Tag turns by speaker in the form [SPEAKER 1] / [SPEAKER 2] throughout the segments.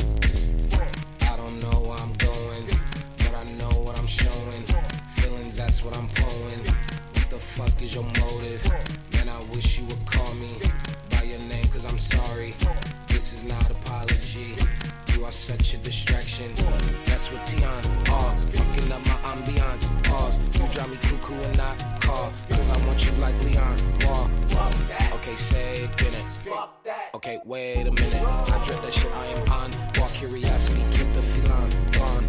[SPEAKER 1] I don't know where I'm going, but I know what I'm showing. Feelings, that's what I'm pulling. What the fuck is your motive? Man, I wish you would call me by your name, cause I'm sorry. This is not apology. You are such a distraction. That's what Tion are. Fucking up my ambiance. Pause. You drive me cuckoo and I call. Cause I want you like Leon. Wall. Okay, say it, get it. Okay, wait a minute. I dread that shit I am on. Walk curiosity, keep the feline gone.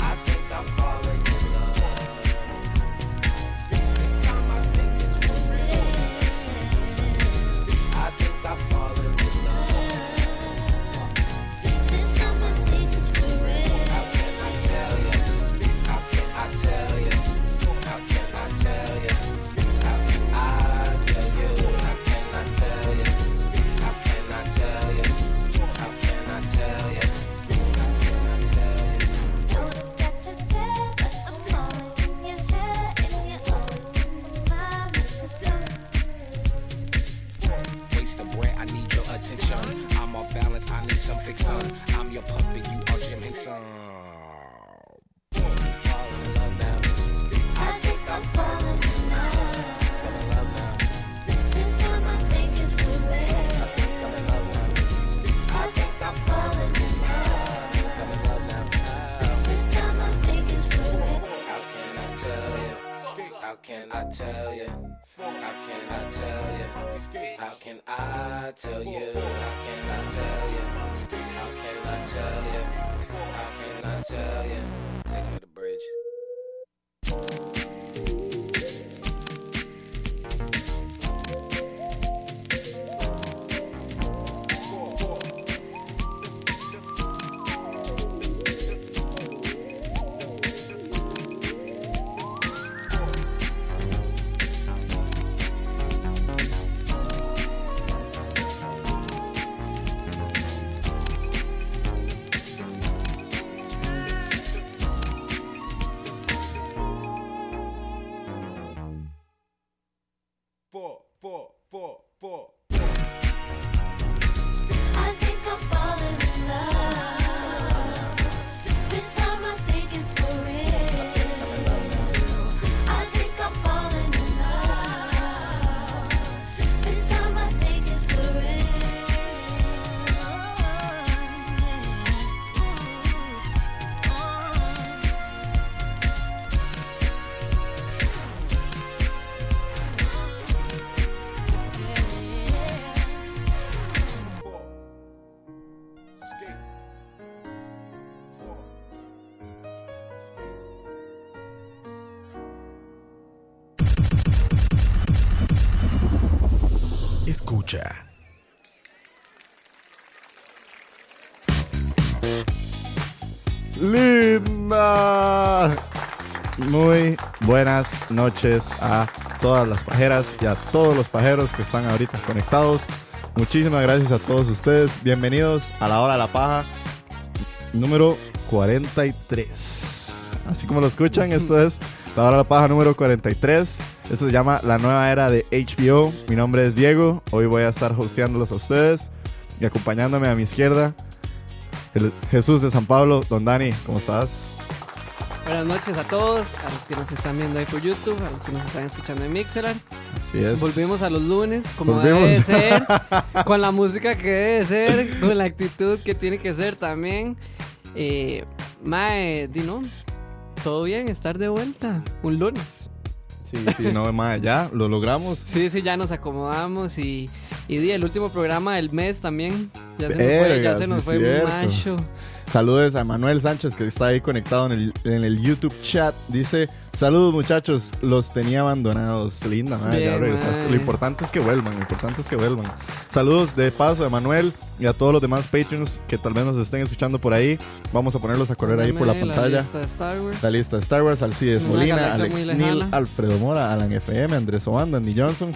[SPEAKER 1] I think I'm falling in love. This time I think it's for real. I think I'm falling in love.
[SPEAKER 2] This time I think it's for real.
[SPEAKER 1] How can I tell ya? How can I tell ya? How can I tell ya? How can I tell you? How can I tell ya? How can I tell ya? How can I tell ya? How can I tell ya?
[SPEAKER 2] Always got you there, but I'm always in your head, and you're always in my
[SPEAKER 1] Waste of bread, I need your attention. I'm off balance, I need some fixin'. I'm your puppet, you are Jim Henson. Fall in love now,
[SPEAKER 2] I think I'm falling in love.
[SPEAKER 1] fall in love now,
[SPEAKER 2] This time I think it's for real.
[SPEAKER 1] fall in love now,
[SPEAKER 2] I think I'm falling in love.
[SPEAKER 1] fall in love now.
[SPEAKER 2] This time I think it's for real.
[SPEAKER 1] How can I tell you? How can I tell you? How can I tell you? How can I tell you? How can I tell you? How can I tell you? How can I tell you? Take me to the bridge.
[SPEAKER 2] I think I'm falling in love. This time I think it's for real. I think I'm falling in love. This time I think it's for real.
[SPEAKER 3] Escucha.
[SPEAKER 4] Linda. Muy buenas noches a todas las pajeras y a todos los pajeros que están ahorita conectados. Muchísimas gracias a todos ustedes. Bienvenidos a la hora de la paja número 43. Así como lo escuchan, esto es la hora de la paja número 43. Esto se llama La nueva era de HBO. Mi nombre es Diego. Hoy voy a estar hosteándolos a ustedes y acompañándome a mi izquierda el Jesús de San Pablo, don Dani, ¿cómo estás?
[SPEAKER 5] Buenas noches a todos, a los que nos están viendo ahí por YouTube, a los que nos están escuchando en Mixelar.
[SPEAKER 4] Así es.
[SPEAKER 5] Volvimos a los lunes, como
[SPEAKER 4] Volvemos.
[SPEAKER 5] debe de ser, con la música que debe de ser, con la actitud que tiene que ser también. Eh, Mae, di no. Todo bien, estar de vuelta. Un lunes.
[SPEAKER 4] Sí, sí, no, mae, ya, lo logramos.
[SPEAKER 5] Sí, sí, ya nos acomodamos y, y di el último programa del mes también. Ya se nos fue, ya
[SPEAKER 4] Verga,
[SPEAKER 5] se nos
[SPEAKER 4] sí,
[SPEAKER 5] fue
[SPEAKER 4] cierto.
[SPEAKER 5] macho.
[SPEAKER 4] Saludos a Manuel Sánchez que está ahí conectado en el, en el YouTube chat. Dice, saludos muchachos, los tenía abandonados. Linda, madre, ya
[SPEAKER 5] Bien,
[SPEAKER 4] regresaste.
[SPEAKER 5] madre.
[SPEAKER 4] Lo importante es que vuelvan, lo importante es que vuelvan. Saludos de paso a Manuel y a todos los demás patrons que tal vez nos estén escuchando por ahí. Vamos a ponerlos a correr ahí por la
[SPEAKER 5] Dame
[SPEAKER 4] pantalla.
[SPEAKER 5] lista de Star Wars.
[SPEAKER 4] La lista Star Wars, Alcides
[SPEAKER 5] Una
[SPEAKER 4] Molina,
[SPEAKER 5] galaxia
[SPEAKER 4] Alex
[SPEAKER 5] muy
[SPEAKER 4] Neil,
[SPEAKER 5] lejana.
[SPEAKER 4] Alfredo Mora, Alan FM, Andrés Obando, Andy Johnson.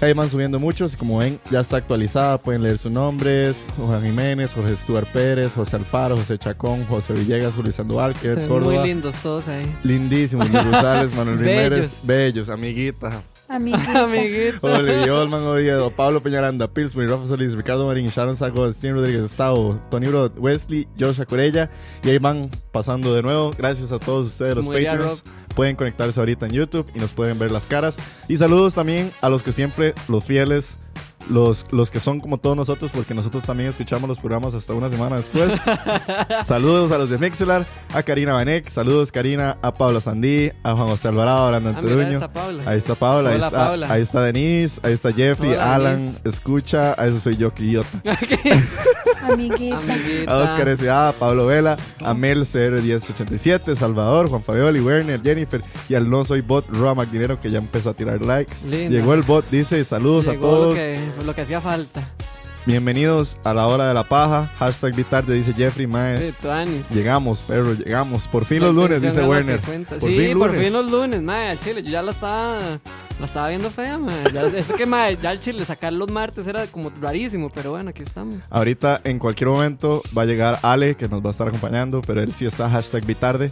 [SPEAKER 4] Ahí van subiendo muchos y como ven, ya está actualizada, pueden leer sus nombres. Juan Jiménez, Jorge Stuart Pérez, José Alfaro, José Chacón, José Villegas, Julio Sandoval,
[SPEAKER 5] Se
[SPEAKER 4] Kenneth
[SPEAKER 5] ven
[SPEAKER 4] Córdoba.
[SPEAKER 5] muy lindos todos ahí.
[SPEAKER 4] Lindísimos, Luis González, Manuel
[SPEAKER 5] Bellos.
[SPEAKER 4] Riménez, bellos, amiguita.
[SPEAKER 1] Amiguita.
[SPEAKER 5] Amiguito.
[SPEAKER 4] Olivier Olman Oviedo, Pablo Peñaranda, Pillsbury, Rafa Solís, Ricardo Marín, Sharon Sago, Steven Rodríguez, Gustavo, Tony Brod, Wesley, Joshua Corella. Y ahí van pasando de nuevo. Gracias a todos ustedes, los
[SPEAKER 5] Como diría
[SPEAKER 4] Patreons. Pueden conectarse ahorita en YouTube y nos pueden ver las caras. Y saludos también a los que siempre, los fieles. Los, los que son como todos nosotros, porque nosotros también escuchamos los programas hasta una semana después. saludos a los de Mixelar, a Karina Vanek, saludos Karina, a Paula Sandí, a Juan José Alvarado, a Brandon
[SPEAKER 5] Ah, mira,
[SPEAKER 4] Toruño.
[SPEAKER 5] está Paula.
[SPEAKER 4] Ahí está Paula, ahí
[SPEAKER 5] Hola,
[SPEAKER 4] está,
[SPEAKER 5] Paula.
[SPEAKER 4] ahí está Denise, ahí está Jeffy,
[SPEAKER 5] Hola,
[SPEAKER 4] Alan,
[SPEAKER 5] Denise.
[SPEAKER 4] escucha, a eso soy yo, que idiota.
[SPEAKER 1] Amiguita.
[SPEAKER 5] Amiguita.
[SPEAKER 4] A Oscar S.A., a Pablo Vela, a Mel CR1087, Salvador, Juan Fabioli, Werner, Jennifer y al No Soy Bot, Roa Magdinero, que ya empezó a tirar likes.
[SPEAKER 5] Linda.
[SPEAKER 4] Llegó el bot, dice saludos
[SPEAKER 5] Llegó
[SPEAKER 4] a todos,
[SPEAKER 5] Lo que, pues, lo que hacía falta.
[SPEAKER 4] bienvenidos a la hora de la paja, hashtag vi tarde, dice Jeffrey, mae.
[SPEAKER 5] Sí, Tuanis.
[SPEAKER 4] Llegamos, perro, llegamos. Eh. Por fin
[SPEAKER 5] La
[SPEAKER 4] los lunes,
[SPEAKER 5] atención
[SPEAKER 4] dice
[SPEAKER 5] es lo que
[SPEAKER 4] Werner.
[SPEAKER 5] cuenta. sí, por fin los lunes, madre, al chile. Yo ya la estaba, la estaba viendo fea, madre. Ya, es que, madre, ya al chile sacar los martes era como rarísimo, pero bueno, aquí estamos.
[SPEAKER 4] Ahorita en cualquier momento va a llegar Ale que nos va a estar acompañando, pero él sí está hashtag vi tarde.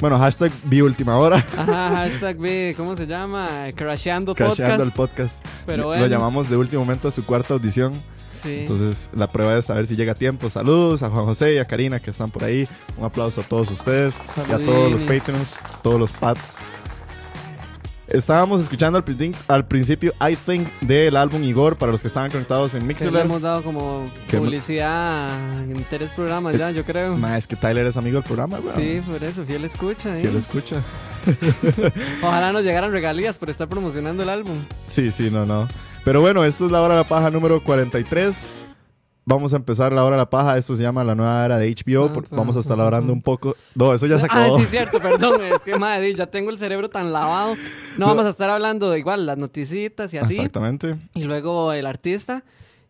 [SPEAKER 4] Bueno, hashtag vi última hora,
[SPEAKER 5] Ajá, hashtag B, ¿cómo se llama? Crasheando
[SPEAKER 4] crasheando el
[SPEAKER 5] podcast.
[SPEAKER 4] podcast.
[SPEAKER 5] Pero
[SPEAKER 4] Lo-
[SPEAKER 5] bueno.
[SPEAKER 4] Lo llamamos de último momento a su cuarta audición.
[SPEAKER 5] Sí.
[SPEAKER 4] Entonces la prueba es saber si llega a tiempo. Saludos a Juan José y a Karina que están por ahí. Un aplauso a todos ustedes y a todos los
[SPEAKER 5] Saludines.
[SPEAKER 4] patrons, todos los pats. Estábamos escuchando al, princi- al principio I Think del álbum Igor para los que estaban conectados en
[SPEAKER 5] Que le
[SPEAKER 4] Mixler.
[SPEAKER 5] hemos dado como
[SPEAKER 4] Que-
[SPEAKER 5] publicidad en tres programas ya, yo creo.
[SPEAKER 4] Ma, Es que Tyler es amigo del programa, weón.
[SPEAKER 5] Sí, por eso, fiel escucha. ¿eh?
[SPEAKER 4] Si él escucha.
[SPEAKER 5] Ojalá nos llegaran regalías por estar promocionando el álbum.
[SPEAKER 4] Sí, sí, no, no. Pero bueno, esto es la hora de la paja número 43. Vamos a empezar la hora de la paja. Esto se llama la nueva era de HBO. por- vamos a estar labrando un poco. No, eso ya se
[SPEAKER 5] Ah,
[SPEAKER 4] acabó.
[SPEAKER 5] sí, cierto, perdón. Es que, madre, ya tengo el cerebro tan lavado. No, vamos a estar hablando de igual las noticitas y así.
[SPEAKER 4] Exactamente.
[SPEAKER 5] Y luego el artista.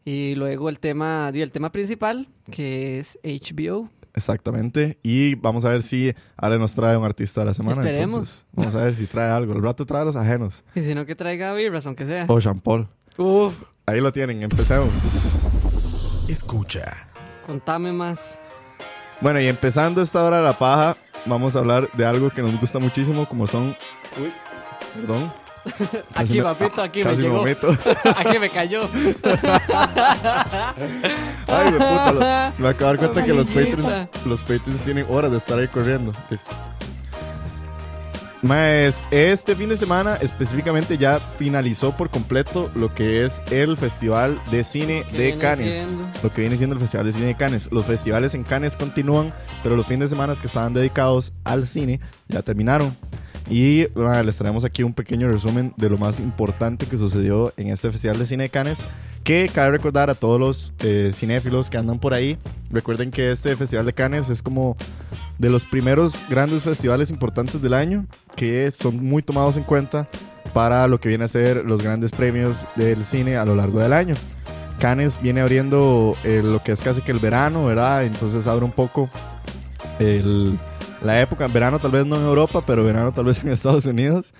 [SPEAKER 5] Y luego el tema, di, el tema principal, que es HBO.
[SPEAKER 4] Exactamente. Y vamos a ver si Ale nos trae un artista de la semana.
[SPEAKER 5] Esperemos.
[SPEAKER 4] entonces. vamos a ver si trae algo. El rato trae a los ajenos.
[SPEAKER 5] Y si no, que traiga birras, aunque sea.
[SPEAKER 4] O Jean Paul.
[SPEAKER 5] Uf,
[SPEAKER 4] Ahí lo tienen. Empecemos.
[SPEAKER 3] Escucha.
[SPEAKER 5] contame más.
[SPEAKER 4] Bueno, y empezando esta hora de la paja, vamos a hablar de algo que nos gusta muchísimo, como son. Uy, perdón. Casi
[SPEAKER 5] Aquí,
[SPEAKER 4] me-
[SPEAKER 5] papito, aquí me
[SPEAKER 4] casi
[SPEAKER 5] llegó.
[SPEAKER 4] vomito.
[SPEAKER 5] aquí Ah, me cayó.
[SPEAKER 4] Ay, me puta, lo- se me acaba de dar cuenta que los
[SPEAKER 5] Amiguita.
[SPEAKER 4] Patreons, los Patreons tienen horas de estar ahí corriendo. Es- Más, este fin de semana específicamente ya finalizó por completo lo que es el Festival de Cine
[SPEAKER 5] que
[SPEAKER 4] de
[SPEAKER 5] viene
[SPEAKER 4] Cannes.
[SPEAKER 5] siendo.
[SPEAKER 4] Lo que viene siendo el Festival de Cine de Cannes. Los festivales en Cannes continúan, pero los fines de semana que estaban dedicados al cine ya terminaron. Y bueno, les traemos aquí un pequeño resumen de lo más importante que sucedió en este Festival de Cine de Cannes. Que cabe recordar a todos los eh, cinéfilos que andan por ahí. Recuerden que este Festival de Cannes es como de los primeros grandes festivales importantes del año que son muy tomados en cuenta para lo que viene a ser los grandes premios del cine a lo largo del año. Cannes viene abriendo eh, lo que es casi que el verano, ¿verdad? Entonces abre un poco el- la época. Verano tal vez no en Europa, pero verano tal vez en Estados Unidos.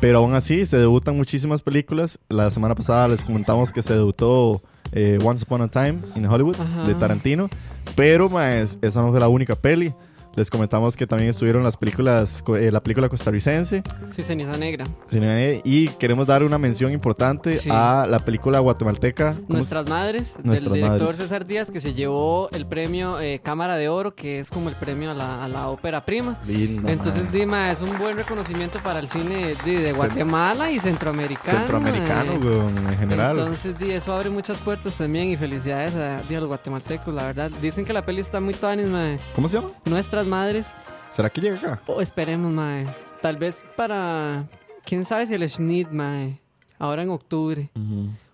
[SPEAKER 4] Pero aún así se debutan muchísimas películas. La semana pasada les comentamos que se debutó eh, Once Upon a Time in Hollywood
[SPEAKER 5] Ajá.
[SPEAKER 4] de Tarantino. Pero pues, esa no fue la única peli. Les comentamos que también estuvieron las películas, co- eh, la película costarricense,
[SPEAKER 5] Sí, ceniza negra.
[SPEAKER 4] Cine- y queremos dar una mención importante
[SPEAKER 5] Sí.
[SPEAKER 4] a la película guatemalteca. ¿Cómo se-
[SPEAKER 5] Nuestras Madres, del
[SPEAKER 4] Nuestras
[SPEAKER 5] director
[SPEAKER 4] Madres.
[SPEAKER 5] César Díaz, que se llevó el premio eh, Cámara de Oro, que es como el premio a la, a la ópera prima.
[SPEAKER 4] Linda,
[SPEAKER 5] Entonces,
[SPEAKER 4] madre.
[SPEAKER 5] Dima, es un buen reconocimiento para el cine de, de Guatemala y centroamericano.
[SPEAKER 4] centroamericano,
[SPEAKER 5] eh.
[SPEAKER 4] weón, en general.
[SPEAKER 5] Entonces, di, eso abre muchas puertas también y felicidades a, di, a los guatemaltecos, la verdad. Dicen que la peli está muy tanis, mae.
[SPEAKER 4] ¿Cómo se llama?
[SPEAKER 5] Nuestras las madres.
[SPEAKER 4] ¿Será que llega acá?
[SPEAKER 5] O esperemos, mae. Tal vez para. Quién sabe si el Schnitt, mae. Ahora en octubre.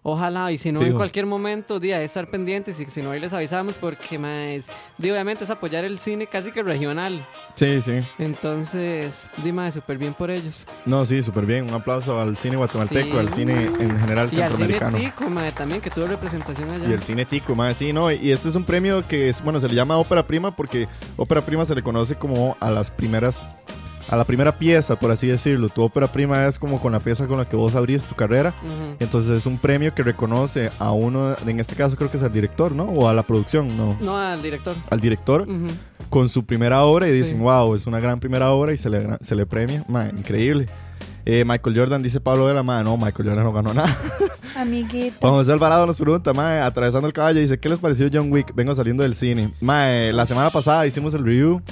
[SPEAKER 5] Ojalá, y si no, en
[SPEAKER 6] Fijo.
[SPEAKER 5] cualquier momento, día, estar pendientes. Y si no, ahí les avisamos, porque, mae, es- di, obviamente es apoyar el cine casi que regional.
[SPEAKER 6] Sí, sí.
[SPEAKER 5] Entonces, di, mae, súper bien por ellos.
[SPEAKER 4] No, sí, súper bien. Un aplauso al cine guatemalteco,
[SPEAKER 5] Sí.
[SPEAKER 4] al cine en general
[SPEAKER 5] Y al cine
[SPEAKER 4] centroamericano.
[SPEAKER 5] tico, mae, también, que tuvo representación allá.
[SPEAKER 4] Y el cine tico, más sí, no. Y este es un premio que es, bueno, se le llama ópera prima porque ópera prima se le conoce como a las primeras, a la primera pieza, por así decirlo. Tu ópera prima es como con la pieza con la que vos abrís tu carrera.
[SPEAKER 5] Ujú.
[SPEAKER 4] Entonces es un premio que reconoce a uno, en este caso creo que es al director, ¿no? O a la producción, ¿no?
[SPEAKER 5] No, al director.
[SPEAKER 4] Al director
[SPEAKER 5] Ujú.
[SPEAKER 4] con su primera obra y dicen,
[SPEAKER 5] Sí.
[SPEAKER 4] wow, es una gran primera obra y se le, se le premia. Ma, increíble. Eh, Michael Jordan dice Pablo de la mano, no, Michael Jordan no ganó nada.
[SPEAKER 1] Amiguita.
[SPEAKER 4] Juan José Alvarado nos pregunta, mae, atravesando el caballo, dice, ¿qué les pareció John Wick? Vengo saliendo del cine. Mae, la semana pasada hicimos el review.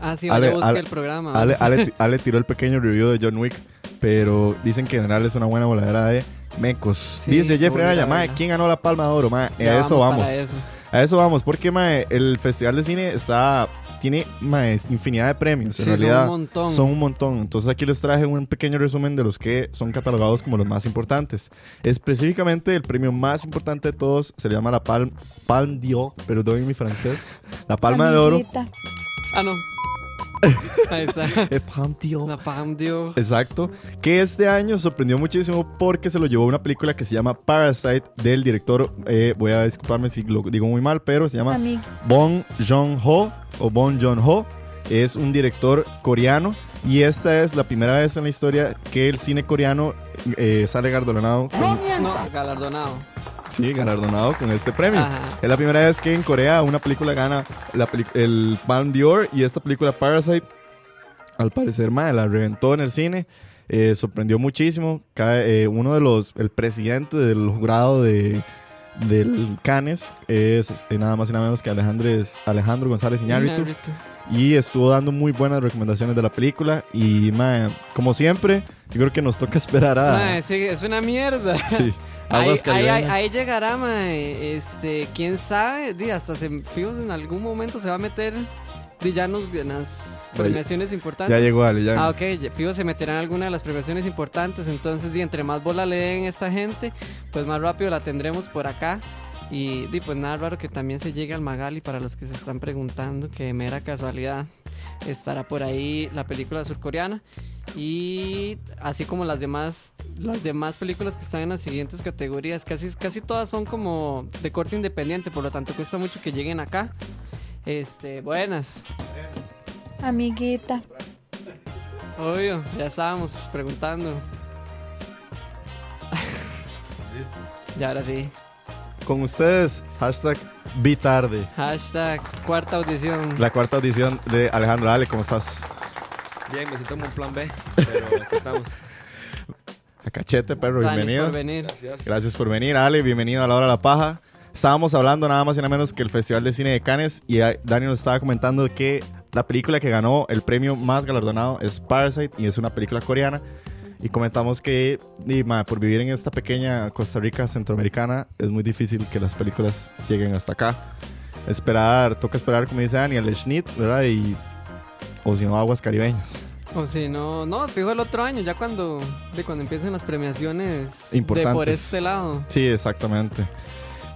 [SPEAKER 5] Ah, sí,
[SPEAKER 4] Ale-
[SPEAKER 5] vaya, busque
[SPEAKER 4] Ale-
[SPEAKER 5] el programa.
[SPEAKER 4] Ale,
[SPEAKER 5] ¿verdad?
[SPEAKER 4] Ale- Ale tiró el pequeño review de John Wick, pero dicen que en general es una buena voladera de mecos.
[SPEAKER 5] Sí,
[SPEAKER 4] dice
[SPEAKER 5] qué
[SPEAKER 4] Jeffrey
[SPEAKER 5] buena
[SPEAKER 4] Araya,
[SPEAKER 5] la
[SPEAKER 4] mae,
[SPEAKER 5] verdad.
[SPEAKER 4] ¿quién ganó la palma de oro? Mae,
[SPEAKER 5] Ya
[SPEAKER 4] a eso vamos.
[SPEAKER 5] para eso.
[SPEAKER 4] A eso vamos, porque mae, el Festival de Cine está, tiene mae, infinidad de premios. en
[SPEAKER 5] Sí, son
[SPEAKER 4] realidad
[SPEAKER 5] un montón.
[SPEAKER 4] son un montón. Entonces aquí les traje un pequeño resumen de los que son catalogados como los más importantes. Específicamente el premio más importante de todos se le llama la Palm, Palme d'Or, perdón mi francés, la Palma de Oro.
[SPEAKER 1] amiguita.
[SPEAKER 5] Ah, no. Ahí está.
[SPEAKER 4] Eh, Palme d'Or.
[SPEAKER 5] La Pam dio.
[SPEAKER 4] Exacto, que este año sorprendió muchísimo porque se lo llevó una película que se llama Parasite del director, eh, voy a disculparme si lo digo muy mal, pero se llama
[SPEAKER 1] Amig-
[SPEAKER 4] Bong Joon-ho o Bong Joon-ho es un director coreano y esta es la primera vez en la historia que el cine coreano eh, sale galardonado con,
[SPEAKER 5] No, galardonado.
[SPEAKER 4] sí, galardonado con este premio.
[SPEAKER 5] Ajá.
[SPEAKER 4] Es la primera vez que en Corea una película gana la peli- el Palme d'Or y esta película Parasite al parecer madre, la reventó en el cine. eh, sorprendió muchísimo. Cae, eh, uno de los, el presidente del jurado de, del Canes es eh, nada más y nada menos que Alejandro, Alejandro González Iñárritu.
[SPEAKER 5] Iñárritu.
[SPEAKER 4] Y estuvo dando muy buenas recomendaciones de la película. Y, mae, como siempre, yo creo que nos toca esperar a.
[SPEAKER 5] Mae, sí, es una mierda.
[SPEAKER 4] Ah. sí,
[SPEAKER 5] Ahí,
[SPEAKER 4] aguas
[SPEAKER 5] ahí, ahí,
[SPEAKER 4] caribeñas.
[SPEAKER 5] ahí llegará, mae. Este, quién sabe, di, hasta se, fijos, en algún momento se va a meter di, ya nos- en las
[SPEAKER 4] Ya-
[SPEAKER 5] premiaciones importantes.
[SPEAKER 4] Ya llegó Ale, ya.
[SPEAKER 5] Ah, ok, ya- fijo, se meterán en alguna de las premiaciones importantes. Entonces, di, entre más bola le den a esta gente, pues más rápido la tendremos por acá. Y di, pues nada raro que también se llegue al Magali para los que se están preguntando, que de mera casualidad estará por ahí la película surcoreana. Y así como las demás, las demás películas que están en las siguientes categorías, casi, casi todas son como de corte independiente, por lo tanto cuesta mucho que lleguen acá. Este, buenas.
[SPEAKER 1] Amiguita.
[SPEAKER 5] Obvio, ya estábamos preguntando. y ahora sí.
[SPEAKER 4] Con ustedes, hashtag Vi Tarde.
[SPEAKER 5] Hashtag cuarta audición.
[SPEAKER 4] La cuarta audición de Alejandro. Ale, ¿cómo estás?
[SPEAKER 6] Bien, me siento como un plan B, pero aquí estamos.
[SPEAKER 4] A cachete, perro,
[SPEAKER 5] Gracias
[SPEAKER 4] bienvenido.
[SPEAKER 5] por venir.
[SPEAKER 6] Gracias.
[SPEAKER 4] Gracias por venir, Ale. Bienvenido a la hora de la paja. Estábamos hablando nada más y nada menos que el Festival de Cine de Cannes y a- Dani nos estaba comentando que la película que ganó el premio más galardonado es Parasite y es una película coreana. Y comentamos que y, ma, por vivir en esta pequeña Costa Rica centroamericana es muy difícil que las películas lleguen hasta acá. Esperar, toca esperar, como dice Dani, el Schnitt, ¿verdad? Y, o si no, aguas caribeñas.
[SPEAKER 5] O si no, no, fijo el otro año, ya cuando, de cuando empiecen las premiaciones de por
[SPEAKER 4] Importantes.
[SPEAKER 5] este lado.
[SPEAKER 4] Sí, exactamente.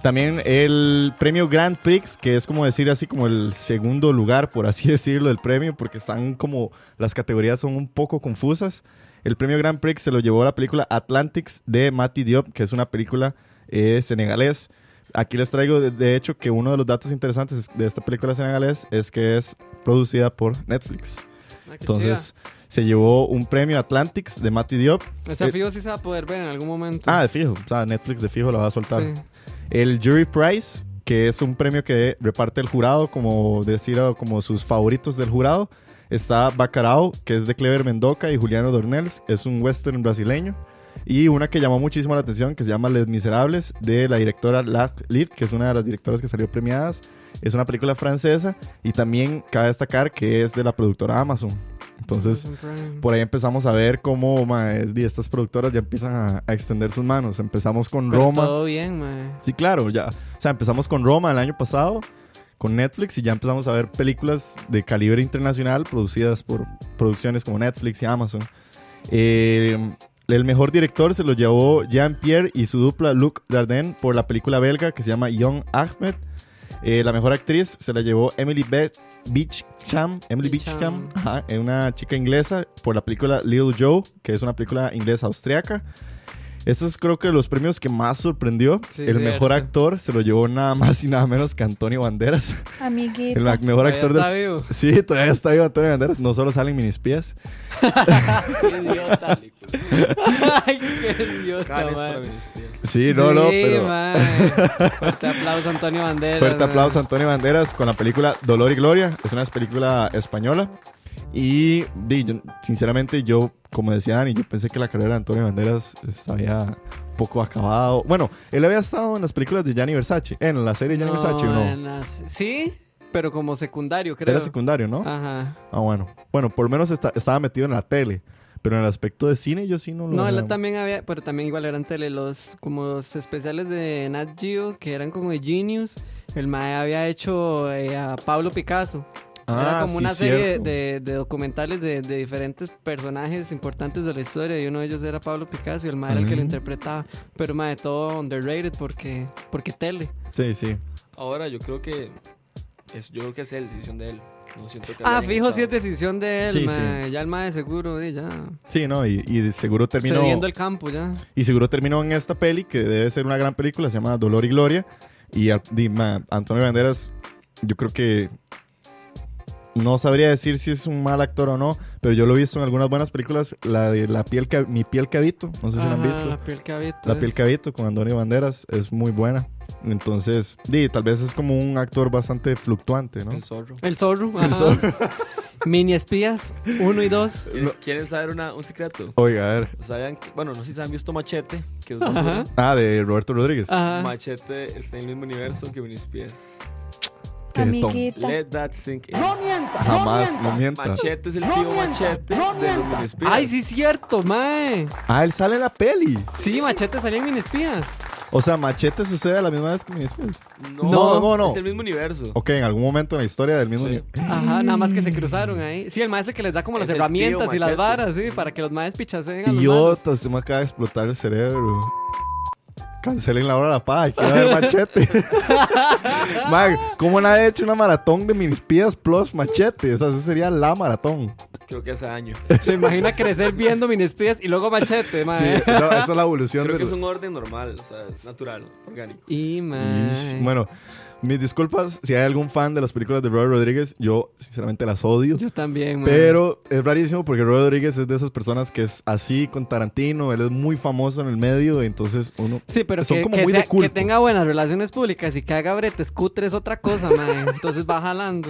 [SPEAKER 4] También el premio Grand Prix, que es como decir así como el segundo lugar, por así decirlo, del premio, porque están como las categorías son un poco confusas. El premio Grand Prix se lo llevó la película Atlantics de Mati Diop, que es una película eh, senegalés. Aquí les traigo, de, de hecho, que uno de los datos interesantes de esta película senegalés es que es producida por Netflix.
[SPEAKER 5] Ah, qué
[SPEAKER 4] Entonces, se llevó un premio Atlantics de Mati Diop.
[SPEAKER 5] chida. O sea,
[SPEAKER 4] eh,
[SPEAKER 5] fijo sí se va a poder ver en algún momento.
[SPEAKER 4] Ah, de fijo. O sea, Netflix de fijo la va a soltar.
[SPEAKER 5] Sí.
[SPEAKER 4] El Jury Prize, que es un premio que reparte el jurado, como decir, o como sus favoritos del jurado. Está Bacarao, que es de Clever Mendoca y Juliano Dornels, es un western brasileño. Y una que llamó muchísimo la atención, que se llama Les Miserables, de la directora Last Lift, que es una de las directoras que salió premiadas. Es una película francesa y también cabe destacar que es de la productora Amazon. Entonces,
[SPEAKER 5] Amazon Prime.
[SPEAKER 4] por ahí empezamos a ver cómo mae, di, estas productoras ya empiezan a, a extender sus manos. Empezamos con
[SPEAKER 5] Pero
[SPEAKER 4] Roma.
[SPEAKER 5] Todo bien, mae.
[SPEAKER 4] Sí, claro, ya. O sea, empezamos con Roma el año pasado, con Netflix y ya empezamos a ver películas de calibre internacional producidas por producciones como Netflix y Amazon. Eh, el mejor director se lo llevó Jean-Pierre y su dupla Luc Dardenne por la película belga que se llama Young Ahmed. Eh, la mejor actriz se la llevó Emily Be Beachcam, Emily
[SPEAKER 5] Beecham.
[SPEAKER 4] Beachcam, ajá, eh, una chica inglesa por la película Little Joe, que es una película inglesa austriaca. Estos creo que los premios que más sorprendió.
[SPEAKER 5] Sí,
[SPEAKER 4] el mejor
[SPEAKER 5] cierto.
[SPEAKER 4] actor se lo llevó nada más y nada menos que Antonio Banderas. El
[SPEAKER 1] amiguita,
[SPEAKER 4] ma- mejor
[SPEAKER 5] Todavía
[SPEAKER 4] actor
[SPEAKER 5] está
[SPEAKER 4] del...
[SPEAKER 5] vivo.
[SPEAKER 4] Sí, todavía está vivo Antonio Banderas. No solo salen minispías.
[SPEAKER 5] Ay, qué idiota,
[SPEAKER 6] Canes para
[SPEAKER 5] mae.
[SPEAKER 6] mis pies.
[SPEAKER 4] Sí, no, no,
[SPEAKER 5] Sí,
[SPEAKER 4] pero...
[SPEAKER 5] mae. Fuerte aplauso, Antonio Banderas.
[SPEAKER 4] Fuerte
[SPEAKER 5] mae.
[SPEAKER 4] aplauso a Antonio Banderas con la película Dolor y Gloria. Es una película española. Y di, yo- sinceramente yo, como decía Dani, yo pensé que la carrera de Antonio Banderas estaba ya un poco acabado. Bueno, él había estado en las películas de Gianni Versace, en la serie de Gianni Versace, ¿o
[SPEAKER 5] en
[SPEAKER 4] no?
[SPEAKER 5] las- Sí, pero como secundario, creo.
[SPEAKER 4] Era secundario, ¿no?
[SPEAKER 5] Ajá.
[SPEAKER 4] Ah, bueno. Bueno, por lo menos esta- estaba metido en la tele. Pero en el aspecto de cine yo sí no lo...
[SPEAKER 5] No, él
[SPEAKER 4] veo.
[SPEAKER 5] también había, pero también igual eran tele, los, como los especiales de Nat Geo, que eran como de Genius. El Mae había hecho eh, a Pablo Picasso. era
[SPEAKER 4] Ah,
[SPEAKER 5] como
[SPEAKER 4] sí,
[SPEAKER 5] una serie
[SPEAKER 4] cierto.
[SPEAKER 5] de, de documentales de, de diferentes personajes importantes de la historia. Y uno de ellos era Pablo Picasso y el Mae era el que lo
[SPEAKER 4] Ujú.
[SPEAKER 5] interpretaba. Pero Mae, todo underrated porque, porque tele.
[SPEAKER 4] Sí, sí.
[SPEAKER 6] Ahora yo creo que es, yo creo que es él, decisión de él. No siento que
[SPEAKER 5] Ah,
[SPEAKER 6] hayan
[SPEAKER 5] fijo,
[SPEAKER 6] echado.
[SPEAKER 5] si es decisión de él,
[SPEAKER 4] Sí,
[SPEAKER 5] mae. Ya el Mae seguro, y ya.
[SPEAKER 4] Sí, ¿no? Y, y seguro terminó...
[SPEAKER 5] Cediendo el campo, ya.
[SPEAKER 4] Y seguro terminó en esta peli, que debe ser una gran película, se llama Dolor y Gloria. Y a- di- ma, Antonio Banderas, yo creo que no sabría decir si es un mal actor o no, pero yo lo he visto en algunas buenas películas, la de la piel que, Mi piel que habito, no sé si la han
[SPEAKER 5] Ajá,
[SPEAKER 4] visto.
[SPEAKER 5] La piel que habito. eh.
[SPEAKER 4] La
[SPEAKER 5] es.
[SPEAKER 4] piel que habito con Antonio Banderas es muy buena. Entonces, di, tal vez es como un actor bastante fluctuante, ¿no?
[SPEAKER 6] El zorro.
[SPEAKER 5] El zorro. ajá. Mini espías, uno y dos.
[SPEAKER 4] Eh,
[SPEAKER 6] ¿Quieren, quieren saber una- un secreto?
[SPEAKER 4] Oiga, a ver.
[SPEAKER 6] ¿Sabían que- bueno, no sé si se han visto Machete, que es
[SPEAKER 5] Ajá. Ah.
[SPEAKER 6] basura.
[SPEAKER 4] Ah, de Roberto Rodríguez.
[SPEAKER 5] Ajá.
[SPEAKER 6] Machete está en el mismo universo que mis pies.
[SPEAKER 4] Qué ton.
[SPEAKER 1] amiguita,
[SPEAKER 6] Let that sink in.
[SPEAKER 4] Jamás, no mienta.
[SPEAKER 6] Machete es el tío Machete de los minispías.
[SPEAKER 5] Ay, sí, cierto, mae.
[SPEAKER 4] Ah, él sale en la peli.
[SPEAKER 5] Sí, Machete salía en Mini espías.
[SPEAKER 4] O sea, Machete sucede a la misma vez que Minispins.
[SPEAKER 6] No,
[SPEAKER 4] No, no, no.
[SPEAKER 6] Es el mismo universo.
[SPEAKER 4] Ok, en algún momento en la historia del mismo.
[SPEAKER 6] Sí.
[SPEAKER 5] Ajá, nada más que se cruzaron ahí. Sí, el maestro que les da como las
[SPEAKER 6] Es el tío
[SPEAKER 5] herramientas y las
[SPEAKER 6] Machete.
[SPEAKER 5] varas, sí, para que los maes pichaseen a los
[SPEAKER 4] Y
[SPEAKER 5] malos.
[SPEAKER 4] Idiota, se me acaba de explotar el cerebro. Cancelen la hora de la paja, quiero ver machete. Man, ¿cómo nadie ha hecho una maratón de Minispías plus machete? O sea, esa sería la maratón.
[SPEAKER 6] Creo que hace año.
[SPEAKER 5] Se imagina crecer viendo Mini espías y luego Machete,
[SPEAKER 4] Sí,
[SPEAKER 5] mae.
[SPEAKER 4] no, esa es la evolución
[SPEAKER 6] Creo
[SPEAKER 4] de
[SPEAKER 6] que es un orden normal, o sea, es natural, orgánico.
[SPEAKER 5] Y mae.
[SPEAKER 4] Ish. Bueno, mis disculpas si hay algún fan de las películas de Robert Rodríguez. Yo, sinceramente, las odio.
[SPEAKER 5] Yo también, mae.
[SPEAKER 4] Pero es rarísimo porque Robert Rodríguez es de esas personas que es así con Tarantino, él es muy famoso en el medio, entonces uno...
[SPEAKER 5] Sí, pero
[SPEAKER 4] son
[SPEAKER 5] que,
[SPEAKER 4] como
[SPEAKER 5] que
[SPEAKER 4] muy de
[SPEAKER 5] sea- que
[SPEAKER 4] culto.
[SPEAKER 5] tenga buenas relaciones públicas y que haga bretes cutres otra cosa, mae. Entonces va jalando.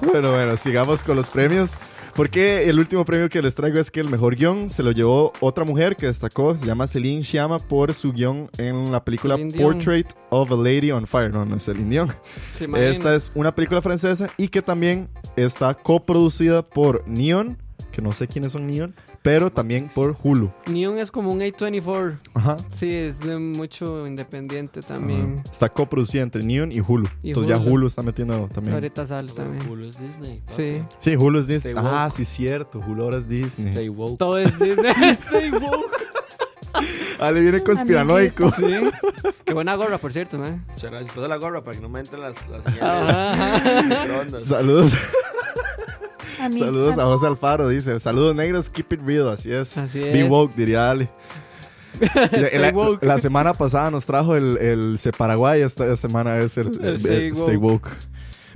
[SPEAKER 4] Bueno, bueno, sigamos con los premios. Porque el último premio que les traigo es que el mejor guión se lo llevó otra mujer que destacó, se llama Celine Sciamma, por su guión en la película
[SPEAKER 5] Celine Dion.
[SPEAKER 4] Portrait of a Lady on Fire. No, no es Celine Dion.
[SPEAKER 5] Se imagina.
[SPEAKER 4] Esta es una película francesa y que también está coproducida por Neon, que no sé quiénes son Neon, pero también por Hulu.
[SPEAKER 5] Neon es como un A24.
[SPEAKER 4] Ajá.
[SPEAKER 5] Sí, es de mucho independiente también.
[SPEAKER 4] Ajá. Ah. Está coproducida entre Neon y Hulu.
[SPEAKER 5] Y
[SPEAKER 4] Entonces
[SPEAKER 5] Hulu.
[SPEAKER 4] ya Hulu está metiendo también.
[SPEAKER 5] Ahorita sale también.
[SPEAKER 6] Culo es Disney. papá.
[SPEAKER 5] Sí.
[SPEAKER 4] Sí, Hulu es Disney.
[SPEAKER 6] Stay woke.
[SPEAKER 4] Ah, sí, cierto. Hulu ahora es Disney.
[SPEAKER 6] Stay woke.
[SPEAKER 5] Todo es Disney. Stay woke.
[SPEAKER 4] Ah, le viene conspiranoico.
[SPEAKER 5] Sí. Qué buena gorra, por cierto, ¿eh? man.
[SPEAKER 6] Muchas gracias. Paso la gorra para que no me entren las, las
[SPEAKER 5] Ajá.
[SPEAKER 6] señales de microondas.
[SPEAKER 4] Saludos,
[SPEAKER 1] amiguita.
[SPEAKER 4] saludos a José Alfaro, dice. Saludos negros, keep it real, así es.
[SPEAKER 5] Así
[SPEAKER 4] Be
[SPEAKER 5] es.
[SPEAKER 4] woke, diría Ale. La-
[SPEAKER 5] Stay
[SPEAKER 4] la,
[SPEAKER 5] woke.
[SPEAKER 4] la semana pasada nos trajo el, el Se Paraguay, esta semana es el, el- el
[SPEAKER 5] Stay
[SPEAKER 4] Stay,
[SPEAKER 5] woke.
[SPEAKER 4] woke.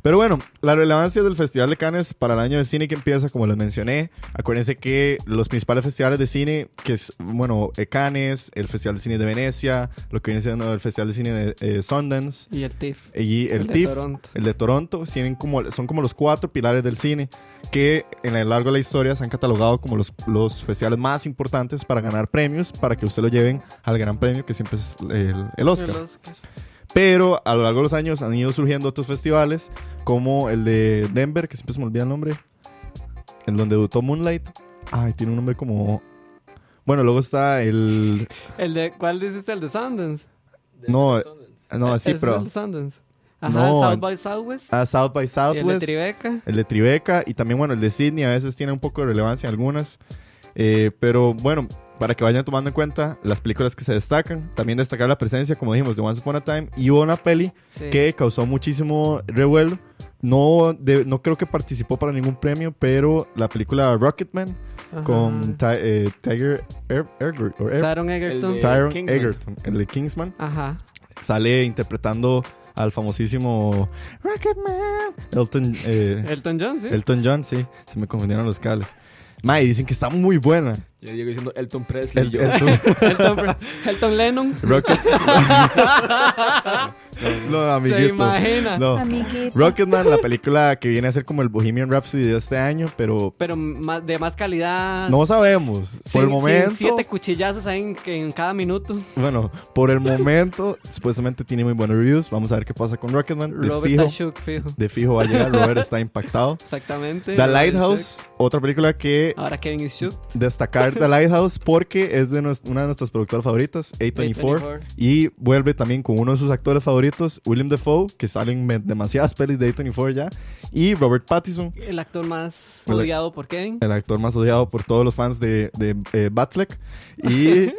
[SPEAKER 4] Pero bueno, la relevancia del Festival de Cannes para el año de cine que empieza, como les mencioné, acuérdense que los principales festivales de cine, que es, bueno, eh, Cannes, el Festival de Cine de Venecia, lo que viene siendo el Festival de Cine de eh, Sundance,
[SPEAKER 5] Y el TIFF.
[SPEAKER 4] y el,
[SPEAKER 5] El de
[SPEAKER 4] TIFF,
[SPEAKER 5] Toronto.
[SPEAKER 4] el de Toronto, tienen como, son como los cuatro pilares del cine que en el largo de la historia se han catalogado como los, los festivales más importantes para ganar premios, para que usted lo lleven al gran premio que siempre es el, el Oscar.
[SPEAKER 5] El Oscar.
[SPEAKER 4] Pero a lo largo de los años han ido surgiendo otros festivales como el de Denver, que siempre se me olvida el nombre, en donde debutó Moonlight. Ay, tiene un nombre como... Bueno, luego está el...
[SPEAKER 5] El de, ¿Cuál dices? El de Sundance.
[SPEAKER 4] No,
[SPEAKER 6] Sundance.
[SPEAKER 4] no, sí,
[SPEAKER 5] Ese es
[SPEAKER 4] pero...
[SPEAKER 5] El de Sundance. Ajá,
[SPEAKER 4] No,
[SPEAKER 5] South
[SPEAKER 4] en-
[SPEAKER 5] by Southwest.
[SPEAKER 4] A South by
[SPEAKER 5] y el de
[SPEAKER 4] Southwest.
[SPEAKER 5] Tribeca.
[SPEAKER 4] El de Tribeca y también, bueno, el de Sydney a veces tiene un poco de relevancia en algunas. Eh, pero bueno, para que vayan tomando en cuenta las películas que se destacan. También destacar la presencia, como dijimos, de Once Upon a Time. Y hubo una peli
[SPEAKER 5] Sí.
[SPEAKER 4] que causó muchísimo revuelo. No, de- no creo que participó para ningún premio, pero la película Rocketman
[SPEAKER 5] Ajá.
[SPEAKER 4] con Ti- eh, Tiger Er- Egbert- o Er-
[SPEAKER 5] Taron Egerton.
[SPEAKER 6] El de-
[SPEAKER 4] Tyron
[SPEAKER 6] Kingsman.
[SPEAKER 4] Egerton, el de Kingsman,
[SPEAKER 5] Ajá.
[SPEAKER 4] sale interpretando al famosísimo Rocketman Elton, eh,
[SPEAKER 5] Elton John, sí.
[SPEAKER 4] Elton John, sí. Se me confundieron los cables. Mae, dicen que está muy buena.
[SPEAKER 6] Yo llego diciendo Elton Presley
[SPEAKER 4] El,
[SPEAKER 6] y yo.
[SPEAKER 4] Elton-
[SPEAKER 5] Elton, Elton Lennon.
[SPEAKER 4] Rocket. no,
[SPEAKER 5] Se
[SPEAKER 4] amiguito.
[SPEAKER 5] imagina.
[SPEAKER 4] No.
[SPEAKER 1] Amiguito.
[SPEAKER 4] Rocketman, la película que viene a ser como el Bohemian Rhapsody de este año, pero
[SPEAKER 5] Pero más- de más calidad.
[SPEAKER 4] no sabemos. Por el
[SPEAKER 5] Sin- sin
[SPEAKER 4] momento.
[SPEAKER 5] siete cuchillazos ahí en, en cada minuto.
[SPEAKER 4] Bueno, por el momento, supuestamente tiene muy buenos reviews. Vamos a ver qué pasa con Rocketman. De
[SPEAKER 5] Robert
[SPEAKER 4] fijo,
[SPEAKER 5] está shook, fijo.
[SPEAKER 4] de fijo va a llegar. Robert está impactado.
[SPEAKER 5] Exactamente.
[SPEAKER 4] The
[SPEAKER 5] Robert
[SPEAKER 4] Lighthouse, otra película que
[SPEAKER 5] shook. Ahora Kevin is shook.
[SPEAKER 4] destacar The Lighthouse porque es de nues- una de nuestras productoras favoritas, A24,
[SPEAKER 5] A24.
[SPEAKER 4] Y vuelve también con uno de sus actores favoritos, William Defoe, que salen en demasiadas pelis de A24 ya. Y Robert Pattinson,
[SPEAKER 5] El actor más
[SPEAKER 4] El-
[SPEAKER 5] odiado por Kevin.
[SPEAKER 4] el actor más odiado por todos los fans de, de eh, Batfleck. Y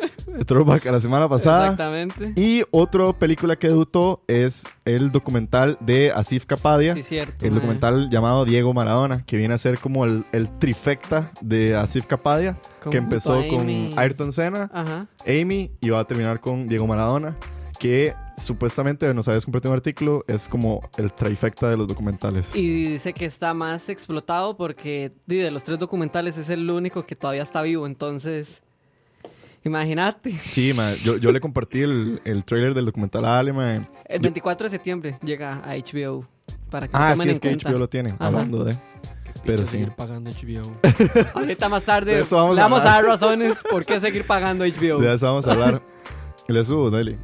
[SPEAKER 4] Throwback a la semana pasada.
[SPEAKER 5] Exactamente.
[SPEAKER 4] Y otra película que debutó es el documental de Asif Kapadia.
[SPEAKER 5] Sí, cierto.
[SPEAKER 4] El
[SPEAKER 5] mae.
[SPEAKER 4] documental llamado Diego Maradona, que viene a ser como el, el trifecta de Asif Kapadia,
[SPEAKER 5] Con-
[SPEAKER 4] que empezó
[SPEAKER 5] con
[SPEAKER 4] con
[SPEAKER 5] Amy.
[SPEAKER 4] Ayrton Senna,
[SPEAKER 5] Ajá.
[SPEAKER 4] Amy y va a terminar con Diego Maradona, que supuestamente nos habías compartido un artículo, es como el trifecta de los documentales.
[SPEAKER 5] Y dice que está más explotado porque di, de los tres documentales es el único que todavía está vivo. Entonces, imagínate.
[SPEAKER 4] Sí, ma, yo, yo le compartí el, el trailer del documental a Ale, ma.
[SPEAKER 5] El 24 de septiembre llega a HBO. Para que lo
[SPEAKER 4] Ah,
[SPEAKER 5] tomen
[SPEAKER 4] sí, es
[SPEAKER 5] en
[SPEAKER 4] que
[SPEAKER 5] cuenta.
[SPEAKER 4] HBO lo tiene,
[SPEAKER 5] Ajá.
[SPEAKER 4] hablando de... Pero
[SPEAKER 6] Picha,
[SPEAKER 4] sí.
[SPEAKER 6] seguir pagando HBO.
[SPEAKER 5] Ahorita más
[SPEAKER 4] De
[SPEAKER 5] tarde
[SPEAKER 4] eso vamos
[SPEAKER 5] le
[SPEAKER 4] a
[SPEAKER 5] vamos a
[SPEAKER 4] hablar.
[SPEAKER 5] dar razones por qué seguir pagando HBO.
[SPEAKER 4] De eso vamos a hablar. Le subo, Nelly.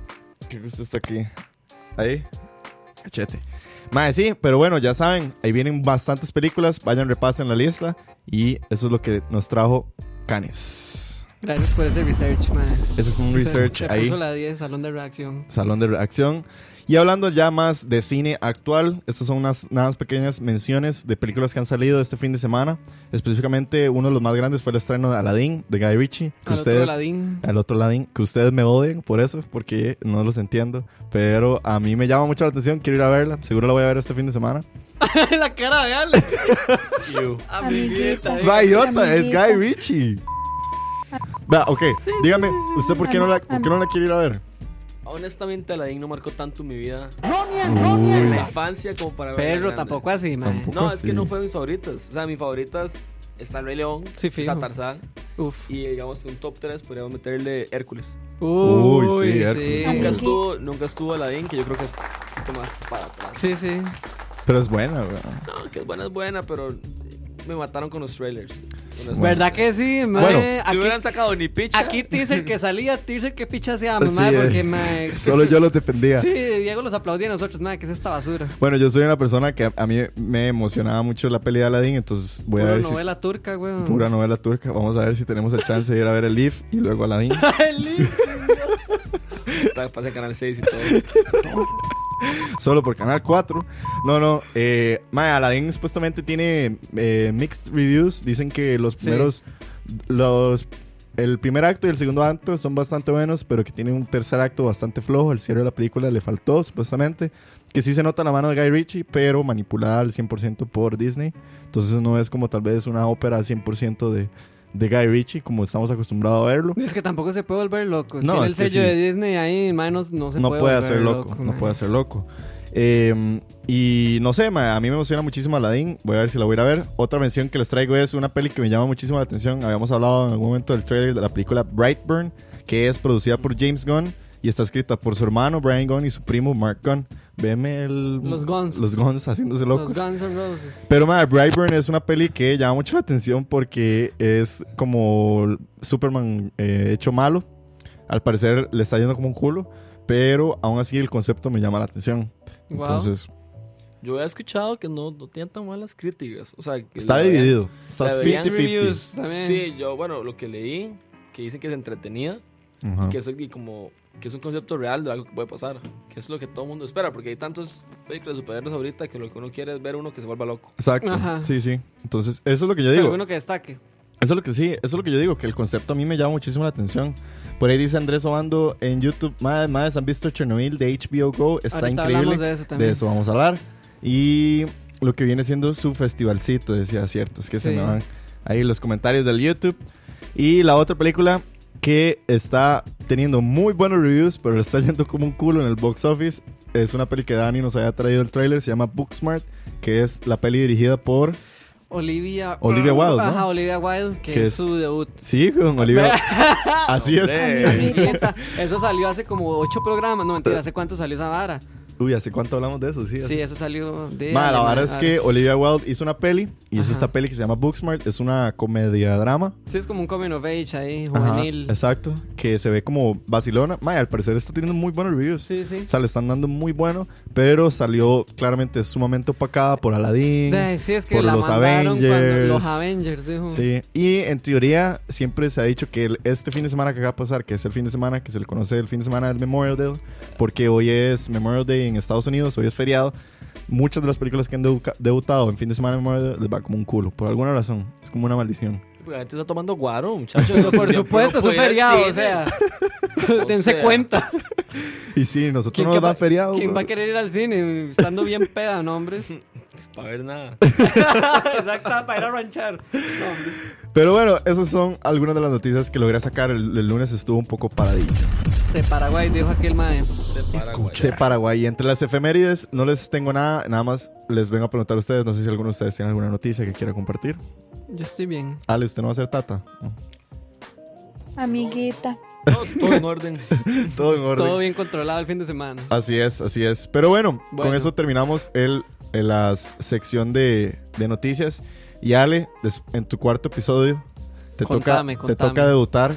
[SPEAKER 4] Creo que usted está aquí. Ahí. Cachete. Mae, sí, pero bueno, ya saben, ahí vienen bastantes películas. Vayan, repasen la lista. Y eso es lo que nos trajo Canes.
[SPEAKER 5] Gracias por ese research, man.
[SPEAKER 4] Ese fue un research
[SPEAKER 5] se, se
[SPEAKER 4] ahí.
[SPEAKER 5] puso la 10, salón de reacción.
[SPEAKER 4] Salón de reacción. Y hablando ya más de cine actual, estas son unas, unas pequeñas menciones de películas que han salido este fin de semana. Específicamente, uno de los más grandes fue el estreno de Aladdin, de Guy Ritchie. Que
[SPEAKER 5] Al otro
[SPEAKER 4] ustedes,
[SPEAKER 5] Aladín.
[SPEAKER 4] al otro lado, que ustedes me odien por eso, porque no los entiendo. Pero a mí me llama mucho la atención, quiero ir a verla. Seguro la voy a ver este fin de semana.
[SPEAKER 5] la cara de Ale.
[SPEAKER 6] You.
[SPEAKER 5] Amiguita.
[SPEAKER 1] Amiguita.
[SPEAKER 5] Ay,
[SPEAKER 4] ¡Bayota! ¡Es
[SPEAKER 1] amiguita.
[SPEAKER 4] Guy Ritchie! Va, ok, dígame, ¿usted por qué, no la, por qué no la quiere ir a ver?
[SPEAKER 6] Honestamente, Aladdin no marcó tanto mi vida.
[SPEAKER 4] Uy,
[SPEAKER 6] En la infancia como para verla
[SPEAKER 5] Perro
[SPEAKER 6] grande.
[SPEAKER 5] tampoco así, man.
[SPEAKER 4] Tampoco.
[SPEAKER 6] No, es que
[SPEAKER 4] Sí.
[SPEAKER 6] no fue mis favoritas. O sea, mis favoritas está el Rey León,
[SPEAKER 5] Sí, fijo.
[SPEAKER 6] está Tarzán.
[SPEAKER 5] Uf.
[SPEAKER 6] Y digamos que un top 3 podríamos meterle Hércules.
[SPEAKER 5] Uy,
[SPEAKER 4] Uy, sí,
[SPEAKER 5] sí.
[SPEAKER 4] Hércules.
[SPEAKER 6] Nunca
[SPEAKER 1] Amiguito.
[SPEAKER 6] estuvo, nunca estuvo Aladdin, que yo creo que es un poquito más para atrás.
[SPEAKER 5] Sí, sí.
[SPEAKER 4] pero es buena, weón.
[SPEAKER 6] No, que es buena, es buena, pero me mataron con los trailers. Honestamente.
[SPEAKER 5] ¿Verdad que sí, man?
[SPEAKER 4] Pues Bueno.
[SPEAKER 6] Si
[SPEAKER 5] aquí,
[SPEAKER 6] hubieran sacado ni picha.
[SPEAKER 5] aquí teaser que salía, teaser que pichaseamos,
[SPEAKER 4] Sí,
[SPEAKER 5] man, porque,
[SPEAKER 4] eh.
[SPEAKER 5] man.
[SPEAKER 4] Solo yo los defendía.
[SPEAKER 5] Sí, Diego los aplaudía a nosotros, man, que es esta basura.
[SPEAKER 4] Bueno, yo soy una persona que a, a mí me emocionaba mucho la pelea de Aladdin, entonces voy a
[SPEAKER 5] Pura
[SPEAKER 4] ver
[SPEAKER 5] novela turca,
[SPEAKER 4] si...
[SPEAKER 5] weón.
[SPEAKER 4] Pura novela turca. Vamos a ver si tenemos el chance de ir a ver el Leaf y luego Aladdin.
[SPEAKER 6] Está- Pasa el Canal 6 y todo.
[SPEAKER 4] solo por Canal 4. No, no. Eh, mae, Aladdin supuestamente tiene eh, mixed reviews. Dicen que los primeros. Los, el primer acto y el segundo acto son bastante buenos, pero que tiene un tercer acto bastante flojo. El cierre de la película le faltó, supuestamente. Que sí se nota la mano de Guy Ritchie, pero manipulada al 100% por Disney. Entonces no es como tal vez una ópera 100% de, de Guy Ritchie, como estamos acostumbrados a verlo.
[SPEAKER 5] Es que tampoco se puede volver loco.
[SPEAKER 4] No,
[SPEAKER 5] Tiene
[SPEAKER 4] es
[SPEAKER 5] el
[SPEAKER 4] que
[SPEAKER 5] sello
[SPEAKER 4] sí.
[SPEAKER 5] de Disney ahí, man, no, no se
[SPEAKER 4] no
[SPEAKER 5] puede
[SPEAKER 4] puede
[SPEAKER 5] volver
[SPEAKER 4] ser loco, no
[SPEAKER 5] man.
[SPEAKER 4] puede ser loco. Eh, y no sé, ma, a mí me emociona muchísimo Aladdin. Voy a ver si la voy a ir a ver. Otra mención que les traigo es una peli que me llama muchísimo la atención. Habíamos hablado en algún momento del trailer de la película Brightburn, que es producida por James Gunn y está escrita por su hermano Brian Gunn y su primo Mark Gunn. Veme el,
[SPEAKER 5] Los Guns.
[SPEAKER 4] Los Guns haciéndose
[SPEAKER 5] Los
[SPEAKER 4] locos.
[SPEAKER 5] Guns N' Roses.
[SPEAKER 4] Pero madre, Brightburn es una peli que llama mucho la atención porque es como Superman eh, hecho malo. Al parecer le está yendo como un culo, pero aún así el concepto me llama la atención.
[SPEAKER 5] Wow.
[SPEAKER 4] Entonces,
[SPEAKER 6] Yo he escuchado que no, no tenían tan malas críticas. O sea, que
[SPEAKER 4] está
[SPEAKER 6] la-
[SPEAKER 4] dividido. Estás
[SPEAKER 6] la veían
[SPEAKER 4] 50-50.
[SPEAKER 5] Reviews también.
[SPEAKER 6] Sí, yo, bueno, lo que leí, que dicen que es entretenida.
[SPEAKER 4] Ajá.
[SPEAKER 6] que es y como que es un concepto real de algo que puede pasar, que es lo que todo el mundo espera, porque hay tantos películas de superhéroes ahorita que lo que uno quiere es ver uno que se vuelva loco.
[SPEAKER 4] Exacto.
[SPEAKER 5] Ajá.
[SPEAKER 4] Sí, sí. Entonces, eso es lo que yo
[SPEAKER 5] Pero
[SPEAKER 4] digo.
[SPEAKER 5] Alguno que destaque.
[SPEAKER 4] Eso es lo que sí, eso es lo que yo digo, que el concepto a mí me llama muchísimo la atención. Por ahí dice Andrés Obando en YouTube, madre, madre, han visto Chernobyl de HBO Go, está
[SPEAKER 5] Ahorita
[SPEAKER 4] increíble.
[SPEAKER 5] hablamos de eso
[SPEAKER 4] De
[SPEAKER 5] también.
[SPEAKER 4] eso vamos a hablar. Y lo que viene siendo su festivalcito, decía, cierto, es que se
[SPEAKER 5] Sí.
[SPEAKER 4] me van ahí los comentarios del YouTube. Y la otra película que está teniendo muy buenos reviews, pero le está yendo como un culo en el box office, es una peli que Dani nos había traído el tráiler, se llama Booksmart, que es la peli dirigida por...
[SPEAKER 5] Olivia...
[SPEAKER 4] Olivia Wilde, ¿no?
[SPEAKER 5] Ajá, Olivia Wilde, que
[SPEAKER 4] Que es-
[SPEAKER 5] es su debut.
[SPEAKER 4] Sí, con Olivia. Así es.
[SPEAKER 5] Amiguita, Eso salió hace como ocho programas. No, mentira, ¿hace cuánto salió esa vara?
[SPEAKER 4] Uy, ¿hace cuánto hablamos de eso? Sí. hace-
[SPEAKER 5] Sí, eso salió de...
[SPEAKER 4] Ma, la
[SPEAKER 5] Alemania,
[SPEAKER 4] verdad es que
[SPEAKER 5] ahora.
[SPEAKER 4] Olivia Wilde hizo una peli y es
[SPEAKER 5] Ajá.
[SPEAKER 4] esta peli que se llama Booksmart. Es una comedia-drama.
[SPEAKER 5] Sí, es como un coming of age ahí,
[SPEAKER 4] Ajá,
[SPEAKER 5] juvenil.
[SPEAKER 4] exacto. Que se ve como vacilona. Ma, al parecer está teniendo muy buenos reviews.
[SPEAKER 5] Sí, sí.
[SPEAKER 4] O sea, le están dando muy bueno, pero salió claramente sumamente opacada por Aladdin.
[SPEAKER 5] Ay, sí, es que
[SPEAKER 4] por
[SPEAKER 5] la
[SPEAKER 4] los
[SPEAKER 5] mandaron cuando-
[SPEAKER 4] Avengers.
[SPEAKER 5] los Avengers, dijo.
[SPEAKER 4] Sí, y en teoría siempre se ha dicho que el- este fin de semana que acaba de pasar, que es el fin de semana que se le conoce el fin de semana del Memorial Day, porque hoy es Memorial Day en Estados Unidos, hoy es feriado, muchas de las películas que han debuca- debutado en fin de semana de Memorial Day les va como un culo, por alguna razón, es como una maldición.
[SPEAKER 6] Porque pues la gente está tomando guaro, muchachos.
[SPEAKER 5] Pero por supuesto, es un feriado, o sea. Dense
[SPEAKER 6] sea,
[SPEAKER 5] cuenta.
[SPEAKER 4] Y sí, nosotros no
[SPEAKER 5] que
[SPEAKER 4] nos dan
[SPEAKER 5] va-
[SPEAKER 4] feriado.
[SPEAKER 5] ¿Quién
[SPEAKER 4] bro.
[SPEAKER 5] va a querer ir al cine estando bien peda, no, hombre?
[SPEAKER 6] Para ver nada.
[SPEAKER 5] Exacto, para ir a ranchar.
[SPEAKER 4] Pero bueno, esas son algunas de las noticias que logré sacar, el, el lunes estuvo un poco paradillo.
[SPEAKER 5] Se Paraguay, dijo aquel mae.
[SPEAKER 4] Che, Paraguay, entre las efemérides no les tengo nada, nada más les vengo a preguntar a ustedes, no sé si alguno de ustedes tiene alguna noticia que quiera compartir.
[SPEAKER 5] Yo estoy bien.
[SPEAKER 4] Ale, usted no va a ser tata.
[SPEAKER 1] Amiguita.
[SPEAKER 6] No, todo en orden.
[SPEAKER 4] Todo en orden.
[SPEAKER 5] Todo bien controlado el fin de semana.
[SPEAKER 4] Así es, así es. Pero bueno, con
[SPEAKER 5] Bueno.
[SPEAKER 4] eso terminamos el, el- la sección de, de noticias. Y Ale, des- en tu cuarto episodio, te,
[SPEAKER 5] Contame,
[SPEAKER 4] toca, te
[SPEAKER 5] contame.
[SPEAKER 4] toca debutar.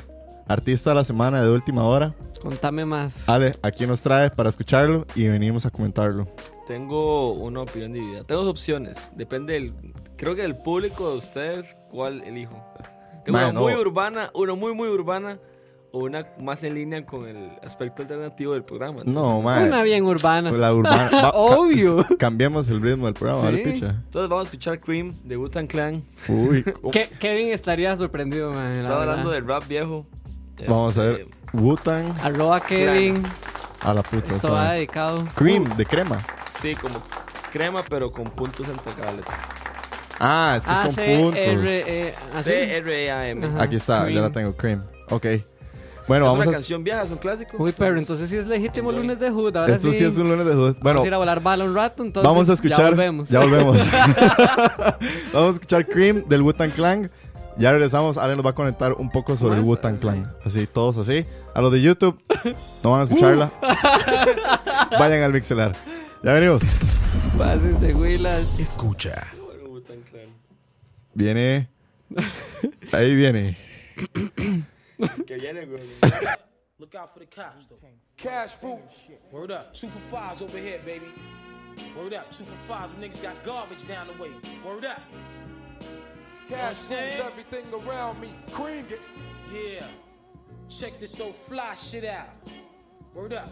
[SPEAKER 4] Artista de la semana de última hora.
[SPEAKER 5] Contame más.
[SPEAKER 4] Ale, aquí nos trae para escucharlo y venimos a comentarlo.
[SPEAKER 6] Tengo una opinión dividida. Tengo dos opciones. Depende del. Creo que del público de ustedes, ¿cuál elijo? Tengo
[SPEAKER 4] Man,
[SPEAKER 6] una muy
[SPEAKER 4] no.
[SPEAKER 6] urbana, una muy, muy urbana, o una más en línea con el aspecto alternativo del programa. Entonces,
[SPEAKER 4] No, man.
[SPEAKER 5] Una bien urbana.
[SPEAKER 4] La urbana. Va-
[SPEAKER 5] Obvio.
[SPEAKER 4] ca- cambiemos el ritmo del programa,
[SPEAKER 5] Sí.
[SPEAKER 4] vale, picha.
[SPEAKER 6] entonces vamos a escuchar Cream de Wu-Tang Clan.
[SPEAKER 4] Uy, cómo-
[SPEAKER 5] Ke- Kevin estaría sorprendido, mae. la
[SPEAKER 6] Estaba
[SPEAKER 5] verdad.
[SPEAKER 6] hablando del rap viejo.
[SPEAKER 4] vamos a
[SPEAKER 6] Este,
[SPEAKER 4] ver. Wutan
[SPEAKER 5] Arroba Kevin.
[SPEAKER 4] a la puta.
[SPEAKER 5] Esto va
[SPEAKER 4] ¿sabe?
[SPEAKER 5] dedicado.
[SPEAKER 4] Cream de crema.
[SPEAKER 6] Sí, como crema, pero con puntos entre cada letra.
[SPEAKER 4] Ah, es que es con puntos.
[SPEAKER 5] A-C-R-E, así.
[SPEAKER 6] C-R-A-M.
[SPEAKER 5] E, ¿ah, Ajá.
[SPEAKER 4] Aquí está, ya
[SPEAKER 5] Cream.
[SPEAKER 4] la tengo, Cream. Ok. Bueno,
[SPEAKER 6] es una
[SPEAKER 4] vamos a.
[SPEAKER 6] canción vieja, es un clásico.
[SPEAKER 5] Uy, pero entonces sí es legítimo lunes de Hood. Ahora
[SPEAKER 4] Esto sí es un lunes de Hood. Bueno,
[SPEAKER 5] Vamos a ir a volar bala un rato, entonces.
[SPEAKER 4] vamos a escuchar.
[SPEAKER 5] Ya volvemos.
[SPEAKER 4] Ya volvemos. vamos a escuchar Cream del Wutan Clan. Ya regresamos. Ale nos va a conectar un poco sobre el
[SPEAKER 5] Más,
[SPEAKER 4] Wutan Clan. Así, todos así. A los de YouTube, no van a escucharla. Vayan al mixelar. Ya venimos.
[SPEAKER 5] Pásense, güilas.
[SPEAKER 3] Escucha.
[SPEAKER 4] Viene. Ahí viene.
[SPEAKER 6] Que viene, güey.
[SPEAKER 7] Look out for the cops, though. Cash fruit. Word up. Two for fives over here, baby. Word up. Two for fives. Them niggas got garbage down the way. Word up. Cash you know everything around me. Cream it. Yeah. Check this old fly shit out. Word up.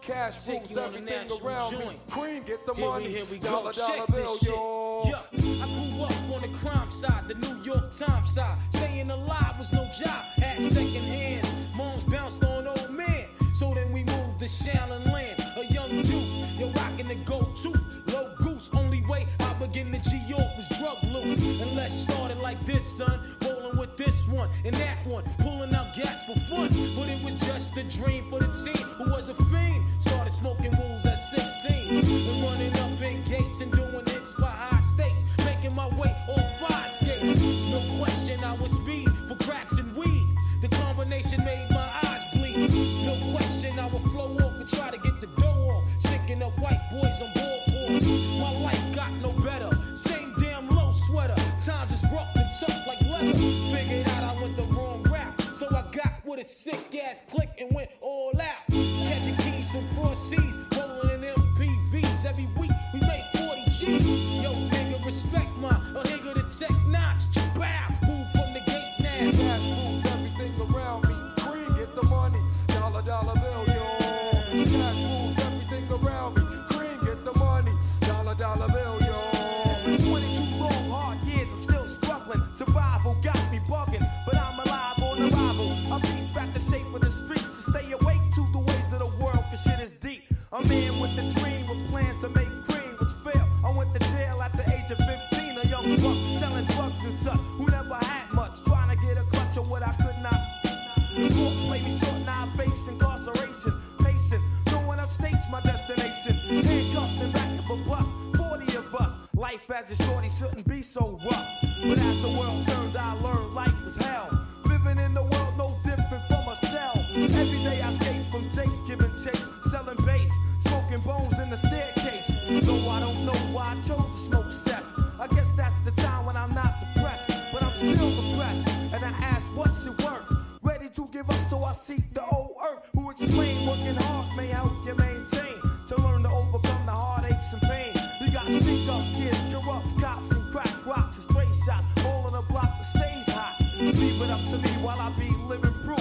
[SPEAKER 7] Cash Take you on a natural joint. Cream, get the here money. We, here we go. Check this shit. Yeah. I grew up on the crime side, the New York Times side. Staying alive was no job. Had second hands. Moms bounced on old man. So then we moved to Shaolin Land. A young youth, you're rocking the go-to. Low goose, only way I began to G-York was drug loot. And let's start it like this, son. Rolling with this one and that one. Pulling out gats for fun. But it was just a dream for the team who was a fiend. Started smoking rules at 16. And running up in gates and doing hits by high stakes. Making my way on five skates. No question, I was speed for cracks and weed. The combination made my eyes bleed. No question, I would flow off and try to get the dough off. Sticking up white boys on ballboards. My life got no better. Same damn low sweater. Times is rough and tough like leather. Figured out I went the wrong route. So I got with a sick ass click and went all out. Catching keys from cross seas, rolling in MPVs. Every week we made 40 G's. Yo, nigga, respect my a nigga to check notch. Bow, move from the gate now. Cash moves everything around me. Green, get the money.
[SPEAKER 8] such who never had much, trying to get a clutch of what I could not. Court play me short, now I face incarceration. Pacing, throwing up states, my destination. Handcuffed in back of a bus, 40 of us. Life as a shorty shouldn't be so rough. But as the world turned, I learned life was hell. Living in the world no different from a cell. Every day I skate from takes, giving chase, selling bass, smoking bones in the staircase. Though I don't know why I chose to smoke cess. I guess that's the time when I'm not depressed, but I'm still depressed. And I ask, what's it work? Ready to give up, so I seek the old earth. Who explain working hard may help you maintain to learn to overcome the heartaches and pain. You got stick up kids, corrupt cops, and crack rocks and stray shots. All on the block that stays hot. Leave it up to me while I be living proof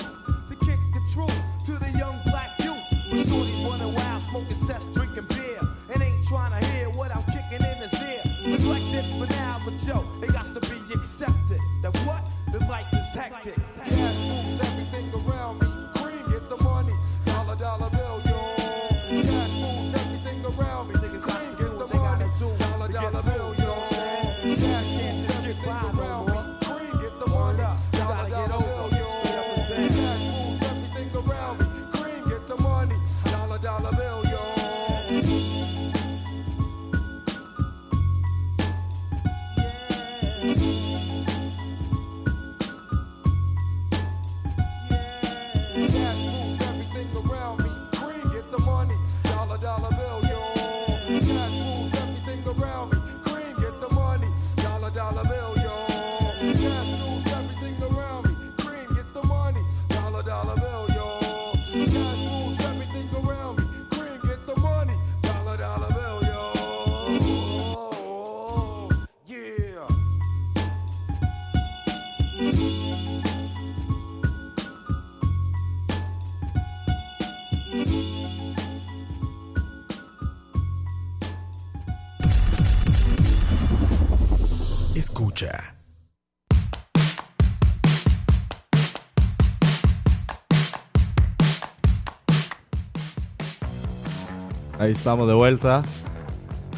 [SPEAKER 8] to kick the truth to the young black youth. But shorties running wild, smoking cess, drinking beer, and ain't trying to hear what I'm kicking in his ear. Neglected for now, but yo, it got to be accepted that what the life is hectic.
[SPEAKER 9] Cash moves everything around me. Green, get the money. Dollar, dollar bill, yo. Cash moves everything around me. Niggas Green, get the money. Dollar, dollar bill, yo. Cash moves everything around me. Green, get the money. Dollar, dollar bill, yo. Cash moves everything around me. Green, get the money. Dollar, dollar bill, yo. Cash moves everything around me. Green, get the money. Dollar, dollar bill, yo. Cash moves everything around me. Green, get the money. Dollar, dollar bill, yo. Cash moves everything around me. Green, get the money. Dollar, dollar bill, yo. Cash moves everything around me. Green, get the money. Dollar, dollar bill, yo. Yeah.
[SPEAKER 3] Escucha.
[SPEAKER 4] Ahí estamos de vuelta.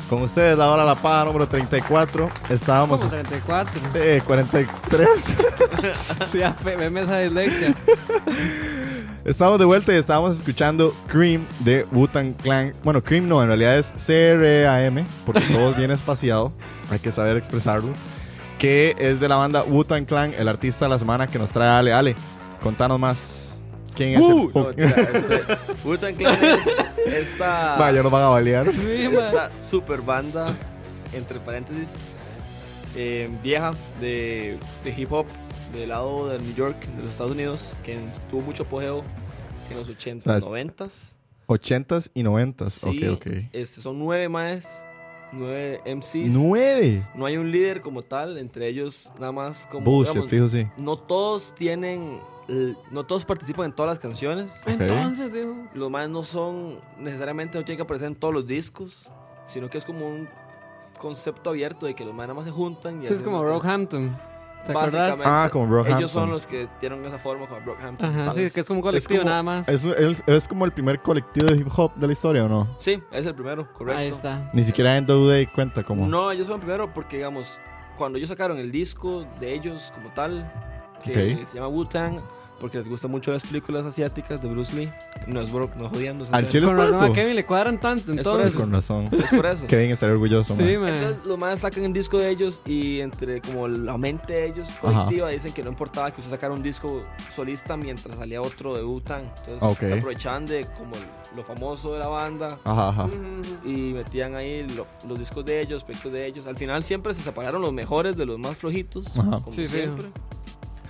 [SPEAKER 4] Con ustedes, la hora de la paja número 34. Estábamos.
[SPEAKER 5] Como 34.
[SPEAKER 4] Eh, 43.
[SPEAKER 5] Sí, ape- veme esa dislexia.
[SPEAKER 4] Estamos de vuelta y estábamos escuchando Cream de Wu-Tang Clan. Bueno, Cream no, en realidad es CRAM, porque todo viene espaciado. Hay que saber expresarlo. Que es de la banda Wu-Tang Clan, el artista de la semana que nos trae Ale. Ale, contanos más. ¿Quién es el
[SPEAKER 6] No,
[SPEAKER 4] punk?
[SPEAKER 6] tira, este, Wu-Tang Clan es esta,
[SPEAKER 4] Vaya, nos van a balear.
[SPEAKER 5] Sí, ma.
[SPEAKER 6] esta super banda, entre paréntesis, eh, vieja de, de hip hop del lado de New York, de los Estados Unidos, que en- tuvo mucho apogeo en los 80s,
[SPEAKER 4] ¿Sabes?
[SPEAKER 6] 90s.
[SPEAKER 4] 80s y 90s.
[SPEAKER 6] Sí,
[SPEAKER 4] ok, ok.
[SPEAKER 6] este, son nueve más, nueve MCs.
[SPEAKER 4] ¡Nueve!
[SPEAKER 6] no hay un líder como tal, entre ellos nada más como...
[SPEAKER 4] Bullshit,
[SPEAKER 6] digamos,
[SPEAKER 4] fijo, sí.
[SPEAKER 6] no todos tienen, l- no todos participan en todas las canciones.
[SPEAKER 5] Entonces, digo,
[SPEAKER 6] Los más no son necesariamente no tienen que aparecer en todos los discos, sino que es como un concepto abierto de que los más nada más se juntan
[SPEAKER 5] sí,
[SPEAKER 6] y
[SPEAKER 5] es
[SPEAKER 6] hacen
[SPEAKER 5] como
[SPEAKER 6] lo que-
[SPEAKER 5] Rockhampton. ¿Te acuerdas?
[SPEAKER 6] Básicamente.
[SPEAKER 4] Ah, como Brockhampton.
[SPEAKER 6] Ellos son los que tienen esa forma como Brockhampton.
[SPEAKER 5] Ajá, sí,
[SPEAKER 6] Entonces,
[SPEAKER 5] es que es como un colectivo
[SPEAKER 4] Es como-
[SPEAKER 5] nada más.
[SPEAKER 4] Es, es- es como el primer colectivo de hip hop de la historia, ¿o no?
[SPEAKER 6] sí, es el primero, correcto.
[SPEAKER 5] Ahí está.
[SPEAKER 4] Ni siquiera en Day cuenta como.
[SPEAKER 6] No, ellos fueron primero porque, digamos, cuando ellos sacaron el disco de ellos como tal, que
[SPEAKER 4] Ok.
[SPEAKER 6] se llama Wu-Tang, porque les gustan mucho las películas asiáticas de Bruce Lee. No es bro, no es jodiendo. es en
[SPEAKER 4] Al
[SPEAKER 6] serio.
[SPEAKER 4] chile es
[SPEAKER 5] Con
[SPEAKER 4] por
[SPEAKER 5] razón a
[SPEAKER 4] eso.
[SPEAKER 5] Kevin le cuadran tanto.
[SPEAKER 6] Es por
[SPEAKER 5] Entonces,
[SPEAKER 4] Con razón.
[SPEAKER 6] Es por eso.
[SPEAKER 4] Kevin estaría orgulloso,
[SPEAKER 5] pues, sí,
[SPEAKER 4] man.
[SPEAKER 5] ma.
[SPEAKER 6] Entonces los más sacan el disco de ellos y entre como la mente de ellos colectiva dicen que no importaba que usted sacara un disco solista mientras salía otro de Wu-Tang. Entonces
[SPEAKER 4] Ok.
[SPEAKER 6] se aprovechaban de como lo famoso de la banda
[SPEAKER 4] Ajá, ajá.
[SPEAKER 6] y metían ahí lo- los discos de ellos, proyectos de ellos. Al final siempre se separaron los mejores de los más flojitos,
[SPEAKER 4] Ajá.
[SPEAKER 6] como
[SPEAKER 5] Sí, fijo.
[SPEAKER 6] siempre.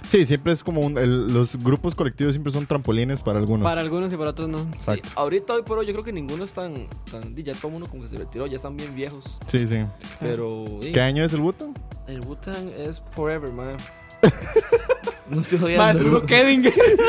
[SPEAKER 4] Sí, siempre es como un- el- los grupos colectivos siempre son trampolines para algunos.
[SPEAKER 5] Para algunos y para otros no.
[SPEAKER 4] Exacto.
[SPEAKER 6] Y ahorita hoy por hoy yo creo que ninguno es tan, tan y ya todo el mundo como que se retiró, ya están bien viejos,
[SPEAKER 4] Sí, sí.
[SPEAKER 5] Ah.
[SPEAKER 6] pero sí,
[SPEAKER 4] ¿Qué año es el Buto?
[SPEAKER 6] el Wu-Tang es forever, man. no estoy jodiendo.
[SPEAKER 5] Ma, puro Kevin.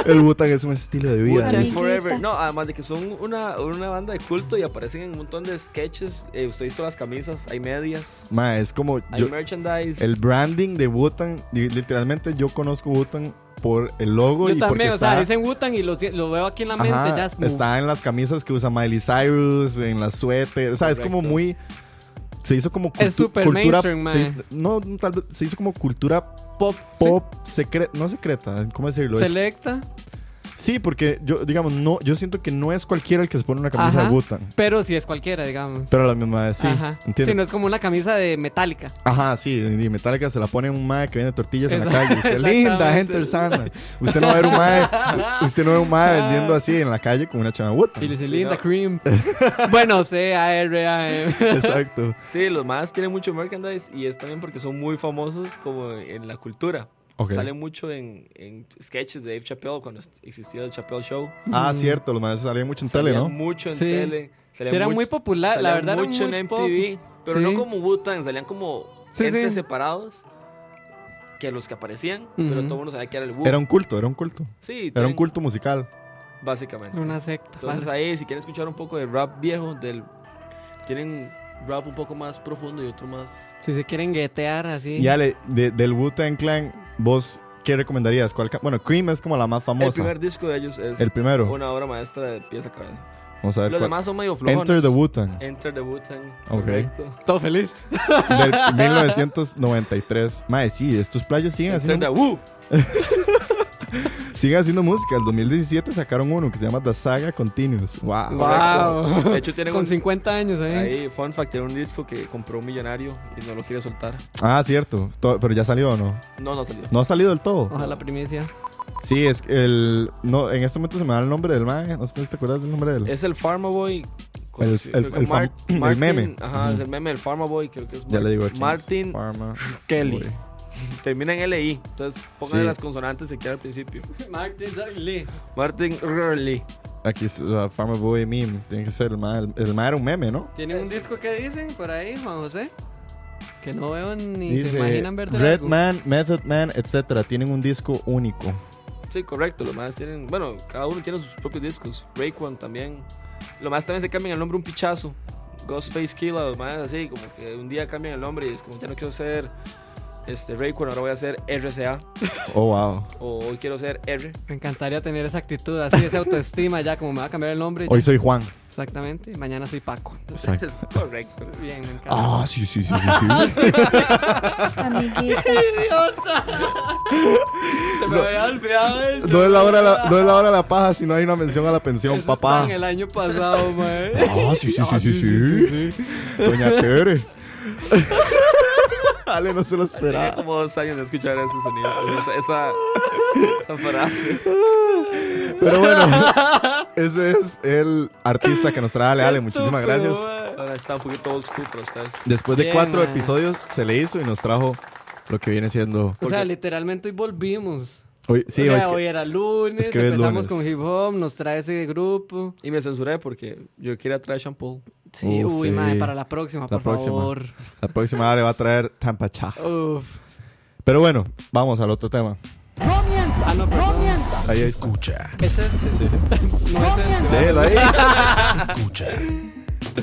[SPEAKER 4] El Butan es un estilo de vida.
[SPEAKER 1] Wu-Tang.
[SPEAKER 4] es-
[SPEAKER 6] Change
[SPEAKER 1] Amiguita.
[SPEAKER 6] Forever. No, además de que son una, una banda de culto y aparecen en un montón de sketches. Eh, usted ha visto las camisas, hay medias,
[SPEAKER 4] Ma, es como
[SPEAKER 6] hay
[SPEAKER 4] yo-
[SPEAKER 6] merchandise.
[SPEAKER 4] el branding de Butan. Literalmente yo conozco Butan por el logo
[SPEAKER 5] Yo
[SPEAKER 4] y porque
[SPEAKER 5] también, o sea,
[SPEAKER 4] está,
[SPEAKER 5] dicen Wutan y lo, si- lo veo aquí en la mente.
[SPEAKER 4] ajá,
[SPEAKER 5] ya es como-
[SPEAKER 4] está en las camisas que usa Miley Cyrus, en las suéteres. O sea, es como
[SPEAKER 6] Correcto.
[SPEAKER 4] muy se hizo como
[SPEAKER 5] Es
[SPEAKER 4] cultu-
[SPEAKER 5] súper mainstream, mae.
[SPEAKER 4] se- no, tal vez se hizo como cultura
[SPEAKER 5] Pop,
[SPEAKER 4] pop secreta, no secreta, ¿cómo decirlo? Es-
[SPEAKER 5] selecta,
[SPEAKER 4] sí, porque yo digamos no, yo siento que no es cualquiera el que se pone una camisa
[SPEAKER 5] Ajá.
[SPEAKER 4] de Butan,
[SPEAKER 5] pero si es cualquiera, digamos.
[SPEAKER 4] pero a la misma vez sí,
[SPEAKER 5] Ajá.
[SPEAKER 4] ¿entiendes?
[SPEAKER 5] Sí, no es como una camisa de metálica.
[SPEAKER 4] Ajá, sí, y Metallica se la pone un mae que vende tortillas en la
[SPEAKER 5] Exact-
[SPEAKER 4] calle. Usted, linda,
[SPEAKER 5] exactamente.
[SPEAKER 4] gente sana. Usted no va a ver un mae, usted no ve un mae vendiendo así en la calle con una chama Butan.
[SPEAKER 5] Y le dice,
[SPEAKER 6] Sí,
[SPEAKER 5] linda
[SPEAKER 6] no.
[SPEAKER 5] cream. bueno, C, A, R, A, M.
[SPEAKER 4] Exacto.
[SPEAKER 6] Sí, los más tienen mucho merchandise y es también porque son muy famosos como en la cultura.
[SPEAKER 4] Ok.
[SPEAKER 6] Salen mucho en, en sketches de Dave Chappelle cuando existía el Chappelle Show.
[SPEAKER 4] Ah, cierto, los maes salían mucho en tele,
[SPEAKER 6] Mm. Salían
[SPEAKER 4] ¿no?
[SPEAKER 6] mucho en
[SPEAKER 5] Sí.
[SPEAKER 6] tele. Salían
[SPEAKER 5] Sí, era
[SPEAKER 6] mucho-
[SPEAKER 5] muy popular, la
[SPEAKER 6] salían
[SPEAKER 5] verdad. era
[SPEAKER 6] mucho
[SPEAKER 5] muy
[SPEAKER 6] en
[SPEAKER 5] pop.
[SPEAKER 6] MTV, pero
[SPEAKER 5] Sí.
[SPEAKER 6] no como Wu-Tang, salían como
[SPEAKER 5] Sí,
[SPEAKER 6] gente
[SPEAKER 5] sí.
[SPEAKER 6] separados que los que aparecían,
[SPEAKER 5] Ujú.
[SPEAKER 6] pero todo el mundo sabía que era el Wu.
[SPEAKER 4] Era un culto, era un culto. Era
[SPEAKER 6] sí,
[SPEAKER 4] un
[SPEAKER 6] tienen-
[SPEAKER 4] culto musical.
[SPEAKER 6] Básicamente.
[SPEAKER 5] Una secta.
[SPEAKER 6] Entonces
[SPEAKER 5] vale.
[SPEAKER 6] ahí, si quieren escuchar un poco de rap viejo, del tienen rap un poco más profundo y otro más...
[SPEAKER 5] Si se quieren guetear así.
[SPEAKER 4] Y Ale, de- del Wu-Tang Clan, ¿vos qué recomendarías? ¿Cuál ca- bueno, Cream es como la más
[SPEAKER 6] El
[SPEAKER 4] famosa.
[SPEAKER 6] primer disco de ellos es
[SPEAKER 4] El primero.
[SPEAKER 6] una obra maestra de pies a cabeza.
[SPEAKER 4] Vamos a ver
[SPEAKER 6] Los
[SPEAKER 4] cuál.
[SPEAKER 6] demás son medio flojones.
[SPEAKER 4] Enter the Wu-Tang,
[SPEAKER 6] Enter the Wu-Tang.
[SPEAKER 4] Ok.
[SPEAKER 6] correcto.
[SPEAKER 5] Todo feliz.
[SPEAKER 6] Eh.
[SPEAKER 4] del 1993. Mae, sí, estos playos siguen
[SPEAKER 6] Enter
[SPEAKER 4] haciendo
[SPEAKER 6] the Wu.
[SPEAKER 4] Siguen haciendo música. El 2017 sacaron uno que se llama The Saga Continues. Wow.
[SPEAKER 6] Correcto. De hecho, tienen
[SPEAKER 5] Con
[SPEAKER 6] un-
[SPEAKER 5] 50 años ¿eh? ahí.
[SPEAKER 6] Ahí, fun fact, tiene un disco que compró un millonario y no lo quiere soltar.
[SPEAKER 4] Ah, cierto. To- pero ya salió o no.
[SPEAKER 6] No, no salió.
[SPEAKER 4] No ha salido del todo.
[SPEAKER 6] Ah.
[SPEAKER 5] Ojalá primicia.
[SPEAKER 4] Sí, es que el. No, en este momento se me da el nombre del man. No sé si te acuerdas del nombre del.
[SPEAKER 6] Es el Pharma Boy. con-
[SPEAKER 4] El-
[SPEAKER 6] creo
[SPEAKER 4] el-
[SPEAKER 6] que
[SPEAKER 4] el
[SPEAKER 6] Mar-
[SPEAKER 4] fam- el
[SPEAKER 6] Martin-
[SPEAKER 4] meme.
[SPEAKER 6] Ajá,
[SPEAKER 4] Ujú.
[SPEAKER 6] es el meme del Pharma Boy. Creo que es
[SPEAKER 4] ya
[SPEAKER 6] Mar-
[SPEAKER 4] le digo aquí.
[SPEAKER 6] Martin
[SPEAKER 4] Pharma.
[SPEAKER 6] Kelly.
[SPEAKER 4] Boy.
[SPEAKER 6] Termina en LI. Entonces, pónganle
[SPEAKER 4] Sí.
[SPEAKER 6] las consonantes que queda al principio.
[SPEAKER 5] Martin Lee.
[SPEAKER 6] Martin Rurley.
[SPEAKER 4] Aquí es uh, Pharma Boy Meme. Tiene que ser el man. El, el man era un meme, ¿no?
[SPEAKER 5] ¿Tienen un disco que dicen por ahí, Juan José? Que no veo ni se
[SPEAKER 4] Dice
[SPEAKER 5] imaginan ver de
[SPEAKER 4] Red
[SPEAKER 5] largo.
[SPEAKER 4] Man, Method Man, etcétera. Tienen un disco único.
[SPEAKER 6] Sí, correcto. Los más tienen. Bueno, cada uno tiene sus propios discos. Rayquan también. Los más también se cambian el nombre un pichazo. Ghostface Killa, los más así. Como que un día cambian el nombre y es como ya no quiero ser este, Rayquan, ahora voy a ser RCA.
[SPEAKER 4] Oh, wow.
[SPEAKER 6] O hoy quiero ser R.
[SPEAKER 5] Me encantaría tener esa actitud, así, esa autoestima ya, como me va a cambiar el nombre.
[SPEAKER 4] Hoy soy Juan.
[SPEAKER 5] Exactamente. Mañana soy Paco.
[SPEAKER 4] Exacto.
[SPEAKER 6] Correcto.
[SPEAKER 5] Bien, me encanta.
[SPEAKER 4] Ah, sí, sí, sí, sí. sí.
[SPEAKER 1] Amiguita.
[SPEAKER 5] Se me había olvidado eso.
[SPEAKER 4] no, es la hora de la, no es la hora de la paja si no hay una mención a la pensión,
[SPEAKER 5] Eso
[SPEAKER 4] papá.
[SPEAKER 5] está en el año pasado, mae.
[SPEAKER 4] Ah, sí, sí, sí, sí, sí, Doña Tere. Ale, no se lo
[SPEAKER 6] Tenía
[SPEAKER 4] esperaba.
[SPEAKER 6] como dos años de escuchar ese sonido. Esa, esa, esa frase.
[SPEAKER 4] Pero bueno, ese es el artista que nos trae Ale. Ale, muchísimas gracias.
[SPEAKER 6] Ahora está un poquito old school para ustedes.
[SPEAKER 4] Después de
[SPEAKER 5] Bien,
[SPEAKER 4] cuatro
[SPEAKER 5] man.
[SPEAKER 4] episodios, se le hizo y nos trajo lo que viene siendo.
[SPEAKER 5] O sea, literalmente hoy volvimos.
[SPEAKER 4] Hoy, sí,
[SPEAKER 5] o sea,
[SPEAKER 4] hoy es que-
[SPEAKER 5] hoy era lunes,
[SPEAKER 4] es que hoy es
[SPEAKER 5] empezamos
[SPEAKER 4] lunes.
[SPEAKER 5] con hip hop, nos trae ese grupo.
[SPEAKER 6] Y me censuré porque yo quería traer shampoo.
[SPEAKER 5] Sí,
[SPEAKER 4] Uh,
[SPEAKER 5] uy,
[SPEAKER 4] sí.
[SPEAKER 5] mae, para la próxima,
[SPEAKER 4] La
[SPEAKER 5] por
[SPEAKER 4] próxima.
[SPEAKER 5] favor. Oh.
[SPEAKER 4] la próxima Ale va a traer Tampacha.
[SPEAKER 5] Uf.
[SPEAKER 4] Pero bueno, vamos al otro tema.
[SPEAKER 5] Ah, no, perdón.
[SPEAKER 4] Ahí está.
[SPEAKER 3] Escucha,
[SPEAKER 5] Es este.
[SPEAKER 4] Sí, sí.
[SPEAKER 5] No es este.
[SPEAKER 4] Déjelo ahí.
[SPEAKER 3] escucha.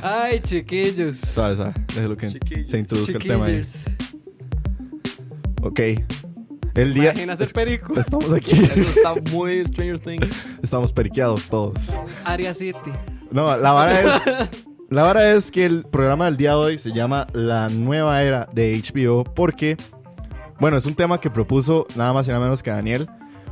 [SPEAKER 5] Ay, chiquillos.
[SPEAKER 4] Sabe, sabe. Déjelo que
[SPEAKER 6] Chiquillos.
[SPEAKER 4] se introduzca el tema ahí.
[SPEAKER 5] Chiquillos.
[SPEAKER 4] Ok. El día.
[SPEAKER 5] Imagina ser perico.
[SPEAKER 4] Estamos aquí.
[SPEAKER 6] Eso está muy Stranger Things.
[SPEAKER 4] Estamos periqueados todos.
[SPEAKER 5] Aria City.
[SPEAKER 4] No, la vara es. La vara es que el programa del día de hoy se llama La nueva era de HBO porque, bueno, es un tema que propuso nada más y nada menos que Daniel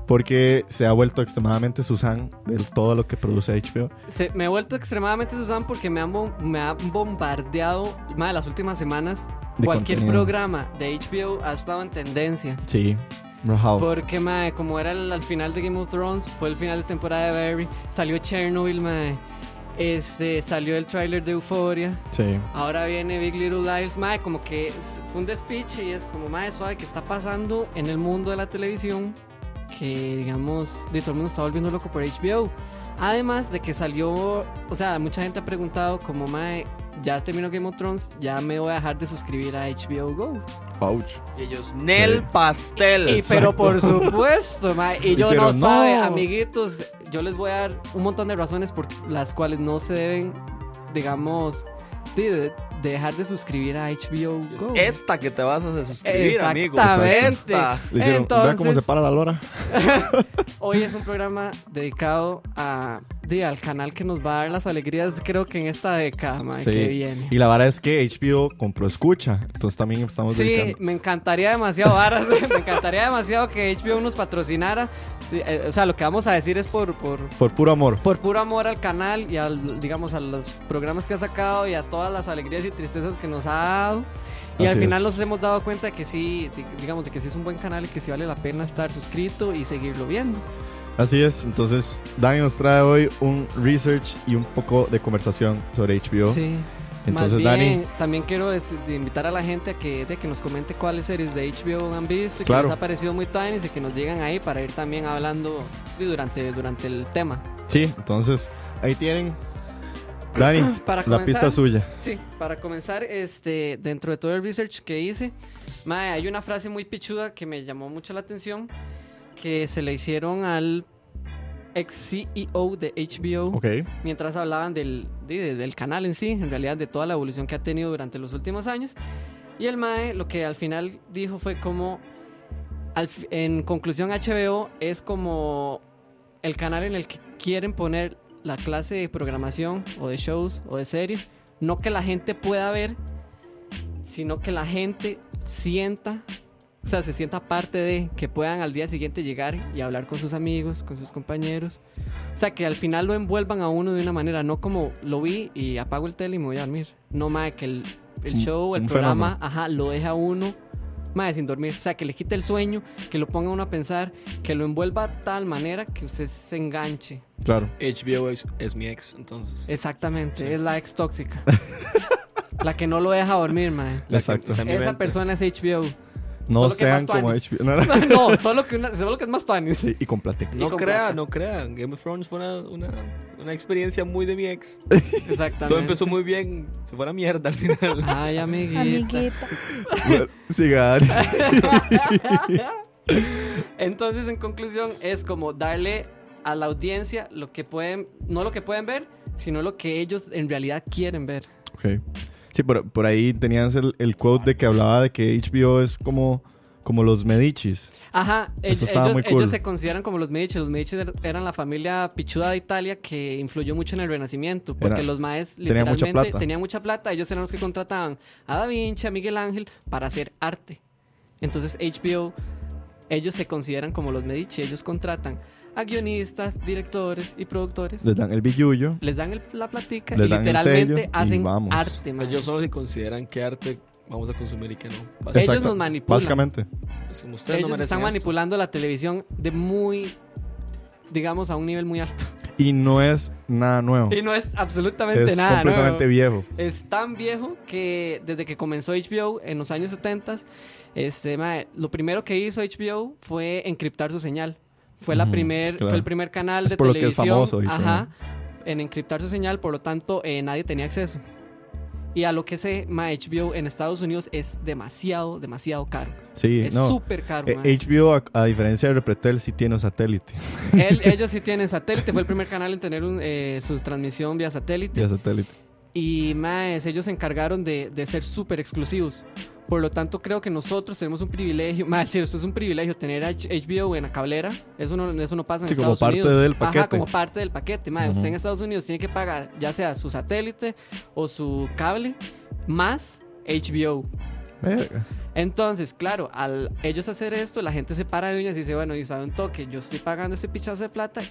[SPEAKER 4] porque se ha vuelto extremadamente Susan de todo lo que produce HBO.
[SPEAKER 5] Se- me he vuelto extremadamente Susan porque me han, bom- me han bombardeado, más de las últimas semanas,
[SPEAKER 4] De
[SPEAKER 5] cualquier
[SPEAKER 4] contenido.
[SPEAKER 5] programa de HBO ha estado en tendencia.
[SPEAKER 4] Sí, rajado.
[SPEAKER 5] Porque, mae, como era el, al final de Game of Thrones, fue el final de temporada de Barry, salió Chernobyl, mae. Este, salió el tráiler de Euphoria.
[SPEAKER 4] Sí.
[SPEAKER 5] Ahora viene Big Little Lies, mae, como que es- fue un despiche y es como, mae, suave, que está pasando en el mundo de la televisión que, digamos, de todo el mundo está volviendo loco por HBO. Además de que salió, o sea, mucha gente ha preguntado como, mae, ya terminó Game of Thrones, ya me voy a dejar de suscribir a HBO Go.
[SPEAKER 4] Ouch.
[SPEAKER 6] Y ellos, Nel Pastel.
[SPEAKER 5] Y, pero por supuesto, mae, y yo no,
[SPEAKER 4] Hicieron,
[SPEAKER 5] sabe,
[SPEAKER 4] "No".
[SPEAKER 5] amiguitos, yo les voy a dar un montón de razones por las cuales no se deben, digamos, de, de- de dejar de suscribir a HBO Go.
[SPEAKER 6] Esta que te vas a suscribir, amigo.
[SPEAKER 5] Exactamente.
[SPEAKER 6] Esta.
[SPEAKER 4] Le hicieron, vea cómo se
[SPEAKER 5] Entonces-
[SPEAKER 4] para la lora.
[SPEAKER 5] Hoy es un programa dedicado a di, al canal que nos va a dar las alegrías, creo que en esta década, mae,
[SPEAKER 4] Sí.
[SPEAKER 5] que viene.
[SPEAKER 4] Y la vara es que HBO compró escucha. Entonces también estamos
[SPEAKER 5] Sí,
[SPEAKER 4] dedicando.
[SPEAKER 5] me encantaría demasiado, varas, me encantaría demasiado que HBO nos patrocinara. Sí, eh, o sea, lo que vamos a decir es por, por,
[SPEAKER 4] Por puro amor.
[SPEAKER 5] por puro amor al canal y al, digamos, a los programas que ha sacado y a todas las alegrías y tristezas que nos ha dado. Y
[SPEAKER 4] Así
[SPEAKER 5] al final
[SPEAKER 4] es.
[SPEAKER 5] nos hemos dado cuenta de que sí, di- digamos, de que sí es un buen canal y que sí vale la pena estar suscrito y seguirlo viendo.
[SPEAKER 4] Así es. Entonces, Dani nos trae hoy un research y un poco de conversación sobre HBO.
[SPEAKER 5] Sí.
[SPEAKER 4] Entonces,
[SPEAKER 5] Más
[SPEAKER 4] Dani.
[SPEAKER 5] bien, también quiero es- de invitar a la gente a que, de que nos comente cuáles series de HBO han visto y
[SPEAKER 4] Claro.
[SPEAKER 5] que les ha parecido muy tiny y que nos digan ahí para ir también hablando de- durante, durante el tema.
[SPEAKER 4] Sí, entonces ahí tienen. Dani,
[SPEAKER 5] Para
[SPEAKER 4] la
[SPEAKER 5] comenzar,
[SPEAKER 4] pista es suya.
[SPEAKER 5] Sí, para comenzar, este, dentro de todo el research que hice, mae, hay una frase muy pichuda que me llamó mucho la atención que se le hicieron al ex CEO de HBO.
[SPEAKER 4] Ok.
[SPEAKER 5] mientras hablaban del, de- del canal en sí, en realidad de toda la evolución que ha tenido durante los últimos años. Y el MAE lo que al final dijo fue como, al fi- en conclusión HBO es como el canal en el que quieren poner la clase de programación o de shows o de series, no que la gente pueda ver, sino que la gente sienta, o sea, se sienta parte de, que puedan al día siguiente llegar y hablar con sus amigos, con sus compañeros. O sea, que al final lo envuelvan a uno de una manera, no como lo vi y apago el tele y me voy a dormir. No, mae, que el, el
[SPEAKER 4] Un-
[SPEAKER 5] show, el
[SPEAKER 4] un
[SPEAKER 5] programa, ajá, lo deja a uno, mae, sin dormir. O sea, que le quite el sueño, que lo ponga uno a pensar, que lo envuelva a tal manera que usted se enganche.
[SPEAKER 4] Claro.
[SPEAKER 6] HBO es, es mi ex, entonces.
[SPEAKER 5] Exactamente, es la ex tóxica. la que no lo deja dormir, mae.
[SPEAKER 6] La que
[SPEAKER 4] Exacto.
[SPEAKER 6] está en mi
[SPEAKER 5] Esa
[SPEAKER 6] mente.
[SPEAKER 5] persona es HBO.
[SPEAKER 4] No
[SPEAKER 5] Solo que
[SPEAKER 4] sean
[SPEAKER 5] más
[SPEAKER 4] como
[SPEAKER 5] tuanis.
[SPEAKER 4] HBO. No, no.
[SPEAKER 5] Ah, no, solo que, una, solo que es más tuanis.
[SPEAKER 4] Sí, y con platica.
[SPEAKER 5] y
[SPEAKER 6] No
[SPEAKER 5] con
[SPEAKER 6] crea,
[SPEAKER 5] plata.
[SPEAKER 6] no crea. Game of Thrones fue una, una, una experiencia muy de mi ex.
[SPEAKER 5] Exactamente.
[SPEAKER 6] Todo empezó muy bien, se fue a la mierda al final.
[SPEAKER 5] Ay, amiguita.
[SPEAKER 1] Amiguita.
[SPEAKER 4] Sigan.
[SPEAKER 5] Entonces, en conclusión, es como darle a la audiencia lo que pueden, no lo que pueden ver, sino lo que ellos en realidad quieren ver.
[SPEAKER 4] Ok. Sí, por, por ahí tenías el, el quote de que hablaba de que HBO es como, como los Medichis.
[SPEAKER 5] Ajá, e-
[SPEAKER 4] Eso
[SPEAKER 5] ellos,
[SPEAKER 4] estaba muy cool.
[SPEAKER 5] ellos se consideran como los Medici. Los Medici er- eran la familia pichuda de Italia que influyó mucho en el Renacimiento, porque
[SPEAKER 4] Era-
[SPEAKER 5] los maes
[SPEAKER 4] tenían mucha
[SPEAKER 5] literalmente
[SPEAKER 4] plata.
[SPEAKER 5] tenían mucha plata. Ellos eran los que contrataban a Da Vinci, a Miguel Ángel para hacer arte. Entonces HBO, ellos se consideran como los Medici. Ellos contratan a guionistas, directores y productores.
[SPEAKER 4] Les dan el billullo.
[SPEAKER 5] Les dan el- la platica
[SPEAKER 4] Les
[SPEAKER 5] y
[SPEAKER 4] dan el sello
[SPEAKER 5] literalmente
[SPEAKER 4] y
[SPEAKER 5] hacen
[SPEAKER 4] vamos.
[SPEAKER 5] arte, mae.
[SPEAKER 6] Ellos son los que consideran qué arte vamos a consumir y qué no.
[SPEAKER 5] Ellos
[SPEAKER 4] Exacto.
[SPEAKER 5] nos manipulan.
[SPEAKER 4] Básicamente.
[SPEAKER 6] Es como ustedes no
[SPEAKER 5] Ellos
[SPEAKER 6] merecen
[SPEAKER 5] están
[SPEAKER 6] esto.
[SPEAKER 5] manipulando la televisión de muy, digamos, a un nivel muy alto.
[SPEAKER 4] Y no es nada nuevo.
[SPEAKER 5] Y no es absolutamente
[SPEAKER 4] Es
[SPEAKER 5] nada nuevo.
[SPEAKER 4] completamente viejo.
[SPEAKER 5] Es tan viejo que desde que comenzó HBO en los años 70, este, mae, lo primero que hizo HBO fue encriptar su señal. Fue, la
[SPEAKER 4] Ujú,
[SPEAKER 5] primer,
[SPEAKER 4] claro.
[SPEAKER 5] fue el primer canal
[SPEAKER 4] Es
[SPEAKER 5] de
[SPEAKER 4] por lo que es
[SPEAKER 5] televisión
[SPEAKER 4] famoso HBO.
[SPEAKER 5] ajá, en encriptar su señal, por lo tanto eh, nadie tenía acceso. Y a lo que se mae, HBO en Estados Unidos es demasiado, demasiado caro.
[SPEAKER 4] Sí,
[SPEAKER 5] es
[SPEAKER 4] no.
[SPEAKER 5] súper caro. mae.
[SPEAKER 4] Eh, HBO, a, a diferencia de Repretel, sí tiene un satélite.
[SPEAKER 5] Él- ellos sí tienen satélite, fue el primer canal en tener un, eh, su transmisión vía satélite.
[SPEAKER 4] Vía satélite.
[SPEAKER 5] Y más, ellos se encargaron de, de ser súper exclusivos. Por lo tanto, creo que nosotros tenemos un privilegio. Más, esto es un privilegio tener a H- HBO en la cablera. Eso no, eso no pasa en
[SPEAKER 4] Sí, como
[SPEAKER 5] Estados
[SPEAKER 4] parte
[SPEAKER 5] Unidos.
[SPEAKER 4] del
[SPEAKER 5] Ajá,
[SPEAKER 4] paquete.
[SPEAKER 5] como parte del paquete. Mae, Usted en Estados Unidos tiene que pagar ya sea su satélite o su cable más HBO.
[SPEAKER 4] Verga.
[SPEAKER 5] Entonces, claro, al ellos hacer esto, la gente se para de uñas y dice, bueno, y sabe un toque, yo estoy pagando este pichazo de plata,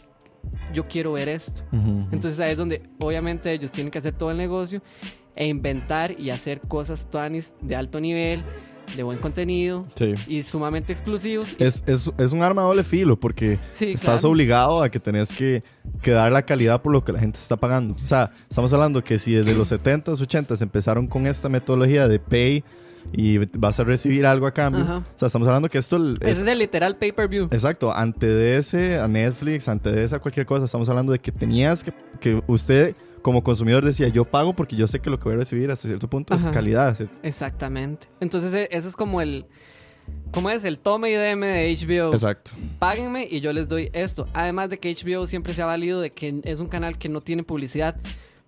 [SPEAKER 5] yo quiero ver esto.
[SPEAKER 4] Ujú.
[SPEAKER 5] Entonces ahí es donde obviamente ellos tienen que hacer todo el negocio e inventar y hacer cosas tuanis de alto nivel, de buen contenido
[SPEAKER 4] Sí.
[SPEAKER 5] y sumamente exclusivos.
[SPEAKER 4] Es, es, es un arma de doble filo porque
[SPEAKER 5] Sí,
[SPEAKER 4] estás
[SPEAKER 5] claro.
[SPEAKER 4] obligado a que tenés que, que dar la calidad por lo que la gente está pagando. O sea, estamos hablando que si desde los 70s, 80s empezaron con esta metodología de pay y vas a recibir algo a cambio.
[SPEAKER 5] Ajá.
[SPEAKER 4] O sea, estamos hablando que esto es,
[SPEAKER 5] Ese es el literal pay-per-view.
[SPEAKER 4] Exacto, antes de ese, a Netflix, antes de esa cualquier cosa, estamos hablando de que tenías que, que usted como consumidor decía, yo pago porque yo sé que lo que voy a recibir hasta cierto punto es
[SPEAKER 5] Ajá.
[SPEAKER 4] calidad. ¿cierto?
[SPEAKER 5] Exactamente. Entonces e- ese es como el... ¿Cómo es? El tome y deme de HBO.
[SPEAKER 4] Exacto.
[SPEAKER 5] Páguenme y yo les doy esto. Además de que HBO siempre se ha valido de que es un canal que no tiene publicidad.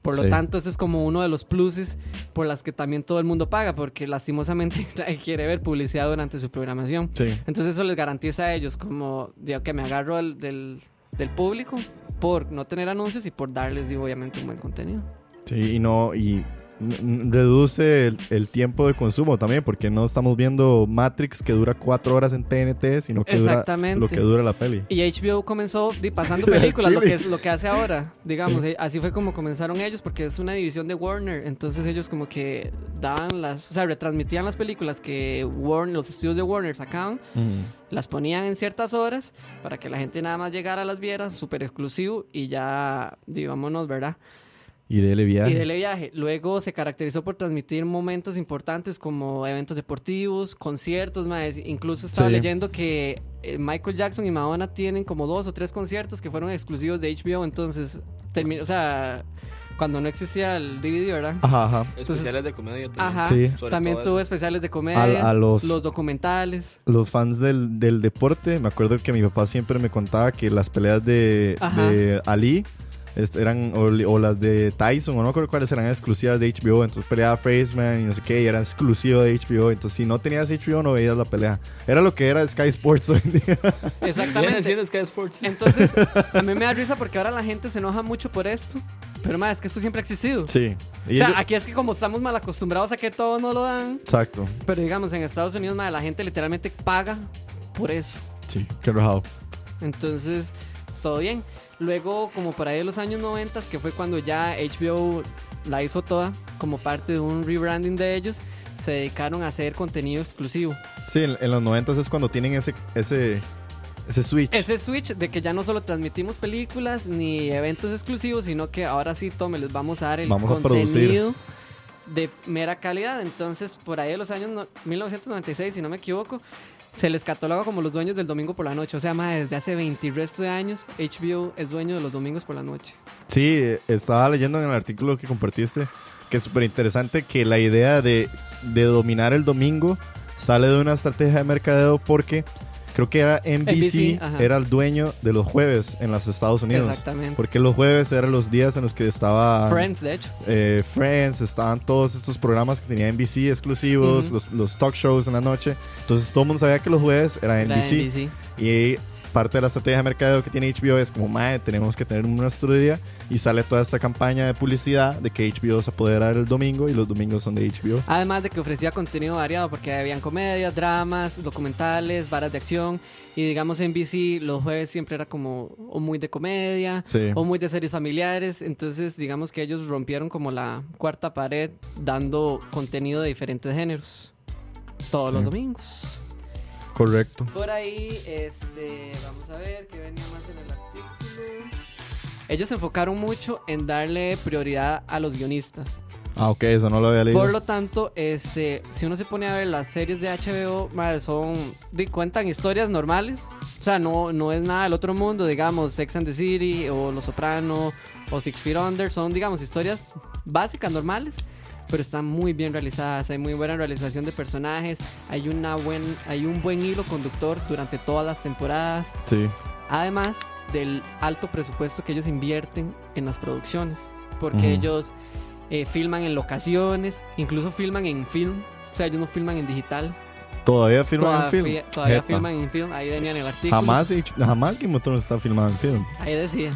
[SPEAKER 5] Por lo
[SPEAKER 4] Sí.
[SPEAKER 5] tanto, eso es como uno de los pluses por las que también todo el mundo paga, porque lastimosamente nadie quiere ver publicidad durante su programación.
[SPEAKER 4] Sí.
[SPEAKER 5] Entonces eso les garantiza a ellos como, digo, que me agarro al- del, del público por no tener anuncios y por darles, digo, obviamente, un buen contenido.
[SPEAKER 4] Sí, y no, y n- n- reduce el, el tiempo de consumo también, porque no estamos viendo Matrix que dura cuatro horas en TNT, sino que dura
[SPEAKER 5] Exactamente.
[SPEAKER 4] lo que dura la peli.
[SPEAKER 5] Y HBO comenzó di, pasando películas, lo, que,
[SPEAKER 4] Chile.
[SPEAKER 5] lo que hace ahora, digamos. eh, Así fue como comenzaron ellos, porque es una división de Warner. Entonces ellos como que daban las, o sea, retransmitían las películas que Warner, los estudios de Warner sacaban, las ponían en ciertas horas para que la gente nada más llegara a las vieras, súper exclusivo y ya, di, vámonos, ¿verdad?
[SPEAKER 4] Y dele viaje.
[SPEAKER 5] Y dele viaje. Luego se caracterizó por transmitir momentos importantes como eventos deportivos, conciertos, más. Incluso estaba
[SPEAKER 4] Sí.
[SPEAKER 5] leyendo que eh, Michael Jackson y Madonna tienen como dos o tres conciertos que fueron exclusivos de HBO. Entonces, termi- o sea, cuando no existía el DVD, ¿verdad?
[SPEAKER 4] Ajá, ajá.
[SPEAKER 6] Especiales de comedia también.
[SPEAKER 5] Ajá.
[SPEAKER 4] Sí.
[SPEAKER 6] Sobre
[SPEAKER 5] También
[SPEAKER 6] todo
[SPEAKER 5] tuvo
[SPEAKER 6] eso.
[SPEAKER 5] especiales de comedia,
[SPEAKER 4] A- a los-
[SPEAKER 5] documentales.
[SPEAKER 4] Los fans del, del deporte, me acuerdo que mi papá siempre me contaba que las peleas de,
[SPEAKER 5] Ajá.
[SPEAKER 4] de Ali este, eran, o, li- o las de Tyson, o no me acuerdo cuáles eran exclusivas de HBO, entonces peleaba Faceman y no sé qué, y era exclusivo de HBO, entonces si no tenías HBO no veías la pelea. Era lo que era Sky Sports hoy en día.
[SPEAKER 6] Vienen
[SPEAKER 5] Exactamente.
[SPEAKER 6] siendo Sky Sports.
[SPEAKER 5] Entonces, a mí me da risa porque ahora la gente se enoja mucho por esto. Pero, más, es que esto siempre ha existido.
[SPEAKER 4] Sí. Y
[SPEAKER 5] o sea,
[SPEAKER 4] ellos-
[SPEAKER 5] aquí es que como estamos mal acostumbrados a que todo no lo dan,
[SPEAKER 4] Exacto.
[SPEAKER 5] pero digamos, en Estados Unidos, madre, la gente literalmente paga por eso.
[SPEAKER 4] Sí, qué rajado.
[SPEAKER 5] Entonces, todo bien. Luego, como por ahí de los años 90, que fue cuando ya HBO la hizo toda, como parte de un rebranding de ellos, se dedicaron a hacer contenido exclusivo.
[SPEAKER 4] Sí, en, en los 90 es cuando tienen ese, ese, ese switch.
[SPEAKER 5] Ese switch de que ya no solo transmitimos películas ni eventos exclusivos, sino que ahora sí, tome, les vamos a dar el
[SPEAKER 4] Vamos a
[SPEAKER 5] contenido de mera calidad. Entonces, por ahí de los años no- 1996, si no me equivoco, se les cataloga como los dueños del domingo por la noche. O sea, más desde hace 20 y resto de años, HBO es dueño de los domingos por la noche.
[SPEAKER 4] Sí, eh, estaba leyendo en el artículo que compartiste que es súper interesante que la idea de, de dominar el domingo sale de una estrategia de mercadeo porque creo que era NBC,
[SPEAKER 5] NBC, ajá.
[SPEAKER 4] era el dueño de los jueves en los Estados Unidos.
[SPEAKER 5] Exactamente.
[SPEAKER 4] Porque los jueves eran los días en los que estaba
[SPEAKER 5] Friends, de hecho.
[SPEAKER 4] eh, Friends, estaban todos estos programas que tenía NBC exclusivos,
[SPEAKER 5] Ujú.
[SPEAKER 4] los, los talk shows en la noche. Entonces todo el mundo sabía que los jueves era
[SPEAKER 5] la
[SPEAKER 4] NBC.
[SPEAKER 5] NBC.
[SPEAKER 4] Y parte de la estrategia de mercadeo que tiene HBO es como, madre, tenemos que tener nuestro día. Y sale toda esta campaña de publicidad de que HBO se apodera el domingo y los domingos son de HBO.
[SPEAKER 5] Además de que ofrecía contenido variado, porque habían comedias, dramas, documentales, varas de acción. Y digamos, en BC los jueves siempre era como o muy de comedia
[SPEAKER 4] Sí.
[SPEAKER 5] o muy de series familiares. Entonces, digamos que ellos rompieron como la cuarta pared, dando contenido de diferentes géneros todos los domingos.
[SPEAKER 4] Correcto.
[SPEAKER 5] Por ahí, este, vamos a ver qué venía más en el artículo. Ellos se enfocaron mucho en darle prioridad a los guionistas.
[SPEAKER 4] Ah, ok, eso no lo había leído.
[SPEAKER 5] Por lo tanto, este, si uno se pone a ver las series de HBO, madre, son di- cuentan historias normales, o sea, no, no es nada del otro mundo, digamos, Sex and the City o Los Soprano o Six Feet Under, son digamos historias básicas normales, pero están muy bien realizadas, hay muy buena realización de personajes, hay una buen hay un buen hilo conductor durante todas las temporadas,
[SPEAKER 4] Sí.
[SPEAKER 5] además del alto presupuesto que ellos invierten en las producciones, porque
[SPEAKER 4] Ujú.
[SPEAKER 5] ellos eh, filman en locaciones, incluso filman en film, o sea, ellos no filman en digital.
[SPEAKER 4] Todavía filman en film.
[SPEAKER 5] Todavía- Todavía
[SPEAKER 4] Jeta.
[SPEAKER 5] filman en film, ahí venía en el artículo.
[SPEAKER 4] Jamás, he dicho- jamás Game of Thrones está filmado en film.
[SPEAKER 5] Ahí decía.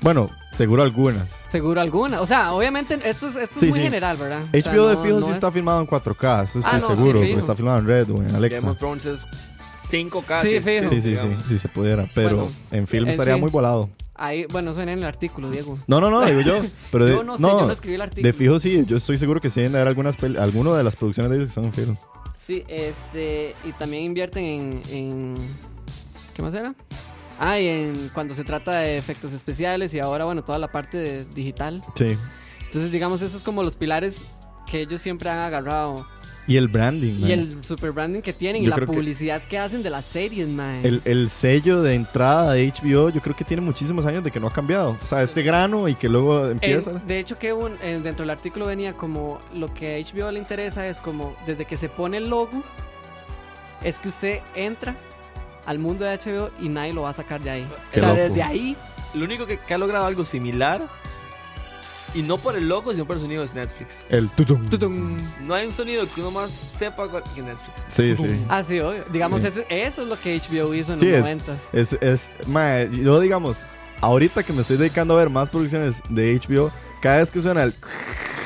[SPEAKER 4] Bueno, seguro algunas.
[SPEAKER 5] Seguro alguna. O sea, obviamente esto es, esto es
[SPEAKER 4] Sí,
[SPEAKER 5] muy
[SPEAKER 4] sí.
[SPEAKER 5] general, ¿verdad? O sea,
[SPEAKER 4] HBO de
[SPEAKER 5] no-
[SPEAKER 4] fijo
[SPEAKER 5] no
[SPEAKER 4] sí
[SPEAKER 5] es-
[SPEAKER 4] está filmado en 4K, eso
[SPEAKER 5] Ah,
[SPEAKER 4] estoy
[SPEAKER 5] no, sí,
[SPEAKER 4] seguro.
[SPEAKER 5] fijo.
[SPEAKER 4] está filmado en Red o en
[SPEAKER 6] Game
[SPEAKER 4] Alexa.
[SPEAKER 6] of Thrones es 5K.
[SPEAKER 5] Sí,
[SPEAKER 6] seis-
[SPEAKER 5] fijo.
[SPEAKER 4] Sí, sí, sí,
[SPEAKER 6] digamos.
[SPEAKER 4] si se pudiera. Pero
[SPEAKER 5] Bueno,
[SPEAKER 4] en film
[SPEAKER 5] eh,
[SPEAKER 4] estaría
[SPEAKER 5] sí.
[SPEAKER 4] muy volado.
[SPEAKER 5] Ahí, bueno, suena en el artículo, Diego.
[SPEAKER 4] No, no, no, digo yo. Pero de,
[SPEAKER 5] Yo no sé, yo no escribí el artículo.
[SPEAKER 4] De fijo sí, yo estoy seguro que sí deben de haber algunas pel- alguno de las producciones de ellos que son en film.
[SPEAKER 5] Sí, este. Y también invierten en. en- ¿Qué más era? Ah, y en cuando se trata de efectos especiales y ahora, bueno, toda la parte de- digital.
[SPEAKER 4] Sí.
[SPEAKER 5] Entonces, digamos, esos es como los pilares que ellos siempre han agarrado.
[SPEAKER 4] Y el branding, man.
[SPEAKER 5] Y el super branding que tienen y
[SPEAKER 4] Yo
[SPEAKER 5] la
[SPEAKER 4] creo que-
[SPEAKER 5] publicidad que... hacen de las series, Eh, mae.
[SPEAKER 4] El, el sello de entrada de HBO, yo creo que tiene muchísimos años de que no ha cambiado. O sea, este grano y que luego
[SPEAKER 5] En-
[SPEAKER 4] empieza.
[SPEAKER 5] de hecho, que un- eh, dentro del artículo venía como lo que a HBO le interesa es como desde que se pone el logo, es que usted entra al mundo de HBO y nadie lo va a sacar de ahí.
[SPEAKER 4] Qué
[SPEAKER 5] o sea,
[SPEAKER 4] loco.
[SPEAKER 5] desde ahí,
[SPEAKER 6] Lo único que, que ha logrado algo similar, y no por el logo, sino por el sonido, es Netflix.
[SPEAKER 4] El tutum.
[SPEAKER 5] tutum.
[SPEAKER 6] No hay un sonido que uno más sepa cuál- que Netflix.
[SPEAKER 4] Sí, sí.
[SPEAKER 5] Ah, sí, obvio. Digamos,
[SPEAKER 4] Sí.
[SPEAKER 5] ese- eso es lo que HBO hizo en
[SPEAKER 4] Sí,
[SPEAKER 5] los
[SPEAKER 4] es.
[SPEAKER 5] noventas.
[SPEAKER 4] Es, es, mae, yo digamos, ahorita que me estoy dedicando a ver más producciones de HBO, cada vez que suena el...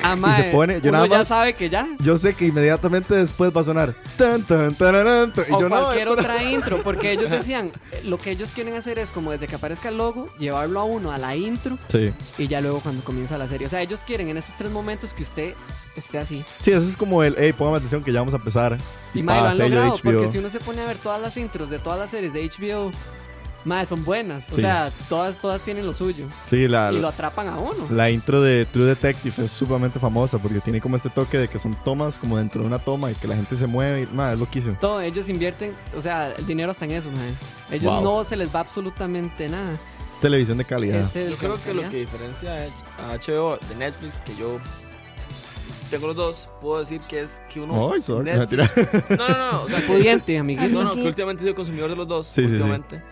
[SPEAKER 5] Ah,
[SPEAKER 4] se pone- yo
[SPEAKER 5] uno
[SPEAKER 4] nada
[SPEAKER 5] ya
[SPEAKER 4] más-
[SPEAKER 5] sabe que ya.
[SPEAKER 4] Yo sé que inmediatamente después va a sonar... Tan, tan, tararán, tan, y
[SPEAKER 5] o
[SPEAKER 4] yo no...
[SPEAKER 5] cualquier
[SPEAKER 4] eso no-
[SPEAKER 5] otra intro, porque ellos decían, eh, lo que ellos quieren hacer es como desde que aparezca el logo, llevarlo a uno a la intro
[SPEAKER 4] Sí.
[SPEAKER 5] y ya luego cuando comienza la serie. O sea, ellos quieren en esos tres momentos que usted esté así.
[SPEAKER 4] Sí, eso es como el, hey, póngame atención que ya vamos a empezar.
[SPEAKER 5] Y mae, lo han
[SPEAKER 4] sello
[SPEAKER 5] logrado, porque
[SPEAKER 4] HBO.
[SPEAKER 5] si uno se pone a ver todas las intros de todas las series de HBO, mae, son buenas. O
[SPEAKER 4] Sí.
[SPEAKER 5] sea, todas, todas tienen lo suyo.
[SPEAKER 4] Sí, la,
[SPEAKER 5] Y lo
[SPEAKER 4] la,
[SPEAKER 5] atrapan a uno.
[SPEAKER 4] intro de True Detective es sumamente famosa porque tiene como este toque de que son tomas como dentro de una toma y que la gente se mueve. Y, nada, es loquísimo.
[SPEAKER 5] Todo, ellos invierten, o sea, el dinero está en eso, mae. Ellos
[SPEAKER 4] Wow.
[SPEAKER 5] no se les va absolutamente nada.
[SPEAKER 4] Es televisión de calidad.
[SPEAKER 5] Este,
[SPEAKER 6] Yo creo que lo que diferencia a HBO de Netflix, que yo tengo los dos, puedo decir que es que uno.
[SPEAKER 4] Ay, sorry,
[SPEAKER 6] Netflix-
[SPEAKER 4] mentira.
[SPEAKER 6] no, no, no. o sea, que-
[SPEAKER 5] Pudiente, amiguito.
[SPEAKER 6] Ah, No, no, que
[SPEAKER 1] Amiguito.
[SPEAKER 6] últimamente he sido consumidor de los dos.
[SPEAKER 4] Sí, sí, sí.
[SPEAKER 6] últimamente.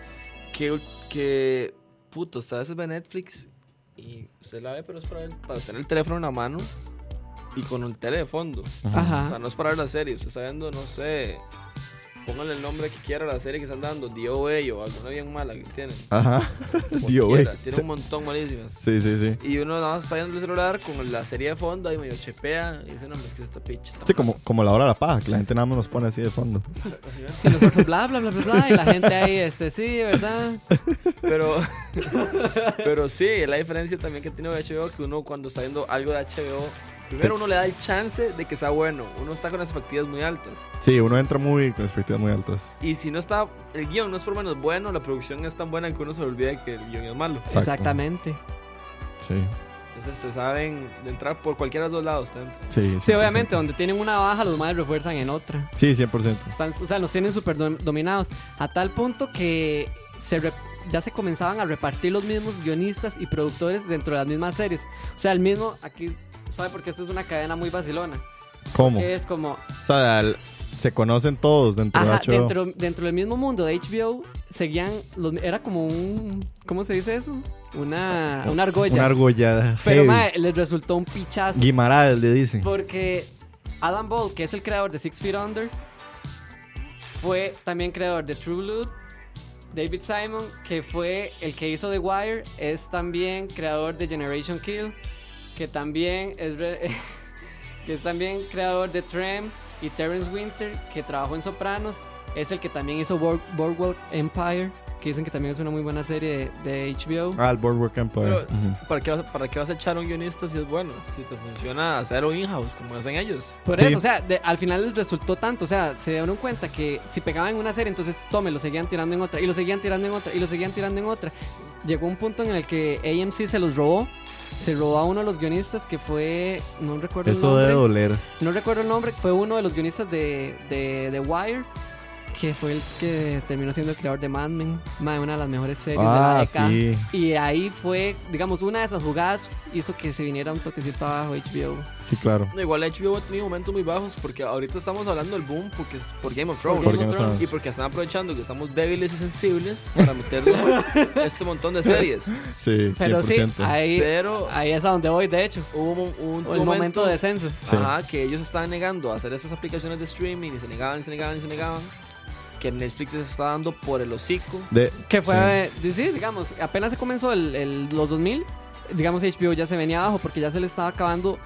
[SPEAKER 6] Que, ul- que, putos, a veces ve Netflix y usted la ve, pero es para, ver- para tener el teléfono en la mano y con un tele de fondo. O sea,
[SPEAKER 5] Ajá.
[SPEAKER 6] no es para ver la serie. Usted está viendo, no sé, póngale el nombre que quiera a la serie que están dando, DOA o alguna bien mala que tienen.
[SPEAKER 4] Ajá. Dios, güey.
[SPEAKER 6] cualquiera, Tiene un montón malísimas.
[SPEAKER 4] Sí, sí, sí.
[SPEAKER 6] Y uno nada más está viendo el celular con la serie de fondo y medio chepea y dice, no, hombre, es que esta picha. está
[SPEAKER 4] Sí,
[SPEAKER 6] mala".
[SPEAKER 4] como, como la hora de la paja, que la gente nada más nos pone así de fondo.
[SPEAKER 5] Y nosotros bla, bla, bla, bla, bla. Y la gente ahí, este, sí, ¿verdad?
[SPEAKER 6] Pero, pero sí, la diferencia también que tiene HBO que uno cuando está viendo algo de HBO, primero uno le da el chance de que sea bueno, uno está con expectativas muy altas.
[SPEAKER 4] Sí, uno entra muy con expectativas muy altas.
[SPEAKER 6] Y si no está, el guión no es por menos bueno, la producción es tan buena que uno se olvida que el guión es malo.
[SPEAKER 4] Exacto.
[SPEAKER 5] Exactamente.
[SPEAKER 4] Sí.
[SPEAKER 6] Entonces te saben de entrar por cualquiera de los lados. te entran.
[SPEAKER 4] Sí,
[SPEAKER 5] Sí,
[SPEAKER 4] 100%.
[SPEAKER 5] obviamente, donde tienen una baja, los madres refuerzan en otra.
[SPEAKER 4] Sí, 100%.
[SPEAKER 5] Están- o sea, los tienen súper dom- dominados. A tal punto que se re- ya se comenzaban a repartir los mismos guionistas y productores dentro de las mismas series. O sea, el mismo, aquí, ¿sabe? Porque esto es una cadena muy vacilona.
[SPEAKER 4] ¿Cómo?
[SPEAKER 5] Que es como,
[SPEAKER 4] O sea, el- se conocen todos dentro
[SPEAKER 5] ajá,
[SPEAKER 4] de HBO.
[SPEAKER 5] dentro, dentro del mismo mundo de HBO, seguían, los- era como un, ¿cómo se dice eso? Una, una argolla.
[SPEAKER 4] Una argolla.
[SPEAKER 5] Pero,
[SPEAKER 4] heavy.
[SPEAKER 5] mae, les resultó un pichazo.
[SPEAKER 4] Guimaraes le dicen.
[SPEAKER 5] Porque Adam Ball, que es el creador de Six Feet Under, fue también creador de True Blood. David Simon, que fue el que hizo The Wire, es también creador de Generation Kill, que también es, re- que es también creador de Trem y Terrence Winter, que trabajó en Sopranos, es el que también hizo Board- Boardwalk Empire, que dicen que también es una muy buena serie de, de HBO.
[SPEAKER 4] Ah, el Boardwalk Empire.
[SPEAKER 6] Pero
[SPEAKER 4] Ujú.
[SPEAKER 6] ¿para, qué vas, ¿para qué vas a echar a un guionista si es bueno? Si te funciona hacerlo in-house como hacen ellos.
[SPEAKER 5] Por
[SPEAKER 4] Sí.
[SPEAKER 5] eso, o sea, de- al final les resultó tanto, o sea, se dieron cuenta que si pegaban en una serie, entonces tome, lo seguían tirando en otra, y lo seguían tirando en otra, y lo seguían tirando en otra. Llegó un punto en el que AMC se los robó, se robó a uno de los guionistas que fue, no recuerdo el
[SPEAKER 4] Eso
[SPEAKER 5] nombre,
[SPEAKER 4] debe doler.
[SPEAKER 5] no recuerdo el nombre, fue uno de los guionistas de, de, de Wire, que fue el que terminó siendo el creador de Mad Men, mae, una de las mejores series
[SPEAKER 4] Ah,
[SPEAKER 5] de la década.
[SPEAKER 4] sí.
[SPEAKER 5] Y ahí fue, digamos, una de esas jugadas hizo que se viniera un toquecito abajo HBO.
[SPEAKER 4] Sí, claro.
[SPEAKER 6] No, Igual HBO ha tenido momentos muy bajos porque ahorita estamos hablando del boom porque es por Game of Thrones.
[SPEAKER 4] Por
[SPEAKER 5] Game of
[SPEAKER 4] Game of
[SPEAKER 5] Thrones.
[SPEAKER 4] Thrones.
[SPEAKER 6] Y porque están aprovechando que estamos débiles y sensibles para meternos este montón de series.
[SPEAKER 4] Sí, 100%.
[SPEAKER 5] Pero sí, ahí,
[SPEAKER 6] Pero
[SPEAKER 5] Ahí es a donde voy, de hecho.
[SPEAKER 6] hubo un, un
[SPEAKER 5] O el momento de descenso.
[SPEAKER 4] Sí.
[SPEAKER 6] ajá, que ellos estaban negando a hacer esas aplicaciones de streaming y se negaban, y se negaban, y se negaban. Que Netflix les está dando por el hocico.
[SPEAKER 4] De-
[SPEAKER 5] Que
[SPEAKER 4] sí.
[SPEAKER 5] fue, eh, sí. digamos, apenas se comenzó el, el- los 2000, digamos HBO ya se venía abajo porque ya se le estaba acabando,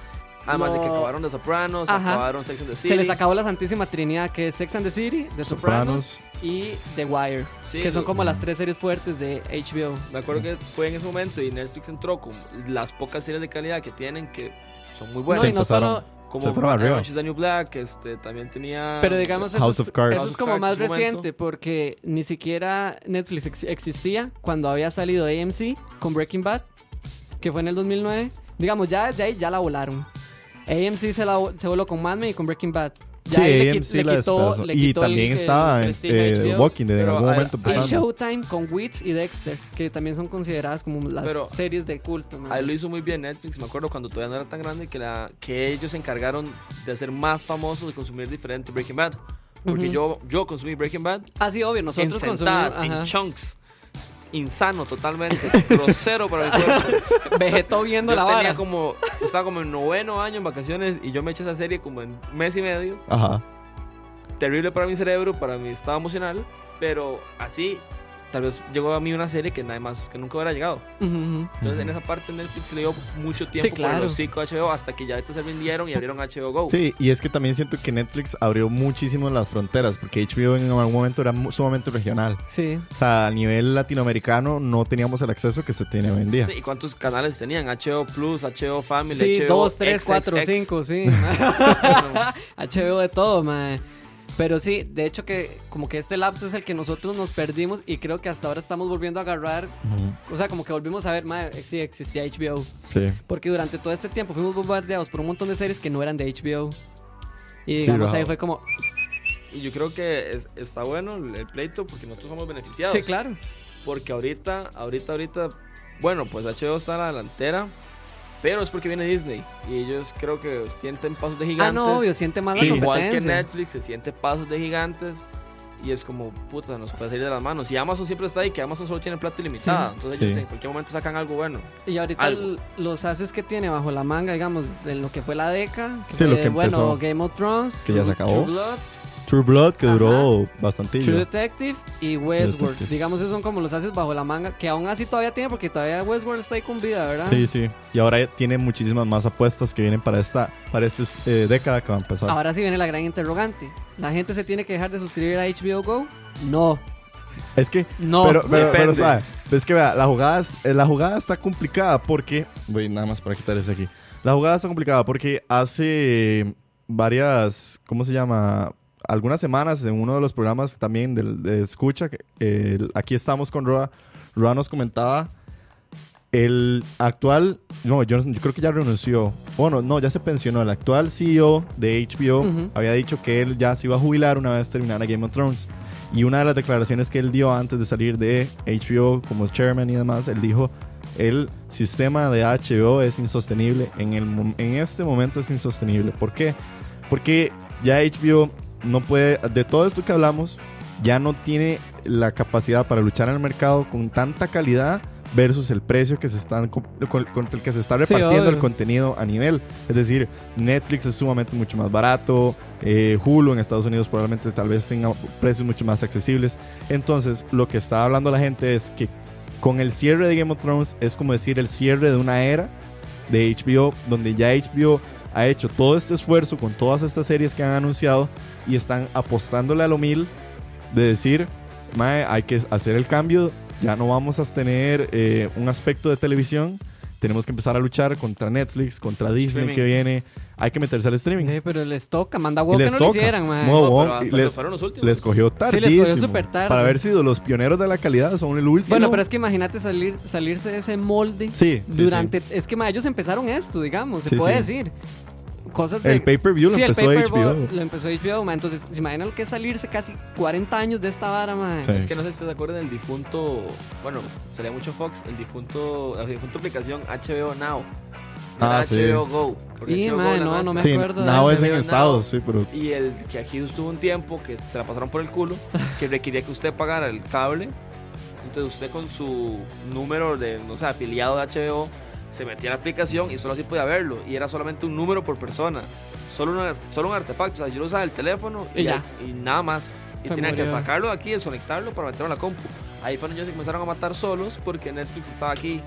[SPEAKER 6] Además de que
[SPEAKER 5] No.
[SPEAKER 6] acabaron The Sopranos,
[SPEAKER 5] Ajá.
[SPEAKER 6] acabaron Sex and the City.
[SPEAKER 5] se les acabó la santísima trinidad que es Sex and the City, The Sopranos,
[SPEAKER 4] Sopranos.
[SPEAKER 5] y The Wire,
[SPEAKER 6] Sí,
[SPEAKER 5] que son
[SPEAKER 6] lo-
[SPEAKER 5] como las tres series fuertes de HBO.
[SPEAKER 6] Me acuerdo que fue en ese momento y Netflix entró con las pocas series de calidad que tienen que son muy buenas.
[SPEAKER 5] no,
[SPEAKER 4] se
[SPEAKER 5] y no
[SPEAKER 4] empezaron.
[SPEAKER 5] solo,
[SPEAKER 6] como
[SPEAKER 4] se fueron arriba.
[SPEAKER 6] Orange is the New Black, este, también tenía... Ah,
[SPEAKER 5] pero digamos eso,
[SPEAKER 4] House
[SPEAKER 5] es-
[SPEAKER 4] of Cards.
[SPEAKER 5] eso
[SPEAKER 6] House
[SPEAKER 5] es
[SPEAKER 6] of
[SPEAKER 5] como
[SPEAKER 6] Cards
[SPEAKER 5] más
[SPEAKER 6] en su momento.
[SPEAKER 5] reciente porque ni siquiera Netflix ex- existía cuando había salido AMC con Breaking Bad, que fue en el 2009. Digamos, ya desde ahí ya la volaron. AMC se, la, vo- se voló con Mad Men y con Breaking Bad. Ya
[SPEAKER 4] Sí,
[SPEAKER 5] ahí le qui-
[SPEAKER 4] AMC
[SPEAKER 5] le
[SPEAKER 4] la
[SPEAKER 5] quitó-
[SPEAKER 4] despedazó.
[SPEAKER 5] le
[SPEAKER 4] Y
[SPEAKER 5] quitó el-
[SPEAKER 4] también
[SPEAKER 5] el
[SPEAKER 4] estaba en
[SPEAKER 5] prestigio a
[SPEAKER 4] eh,
[SPEAKER 5] HBO.
[SPEAKER 4] Walking Dead en
[SPEAKER 6] Pero
[SPEAKER 4] algún
[SPEAKER 6] hay-
[SPEAKER 4] momento.
[SPEAKER 6] hay
[SPEAKER 5] Y
[SPEAKER 6] pasando.
[SPEAKER 4] empezando.
[SPEAKER 5] Showtime con Wits y Dexter, que también son consideradas como las
[SPEAKER 6] Pero-
[SPEAKER 5] series de culto. man.
[SPEAKER 6] Ahí lo hizo muy bien Netflix, me acuerdo cuando todavía no era tan grande que, la, que ellos se encargaron de hacer más famosos, de consumir diferente Breaking Bad. Porque
[SPEAKER 5] Ujú.
[SPEAKER 6] yo, yo consumí Breaking Bad
[SPEAKER 5] Ah, sí, obvio,
[SPEAKER 6] en
[SPEAKER 5] nosotros consumimos
[SPEAKER 6] sentadas, en chunks. Insano totalmente, grosero para mi cuerpo.
[SPEAKER 5] Vegetó viendo
[SPEAKER 6] Yo
[SPEAKER 5] la
[SPEAKER 6] tenía
[SPEAKER 5] vara.
[SPEAKER 6] como, estaba como en noveno año en vacaciones y yo me eché esa serie como en mes y medio.
[SPEAKER 4] Ajá.
[SPEAKER 6] Terrible para mi cerebro, para mi estado emocional, pero así tal vez llegó a mí una serie que nada más, que nunca hubiera llegado.
[SPEAKER 5] Ujú, ujú.
[SPEAKER 6] Entonces en esa parte Netflix le dio mucho tiempo por
[SPEAKER 5] claro.
[SPEAKER 6] los cinco HBO hasta que ya estos se vendieron y abrieron HBO Go.
[SPEAKER 4] Sí, y es que también siento que Netflix abrió muchísimo las fronteras, porque HBO en algún momento era mu- sumamente regional.
[SPEAKER 5] Sí.
[SPEAKER 4] O sea, a nivel latinoamericano no teníamos el acceso que se tiene hoy en día.
[SPEAKER 6] Sí, ¿Y cuántos canales tenían? HBO Plus, HBO Family,
[SPEAKER 5] Sí,
[SPEAKER 6] HBO
[SPEAKER 5] 2, 3, 4,
[SPEAKER 6] XXX.
[SPEAKER 5] 5, sí. HBO de todo, mae. Pero sí, de hecho que como que este lapso es el que nosotros nos perdimos y creo que hasta ahora estamos volviendo a agarrar,
[SPEAKER 4] Ujú,
[SPEAKER 5] o sea, como que volvimos a ver, mae, sí existía HBO.
[SPEAKER 4] Sí.
[SPEAKER 5] Porque durante todo este tiempo fuimos bombardeados por un montón de series que no eran de HBO. Y
[SPEAKER 4] Sí,
[SPEAKER 5] digamos,
[SPEAKER 4] wow.
[SPEAKER 5] ahí fue como,
[SPEAKER 6] Y yo creo que es- está bueno el el pleito porque nosotros somos beneficiados.
[SPEAKER 5] sí, claro.
[SPEAKER 6] Porque ahorita, ahorita, ahorita, bueno, pues HBO está a la delantera, pero es porque viene Disney y ellos creo que sienten pasos de
[SPEAKER 5] Ah,
[SPEAKER 6] gigantes.
[SPEAKER 5] no, obvio, siente más
[SPEAKER 4] Sí.
[SPEAKER 5] la
[SPEAKER 6] Igual
[SPEAKER 5] competencia.
[SPEAKER 6] que Netflix se siente pasos de gigantes y es como, puta, nos puede salir de las manos. Y Amazon siempre está ahí, que Amazon solo tiene plata ilimitada.
[SPEAKER 5] Sí.
[SPEAKER 6] Entonces
[SPEAKER 4] Sí.
[SPEAKER 6] ellos en cualquier momento sacan algo bueno.
[SPEAKER 5] Y ahorita
[SPEAKER 6] Algo.
[SPEAKER 5] l- los haces que tiene bajo la manga, digamos, de lo que fue la década.
[SPEAKER 4] Sí, lo
[SPEAKER 5] fue,
[SPEAKER 4] que
[SPEAKER 5] Bueno,
[SPEAKER 4] empezó.
[SPEAKER 5] Game of Thrones.
[SPEAKER 4] Que ya se acabó.
[SPEAKER 5] True Blood,
[SPEAKER 4] True Blood, que duró bastante.
[SPEAKER 5] True Detective y Westworld.
[SPEAKER 4] Detective.
[SPEAKER 5] Digamos, esos son como los haces bajo la manga, que aún así todavía tiene, porque todavía Westworld está ahí con vida, ¿verdad?
[SPEAKER 4] Sí, sí. Y ahora tiene muchísimas más apuestas que vienen para esta para esta eh, década que va a empezar.
[SPEAKER 5] Ahora sí viene la gran interrogante. ¿La gente se tiene que dejar de suscribir a HBO Go? No,
[SPEAKER 4] es que
[SPEAKER 5] no.
[SPEAKER 4] pero, pero, pero
[SPEAKER 6] depende.
[SPEAKER 4] ¿sabe? Es que vea, la jugada, es- eh, la jugada está complicada porque. Voy nada más para quitar ese aquí. La jugada está complicada porque hace varias. ¿Cómo se llama? Algunas semanas en uno de los programas también del- de, Escucha. que, eh, el- aquí estamos con Roa. Roa nos comentaba. El actual. No, yo, yo creo que ya renunció. Bueno, no, ya se pensionó. El actual CEO de HBO
[SPEAKER 5] Ujú.
[SPEAKER 4] había dicho que él ya se iba a jubilar una vez terminara Game of Thrones. Y una de las declaraciones que él dio antes de salir de HBO como chairman y demás, él dijo, el sistema de HBO es insostenible, en, el, mom- en este momento es insostenible. ¿Por qué? Porque ya HBO no puede, de todo esto que hablamos, ya no tiene la capacidad para luchar en el mercado con tanta calidad versus el precio que se están co- con, con el que se está repartiendo
[SPEAKER 5] obvio.
[SPEAKER 4] el contenido a nivel. Es decir, Netflix es sumamente mucho más barato, eh, Hulu en Estados Unidos probablemente tal vez tenga precios mucho más accesibles. Entonces, lo que está hablando la gente es que con el cierre de Game of Thrones es como decir el cierre de una era de HBO, donde ya HBO ha hecho todo este esfuerzo con todas estas series que han anunciado y están apostándole a lo mil de decir, "Mae, hay que hacer el cambio, ya no vamos a tener eh, un aspecto de televisión, tenemos que empezar a luchar contra Netflix, contra Disney
[SPEAKER 6] Streaming.
[SPEAKER 4] que viene, hay que meterse al streaming.
[SPEAKER 5] Sí, Eh, pero les toca, manda
[SPEAKER 4] Y
[SPEAKER 5] huevo que
[SPEAKER 4] les
[SPEAKER 5] no lo
[SPEAKER 4] toca.
[SPEAKER 5] hicieran, mae.
[SPEAKER 4] Muy
[SPEAKER 6] No,
[SPEAKER 4] bon-
[SPEAKER 6] pero hasta
[SPEAKER 4] Oh, les-
[SPEAKER 6] los fueron los últimos.
[SPEAKER 4] les cogió
[SPEAKER 5] Sí, les cogió
[SPEAKER 4] tardísimo.
[SPEAKER 5] súper tarde.
[SPEAKER 4] Para haber sido los pioneros de la calidad, son el último.
[SPEAKER 5] Bueno, pero es que imagínate salir, salirse de ese molde
[SPEAKER 4] Sí, sí,
[SPEAKER 5] durante. Es que ma, ellos empezaron esto, digamos, se
[SPEAKER 4] Sí,
[SPEAKER 5] puede
[SPEAKER 4] sí.
[SPEAKER 5] decir. Cosas de.
[SPEAKER 4] El pay-per-view lo
[SPEAKER 5] Sí, el
[SPEAKER 4] empezó
[SPEAKER 5] pay-per-view
[SPEAKER 4] HBO.
[SPEAKER 5] Lo empezó HBO, ma. Entonces, ¿se imaginan lo que es salirse casi 40 años de esta vara, ma?
[SPEAKER 4] Sí.
[SPEAKER 6] Es que no sé si ustedes se acuerdan del difunto, bueno, salía mucho Fox, el difunto, la difunta aplicación HBO Now. No
[SPEAKER 4] Ah,
[SPEAKER 6] era
[SPEAKER 4] sí.
[SPEAKER 6] HBO Go. porque
[SPEAKER 5] Y,
[SPEAKER 6] HBO
[SPEAKER 5] madre,
[SPEAKER 6] Go
[SPEAKER 5] no,
[SPEAKER 6] nada más
[SPEAKER 5] no me
[SPEAKER 6] está-
[SPEAKER 4] Sí,
[SPEAKER 5] acuerdo de
[SPEAKER 4] Now
[SPEAKER 5] eso.
[SPEAKER 4] es en
[SPEAKER 6] HBO Now.
[SPEAKER 4] Estados, sí, pero
[SPEAKER 6] Y el que aquí estuvo un tiempo que se la pasaron por el culo, que requería que usted pagara el cable. Entonces usted con su número de, no sé, afiliado de HBO, se metía a la aplicación y solo así podía verlo. Y era solamente un número por persona. Solo, una- solo un artefacto. O sea, yo lo usaba el teléfono y,
[SPEAKER 5] Y ya.
[SPEAKER 6] y nada más. Y
[SPEAKER 5] Se
[SPEAKER 6] tenía que
[SPEAKER 5] murió.
[SPEAKER 6] sacarlo de aquí, desconectarlo para meterlo en la compu. Ahí fueron ellos que empezaron a matar solos porque Netflix estaba aquí.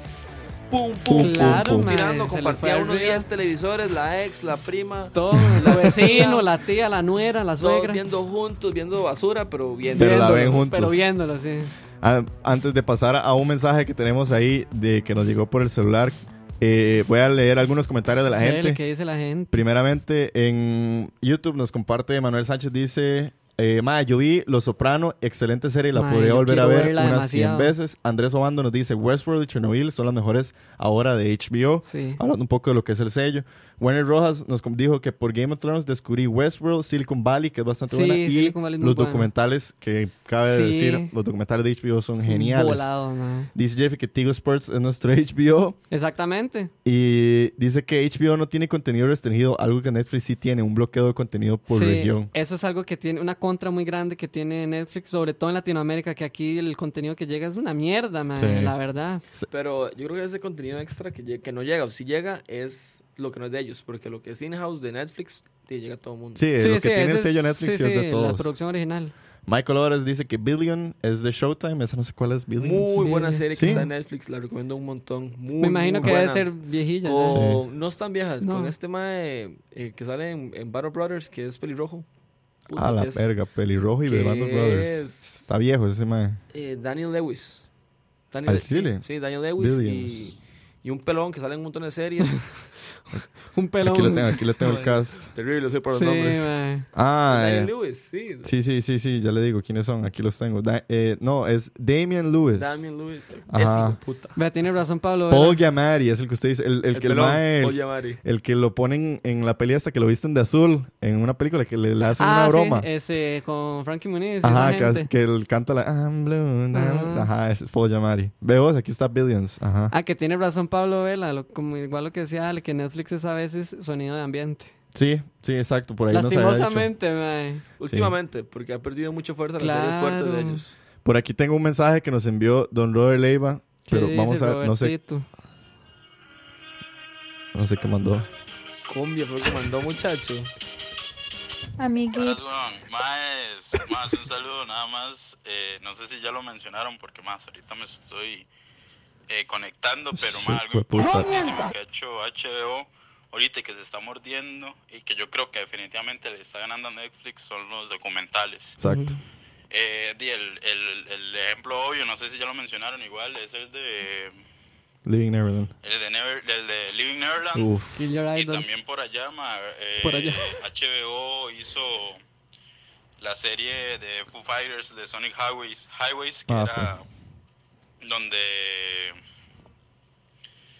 [SPEAKER 6] Pum, pum,
[SPEAKER 5] Claro,
[SPEAKER 6] pum,
[SPEAKER 5] madre,
[SPEAKER 6] tirando,
[SPEAKER 5] se le
[SPEAKER 6] compartía
[SPEAKER 5] fue
[SPEAKER 6] unos
[SPEAKER 5] arriba.
[SPEAKER 6] 10 televisores, la ex, la prima,
[SPEAKER 5] Todo, el vecino, la tía, la nuera, la
[SPEAKER 6] todos
[SPEAKER 5] suegra.
[SPEAKER 6] viendo juntos, viendo basura, pero viendo.
[SPEAKER 4] Pero la
[SPEAKER 5] Viéndolo,
[SPEAKER 4] ven juntos.
[SPEAKER 5] Pero viéndolo, sí.
[SPEAKER 4] a- antes de pasar a un mensaje que tenemos ahí de que nos llegó por el celular, eh, voy a leer algunos comentarios de la
[SPEAKER 5] Dele,
[SPEAKER 4] gente.
[SPEAKER 5] ¿Qué dice la gente?
[SPEAKER 4] Primeramente en YouTube nos comparte Manuel Sánchez dice, eh, "Ma, yo vi Los Soprano, excelente serie, la
[SPEAKER 5] Ma,
[SPEAKER 4] podría
[SPEAKER 5] yo
[SPEAKER 4] volver a
[SPEAKER 5] quiero
[SPEAKER 4] ver
[SPEAKER 5] verla
[SPEAKER 4] unas 100
[SPEAKER 5] demasiado.
[SPEAKER 4] veces." Andrés Obando nos dice, "Westworld y Chernobyl son las mejores ahora de HBO."
[SPEAKER 5] Sí.
[SPEAKER 4] Hablando un poco de lo que es el sello. Werner Rojas nos com- dijo que por Game of Thrones descubrí Westworld, Silicon Valley, que es bastante
[SPEAKER 5] Sí,
[SPEAKER 4] buena, y
[SPEAKER 5] Silicon Valley es muy
[SPEAKER 4] los
[SPEAKER 5] buena.
[SPEAKER 4] documentales, que cabe
[SPEAKER 5] Sí.
[SPEAKER 4] decir, los documentales de HBO son
[SPEAKER 5] Sí,
[SPEAKER 4] geniales.
[SPEAKER 5] Volado, ma.
[SPEAKER 4] Dice Jeffy que Tigo Sports es nuestro HBO.
[SPEAKER 5] Exactamente.
[SPEAKER 4] Y dice que HBO no tiene contenido restringido, algo que Netflix sí tiene, un bloqueo de contenido por
[SPEAKER 5] Sí,
[SPEAKER 4] región.
[SPEAKER 5] Eso es algo que tiene una contra muy grande que tiene Netflix, sobre todo en Latinoamérica, que aquí el contenido que llega es una mierda, man,
[SPEAKER 4] Sí.
[SPEAKER 5] la verdad.
[SPEAKER 6] Pero yo creo que ese contenido extra que, lle- que no llega, o si llega, es lo que no es de ellos. Porque lo que es in-house de Netflix, te llega a todo el mundo.
[SPEAKER 4] Sí, lo que tiene el
[SPEAKER 5] ese
[SPEAKER 4] sello
[SPEAKER 5] es-
[SPEAKER 4] Netflix
[SPEAKER 5] sí,
[SPEAKER 4] sí es
[SPEAKER 5] sí,
[SPEAKER 4] de
[SPEAKER 5] la
[SPEAKER 4] todos.
[SPEAKER 5] producción original.
[SPEAKER 4] Michael Ores dice que Billion es de Showtime. Esa no sé cuál es Billion.
[SPEAKER 6] Muy buena
[SPEAKER 5] Sí.
[SPEAKER 6] serie
[SPEAKER 4] Sí.
[SPEAKER 6] que está en Netflix, la recomiendo un montón. Muy,
[SPEAKER 5] Me imagino
[SPEAKER 6] muy
[SPEAKER 5] que debe
[SPEAKER 6] buena.
[SPEAKER 5] ser viejilla. ¿no?
[SPEAKER 6] Con- No están viejas,
[SPEAKER 5] No.
[SPEAKER 6] con este mae eh, que sale en, en Battle Brothers, que es pelirrojo. Puta,
[SPEAKER 4] A la
[SPEAKER 6] que es,
[SPEAKER 4] verga, pelirrojo y
[SPEAKER 6] que
[SPEAKER 4] de Band of Brothers.
[SPEAKER 6] es-
[SPEAKER 4] Está viejo ese mae.
[SPEAKER 6] eh, Daniel Lewis. Daniel
[SPEAKER 4] ¿Al
[SPEAKER 6] Le- sí,
[SPEAKER 4] chile?
[SPEAKER 6] Sí, Daniel Lewis.
[SPEAKER 4] Billions.
[SPEAKER 6] Y, y un pelón que sale en un montón de series.
[SPEAKER 5] Un pelón.
[SPEAKER 4] Aquí lo tengo, aquí lo tengo el cast.
[SPEAKER 6] Terrible, soy para los
[SPEAKER 5] Sí,
[SPEAKER 6] nombres.
[SPEAKER 5] mae.
[SPEAKER 4] Ah,
[SPEAKER 6] Daniel
[SPEAKER 4] eh,
[SPEAKER 6] Lewis, sí.
[SPEAKER 4] sí, sí, sí, sí, ya le digo quiénes son. Aquí los tengo. Da- eh, no, es Damian Lewis.
[SPEAKER 6] Daniel Lewis. Ese
[SPEAKER 4] Pues, Ajá.
[SPEAKER 6] hijo de puta.
[SPEAKER 5] Vea, tiene razón Pablo. ¿verdad?
[SPEAKER 4] Paul Giamatti es el que usted dice. El, el
[SPEAKER 6] El
[SPEAKER 4] que el
[SPEAKER 6] pelón,
[SPEAKER 4] mae- el-
[SPEAKER 6] Oye, Mari.
[SPEAKER 4] el que lo ponen en la peli hasta que lo visten de azul. En una película que le, le hacen
[SPEAKER 5] ah,
[SPEAKER 4] una broma.
[SPEAKER 5] sí, ese con Frankie Muniz. y
[SPEAKER 4] Ajá,
[SPEAKER 5] esa
[SPEAKER 4] que,
[SPEAKER 5] gente.
[SPEAKER 4] que él canta la I'm blue, I'm-
[SPEAKER 5] Ajá.
[SPEAKER 4] Ajá, ese es Paul Giamatti. Veo, aquí está Billions. Ajá.
[SPEAKER 5] Ah, que tiene razón Pablo Vela, lo- como igual lo que decía Ale, que Netflix es a veces sonido de ambiente.
[SPEAKER 4] Sí, sí, exacto. Por ahí nos había dicho.
[SPEAKER 5] Lastimosamente, mae.
[SPEAKER 6] Últimamente, porque ha perdido mucha fuerza las series
[SPEAKER 5] Claro.
[SPEAKER 6] fuertes de ellos.
[SPEAKER 4] Por aquí tengo un mensaje que nos envió Don Robert Leiva. Pero
[SPEAKER 5] ¿Qué
[SPEAKER 4] vamos
[SPEAKER 5] dice
[SPEAKER 4] a ver, no sé,
[SPEAKER 5] Robertito?
[SPEAKER 4] no sé qué mandó.
[SPEAKER 6] Cumbia fue lo que mandó, muchacho.
[SPEAKER 1] Amiguito.
[SPEAKER 10] Pues, Más, un saludo nada más. eh, no sé si ya lo mencionaron porque más ahorita me estoy eh, conectando, pero
[SPEAKER 4] Sí,
[SPEAKER 10] más algo
[SPEAKER 4] hueputa.
[SPEAKER 10] importantísimo que ha hecho HBO ahorita y que se está mordiendo y que yo creo que definitivamente le está ganando a Netflix son los documentales.
[SPEAKER 4] Exacto.
[SPEAKER 10] Eh, di, el, el- el ejemplo obvio, no sé si ya lo mencionaron igual, es el de,
[SPEAKER 4] Living Neverland.
[SPEAKER 10] el de, Never- el de Living Neverland.
[SPEAKER 4] Uf.
[SPEAKER 5] Kill Your
[SPEAKER 10] Y
[SPEAKER 5] Idols.
[SPEAKER 10] también por allá, ma, eh,
[SPEAKER 5] Por allá.
[SPEAKER 10] HBO hizo la serie de Foo Fighters de Sonic Highways, Highways que
[SPEAKER 4] Ah,
[SPEAKER 10] era donde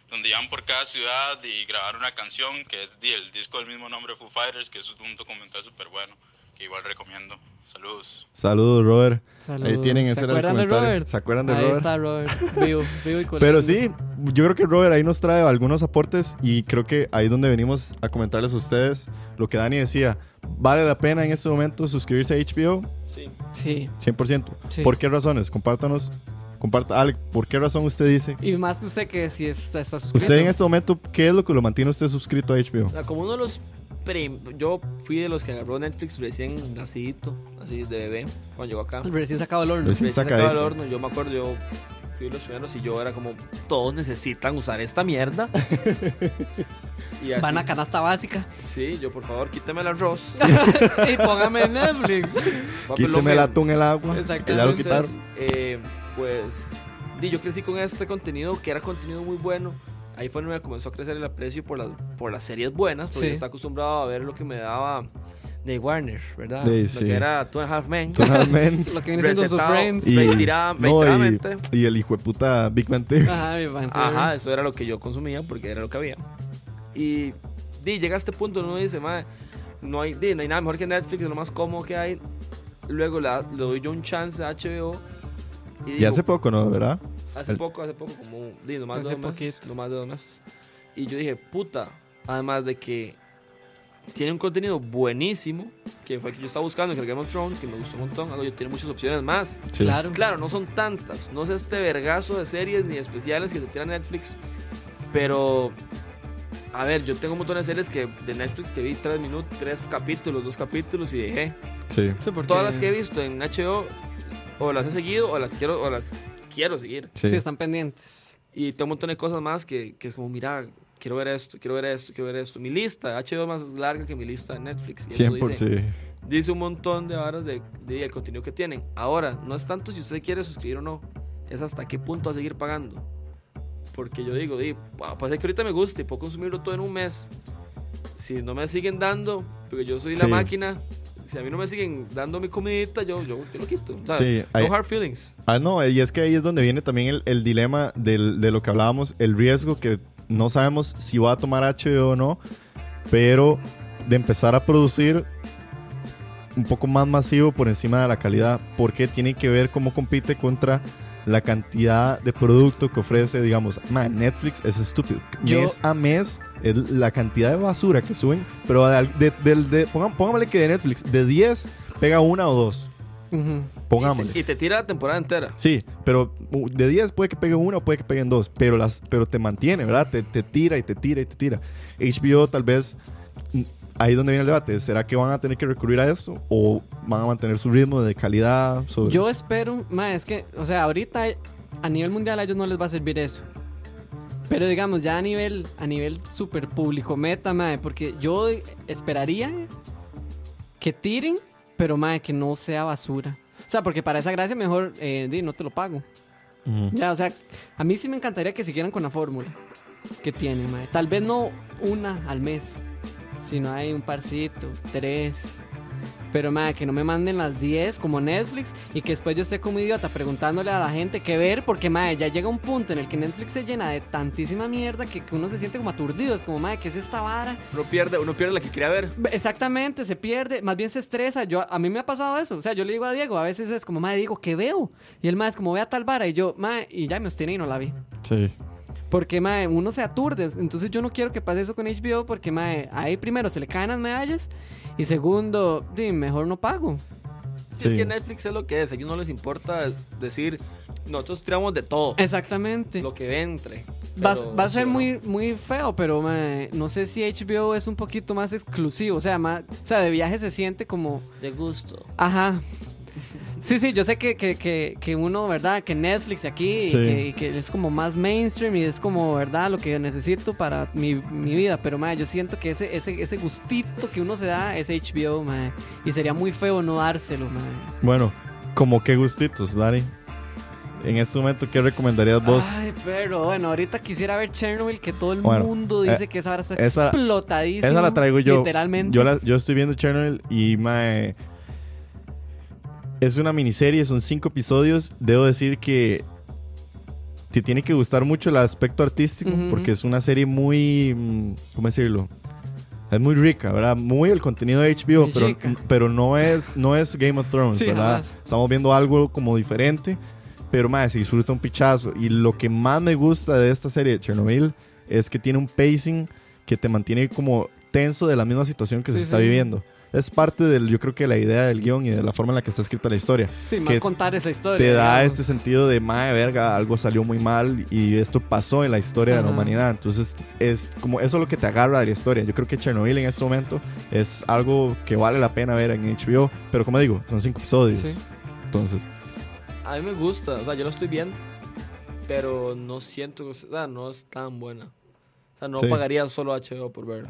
[SPEAKER 10] donde iban por cada ciudad y grabaron una canción que es di- el disco del mismo nombre Foo Fighters, que es un documental súper bueno, que igual recomiendo. Saludos.
[SPEAKER 4] Saludos, Robert. Ahí
[SPEAKER 5] Saludos.
[SPEAKER 4] tienen,
[SPEAKER 5] ¿Se
[SPEAKER 4] ese era el
[SPEAKER 5] acuerdan de
[SPEAKER 4] comentario.
[SPEAKER 5] Robert?
[SPEAKER 4] ¿Se acuerdan de
[SPEAKER 5] Ahí
[SPEAKER 4] Robert?
[SPEAKER 5] está Robert, vivo, vivo y coleando.
[SPEAKER 4] Pero sí, yo creo que Robert ahí nos trae algunos aportes y creo que ahí es donde venimos a comentarles a ustedes lo que Dani decía. Vale la pena en este momento suscribirse a HBO,
[SPEAKER 5] Sí,
[SPEAKER 4] 100%.
[SPEAKER 5] Sí.
[SPEAKER 4] ¿Por qué razones? Compártanos. Comparta, Alec, ¿por qué razón usted dice?
[SPEAKER 5] y más usted que si está, está suscrito.
[SPEAKER 4] Usted en este momento, ¿qué es lo que lo mantiene usted suscrito a HBO?
[SPEAKER 6] O
[SPEAKER 5] Ah,
[SPEAKER 6] sea, como uno de los. prim- Yo fui de los que agarró Netflix recién nacidito, así de bebé, cuando llegó acá.
[SPEAKER 5] Recién sacado el horno.
[SPEAKER 4] Recién
[SPEAKER 6] Recién
[SPEAKER 4] saca
[SPEAKER 6] sacado
[SPEAKER 4] de-
[SPEAKER 6] del horno, yo me acuerdo, yo fui de los primeros y yo era como, todos necesitan usar esta mierda. y así,
[SPEAKER 5] Van a canasta básica.
[SPEAKER 6] Sí, yo por favor, quítame el arroz.
[SPEAKER 5] y póngame en Netflix.
[SPEAKER 6] Papi, lo
[SPEAKER 4] Quíteme
[SPEAKER 6] me-
[SPEAKER 4] el atún, el agua.
[SPEAKER 5] Exacto.
[SPEAKER 4] Ya lo quitaron.
[SPEAKER 6] Entonces, eh, pues, di, yo crecí con este contenido que era contenido muy bueno. Ahí fue donde me comenzó a crecer el aprecio por las, por las series buenas, porque
[SPEAKER 5] Sí.
[SPEAKER 6] yo estaba acostumbrado a ver lo que me daba de Warner, ¿verdad?
[SPEAKER 4] Sí,
[SPEAKER 6] lo
[SPEAKER 4] sí.
[SPEAKER 6] que era Two and a Half Men.
[SPEAKER 4] Totalmente.
[SPEAKER 5] Lo que viene siendo sus
[SPEAKER 6] Recetado.
[SPEAKER 5] friends.
[SPEAKER 4] Y,
[SPEAKER 5] Ah,
[SPEAKER 6] Retirada-
[SPEAKER 4] no, y,
[SPEAKER 6] reiteradamente.
[SPEAKER 4] y el hijo de puta Big Man Theory.
[SPEAKER 5] Ajá, mi man,
[SPEAKER 6] Ajá, eso era lo que yo consumía porque era lo que había. Y, di, llega a este punto donde uno dice, "Mae, no hay, di, no hay nada mejor que Netflix, es lo más cómodo que hay. Luego la- le doy yo un chance a HBO. Y,
[SPEAKER 4] Y
[SPEAKER 6] digo,
[SPEAKER 4] hace poco, ¿no? ¿Verdad?
[SPEAKER 6] Hace
[SPEAKER 4] El-
[SPEAKER 6] poco, hace poco, como di, nomás
[SPEAKER 5] Hace
[SPEAKER 6] de dos meses,
[SPEAKER 5] poquito.
[SPEAKER 6] nomás de dos meses. Y yo dije, puta, además de que tiene un contenido buenisíimo, que fue el que yo estaba buscando en el Game of Thrones, que me gustó un montón, algo, yo tiene muchas opciones más.
[SPEAKER 4] Sí.
[SPEAKER 5] Claro.
[SPEAKER 6] Claro, no son tantas, no es este vergazo de series ni de especiales que te tiran Netflix, pero a ver, yo tengo un montón de series que de Netflix que vi tres minutos, tres capítulos, dos capítulos y dejé.
[SPEAKER 4] Sí.
[SPEAKER 5] Sí, porque-
[SPEAKER 6] Todas las que he visto en HBO o las he seguido o las quiero o las quiero seguir.
[SPEAKER 4] Sí.
[SPEAKER 5] Sí, están pendientes.
[SPEAKER 6] Y tengo un montón de cosas más que, que es como, mira, quiero ver esto, quiero ver esto, quiero ver esto. Mi lista de HBO es más larga que mi lista de Netflix. Y eso
[SPEAKER 4] 100%.
[SPEAKER 6] dice,
[SPEAKER 4] Sí.
[SPEAKER 6] dice un montón de horas de, de- del contenido que tienen. Ahora, no es tanto si usted quiere suscribir o no, es hasta qué punto va a seguir pagando. Porque yo digo, di, pa- puede ser que ahorita me guste y puedo consumirlo todo en un mes. Si no me siguen dando, porque yo soy
[SPEAKER 4] Sí.
[SPEAKER 6] la máquina, si a mí no me siguen dando mi comidita, yo, yo, yo lo quito. O sea,
[SPEAKER 4] Sí,
[SPEAKER 6] no
[SPEAKER 4] hay-
[SPEAKER 6] hard feelings.
[SPEAKER 4] Ah, no, y es que ahí es donde viene también el, el dilema del- de lo que hablábamos, el riesgo que no sabemos si va a tomar HBO o no, pero de empezar a producir un poco más masivo por encima de la calidad, porque tiene que ver cómo compite contra la cantidad de producto que ofrece, digamos, man, Netflix es estúpido.
[SPEAKER 5] Yo-
[SPEAKER 4] mes a mes, es la cantidad de basura que suben, pero de, de, del- de- pongan- póngamele que de Netflix, de 10, pega una o dos.
[SPEAKER 5] Ujú.
[SPEAKER 4] Pongámosle.
[SPEAKER 6] Y te tira la temporada entera.
[SPEAKER 4] Sí, pero uh, de 10 puede que peguen una o puede que peguen dos, pero, las, pero te mantiene, ¿verdad? Te, te tira y te tira y te tira. HBO tal vez mm, ahí es donde viene el debate. ¿Será que van a tener que recurrir a esto o van a mantener su ritmo de calidad? Sobre...
[SPEAKER 5] Yo espero, ma, es que, o sea, ahorita a nivel mundial a ellos no les va a servir eso. Pero digamos, ya a nivel, a nivel super público meta, mae, porque yo esperaría que tiren, pero mae, que no sea basura. O sea, porque para esa gracia mejor eh, di, no te lo pago.
[SPEAKER 4] Ujú.
[SPEAKER 5] Ya, o sea, a mí sí me encantaría que siguieran con la fórmula que tienen, mae. Tal vez no una al mes, sino hay un parcito, tres. Pero mae, que no me manden las 10 como Netflix y que después yo esté como idiota preguntándole a la gente qué ver, porque mae, ya llega un punto en el que Netflix se llena de tantísima mierda que, que uno se siente como aturdido. Es como mae, ¿qué es esta vara?
[SPEAKER 6] Uno pierde, uno pierde la que quería ver.
[SPEAKER 5] Exactamente, se pierde, más bien se estresa. Yo, a mí me ha pasado eso. O sea, yo le digo a Diego, a veces es como, madre, digo, ¿qué veo? Y el madre es como, ve a tal vara. Y yo, madre, y ya me obstiné y no la vi.
[SPEAKER 4] Sí.
[SPEAKER 5] Porque, madre, uno se aturde. Entonces, yo no quiero que pase eso con HBO porque, madre, ahí primero se le caen las medallas y segundo, di, mejor no pago.
[SPEAKER 6] Si es
[SPEAKER 4] Sí.
[SPEAKER 6] que Netflix es lo que es, a ellos no les importa decir, nosotros tiramos de todo,
[SPEAKER 5] Exactamente.
[SPEAKER 6] lo que entre.
[SPEAKER 5] Eh, Va,
[SPEAKER 6] Pero,
[SPEAKER 5] va a
[SPEAKER 6] sí,
[SPEAKER 5] ser
[SPEAKER 6] no.
[SPEAKER 5] muy, muy feo, pero mae, no sé si HBO es un poquito más exclusivo. O sea, más, o sea, de viaje se siente como...
[SPEAKER 6] De gusto.
[SPEAKER 5] Ajá. Sí, sí, yo sé que, que, que, que uno, ¿verdad? Que Netflix aquí, y
[SPEAKER 4] Sí.
[SPEAKER 5] que, y que es como más mainstream y es como, ¿verdad? Lo que necesito para mi, mi vida. Pero, mae, yo siento que ese, ese, ese gustito que uno se da es HBO, mae. Y sería muy feo no dárselo, mae.
[SPEAKER 4] Bueno, como qué gustitos, Dani. En este momento, ¿qué recomendarías vos?
[SPEAKER 5] Ay, pero bueno, ahorita quisiera ver Chernobyl, que todo el
[SPEAKER 4] Bueno,
[SPEAKER 5] mundo
[SPEAKER 4] eh,
[SPEAKER 5] dice que esa hora está
[SPEAKER 4] esa-
[SPEAKER 5] explotadísima.
[SPEAKER 4] Esa la traigo yo.
[SPEAKER 5] Literalmente.
[SPEAKER 4] Yo, la- yo estoy viendo Chernobyl y mae, es una miniserie, son cinco episodios. Debo decir que te tiene que gustar mucho el aspecto artístico
[SPEAKER 5] Ujú,
[SPEAKER 4] porque
[SPEAKER 5] ujú.
[SPEAKER 4] es una serie muy, mm, ¿cómo decirlo? Es muy rica, ¿verdad? Muy el contenido de HBO,
[SPEAKER 5] Muy
[SPEAKER 4] pero,
[SPEAKER 5] rica.
[SPEAKER 4] pero no, es, no es Game of Thrones,
[SPEAKER 5] Sí,
[SPEAKER 4] ¿verdad?
[SPEAKER 5] jamás.
[SPEAKER 4] Estamos viendo algo como diferente, pero más, se disfruta un pichazo. Y lo que más me gusta de esta serie de Chernobyl es que tiene un pacing que te mantiene como tenso de la misma situación que se
[SPEAKER 5] Sí,
[SPEAKER 4] está
[SPEAKER 5] sí.
[SPEAKER 4] viviendo. Es parte del, yo creo que la idea del guión y de la forma en la que está escrita la historia.
[SPEAKER 5] sí, más
[SPEAKER 4] que
[SPEAKER 5] contar esa historia.
[SPEAKER 4] Te da
[SPEAKER 5] digamos.
[SPEAKER 4] este sentido de, madre verga, algo salió muy mal y esto pasó en la historia de la
[SPEAKER 5] Ajá.
[SPEAKER 4] humanidad. Entonces, es como eso es lo que te agarra de la historia. Yo creo que Chernobyl en este momento es algo que vale la pena ver en HBO. Pero como digo, son cinco episodios.
[SPEAKER 5] Sí.
[SPEAKER 4] Entonces,
[SPEAKER 6] A mí me gusta, o sea, yo lo estoy viendo, pero no siento, o sea, no es tan buena. O sea, no
[SPEAKER 4] Sí.
[SPEAKER 6] pagaría solo HBO por verla.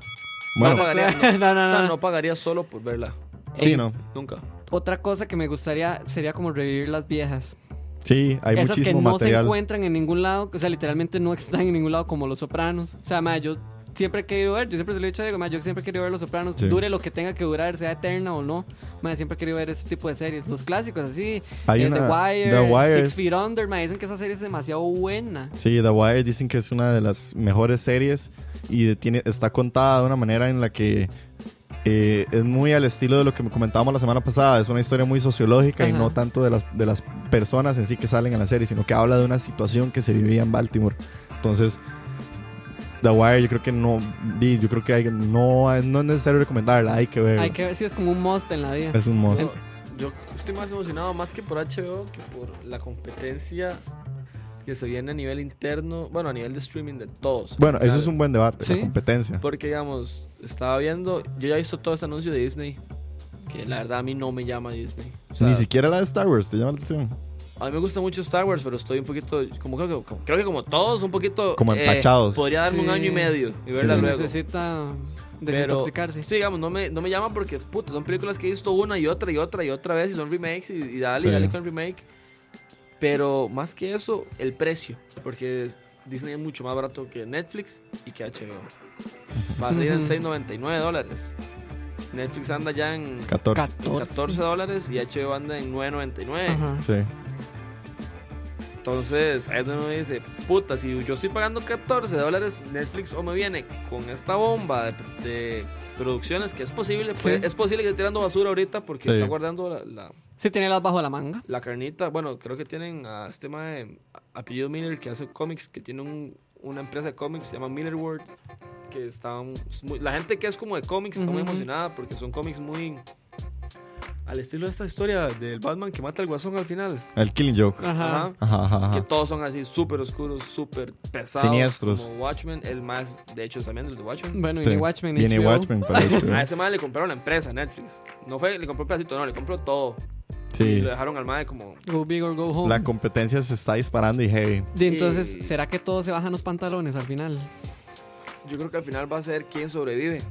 [SPEAKER 4] bueno,
[SPEAKER 6] no pagaría, no.
[SPEAKER 5] No, no,
[SPEAKER 6] O sea,
[SPEAKER 5] no.
[SPEAKER 6] no pagaría solo por verla.
[SPEAKER 4] sí, no.
[SPEAKER 6] Nunca.
[SPEAKER 5] Otra cosa que me gustaría sería como revivir las viejas.
[SPEAKER 4] Sí, hay
[SPEAKER 5] Esas
[SPEAKER 4] muchísimo
[SPEAKER 5] que no se
[SPEAKER 4] material.
[SPEAKER 5] encuentran en ningún lado, o sea, literalmente no están en ningún lado como Los Sopranos. O sea, ma, yo siempre he querido ver, yo siempre se lo he dicho a Diego, ma, yo siempre he querido ver Los Sopranos,
[SPEAKER 4] Sí.
[SPEAKER 5] dure lo que tenga que durar, sea eterna o no. Ma, siempre he querido ver ese tipo de series, los clásicos así,
[SPEAKER 4] Hay
[SPEAKER 5] eh,
[SPEAKER 4] una-
[SPEAKER 5] The Wire,
[SPEAKER 4] The Wire
[SPEAKER 5] Six
[SPEAKER 4] es-
[SPEAKER 5] Feet Under, ma, dicen que esa serie es demasiado buena.
[SPEAKER 4] Sí, The Wire dicen que es una de las mejores series y de- tiene, está contada de una manera en la que eh, es muy al estilo de lo que comentábamos la semana pasada. Es una historia muy sociológica y
[SPEAKER 5] Ajá.
[SPEAKER 4] no tanto de las, de las personas en sí que salen en la serie, sino que habla de una situación que se vivía en Baltimore. Entonces, The Wire yo creo que no, di, yo creo que hay- no, no es necesario recomendarla, hay que verla.
[SPEAKER 5] Hay que Em, ver si es como un must en la vida.
[SPEAKER 4] Es un must.
[SPEAKER 6] Yo estoy más emocionado más que por HBO que por la competencia que se viene a nivel interno, bueno, a nivel de streaming de todos.
[SPEAKER 4] Bueno, eso
[SPEAKER 6] Claro.
[SPEAKER 4] es un buen debate,
[SPEAKER 5] Sí.
[SPEAKER 4] la competencia.
[SPEAKER 6] Porque, digamos, estaba viendo, yo ya he visto todo ese anuncio de Disney, que la verdad a mí no me llama Disney. O sea,
[SPEAKER 4] Ni siquiera la de Star Wars, ¿te llama la atención?
[SPEAKER 6] A mí me gusta mucho Star Wars, pero estoy un poquito, como creo que, como- creo que como todos, un poquito... eh,
[SPEAKER 4] Como empachados.
[SPEAKER 6] podría darme
[SPEAKER 5] Sí.
[SPEAKER 6] un año y medio y verla
[SPEAKER 4] Sí.
[SPEAKER 6] luego.
[SPEAKER 5] Necesita
[SPEAKER 6] Pero,
[SPEAKER 5] desintoxicarse.
[SPEAKER 6] sí, digamos, no me, no me llaman porque, puta, son películas que he visto una y otra y otra y otra vez y son remakes y, y dale, y
[SPEAKER 4] Sí.
[SPEAKER 6] dale con remake. Pero más que eso, el precio. Porque es- Disney es mucho más barato que Netflix y que HBO. Va a salir en
[SPEAKER 5] Ujú.
[SPEAKER 6] 6.99 dólares. Netflix anda ya en
[SPEAKER 4] 14.
[SPEAKER 6] 14 dólares y HBO anda en 9.99.
[SPEAKER 5] Ajá.
[SPEAKER 4] Sí.
[SPEAKER 6] Entonces, ahí es donde uno dice, puta, si yo estoy pagando 14 dólares, Netflix o me viene con esta bomba de, de producciones que es posible, pues,
[SPEAKER 5] Sí.
[SPEAKER 6] es posible que esté tirando basura ahorita porque
[SPEAKER 4] Sí.
[SPEAKER 6] está guardando la, la,
[SPEAKER 5] Sí, tiene las bajo la manga.
[SPEAKER 6] la carnita. Bueno, creo que tienen a este de apellido Miller que hace cómics, que tiene un- una empresa de cómics, se llama Miller World, que está un- es muy- la gente que es como de cómics está muy
[SPEAKER 5] Ujú.
[SPEAKER 6] emocionada porque son cómics muy al estilo de esta historia del Batman que mata al guasón al final.
[SPEAKER 4] El Killing Joke.
[SPEAKER 6] Ajá.
[SPEAKER 4] Ajá, ajá,
[SPEAKER 6] Que
[SPEAKER 4] ajá.
[SPEAKER 6] todos son así súper oscuros, súper pesados.
[SPEAKER 4] Siniestros.
[SPEAKER 6] Como Watchmen, el más, de hecho, también el de Watchmen.
[SPEAKER 5] Bueno,
[SPEAKER 4] Sí.
[SPEAKER 5] viene Watchmen.
[SPEAKER 4] Viene
[SPEAKER 5] HBO.
[SPEAKER 4] Watchmen para HBO.
[SPEAKER 6] A ese man le compraron la empresa, Netflix. No fue, le compró un pedacito, no, le compró todo. Y
[SPEAKER 4] Sí.
[SPEAKER 6] lo dejaron al mae como.
[SPEAKER 5] Go big or go home.
[SPEAKER 4] La competencia se está disparando y heavy.
[SPEAKER 5] Y entonces,
[SPEAKER 6] Eh.
[SPEAKER 5] ¿será que todos se bajan los pantalones al final?
[SPEAKER 6] Yo creo que al final va a ser quien sobrevive.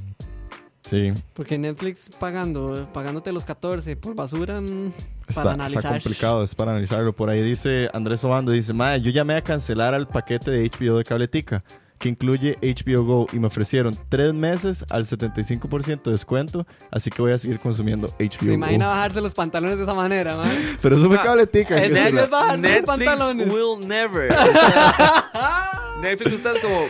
[SPEAKER 4] Sí.
[SPEAKER 5] Porque Netflix pagando, pagándote los 14 por basura, mm, para
[SPEAKER 4] Está,
[SPEAKER 5] analizar.
[SPEAKER 4] está complicado, es para analizarlo. Por ahí dice Andrés Obando, dice, Mae, yo llamé a cancelar al paquete de HBO de Cabletica, que incluye HBO Go, y me ofrecieron tres meses al 75% de descuento, así que voy a seguir consumiendo HBO
[SPEAKER 5] Me imagino
[SPEAKER 4] Go.
[SPEAKER 5] bajarse los pantalones de esa manera, man.
[SPEAKER 4] Pero eso fue
[SPEAKER 6] Ah,
[SPEAKER 4] Cabletica. que
[SPEAKER 5] es de
[SPEAKER 4] es la-
[SPEAKER 5] ellos, bajan los
[SPEAKER 6] Netflix
[SPEAKER 5] pantalones.
[SPEAKER 6] will never. O sea, Netflix está como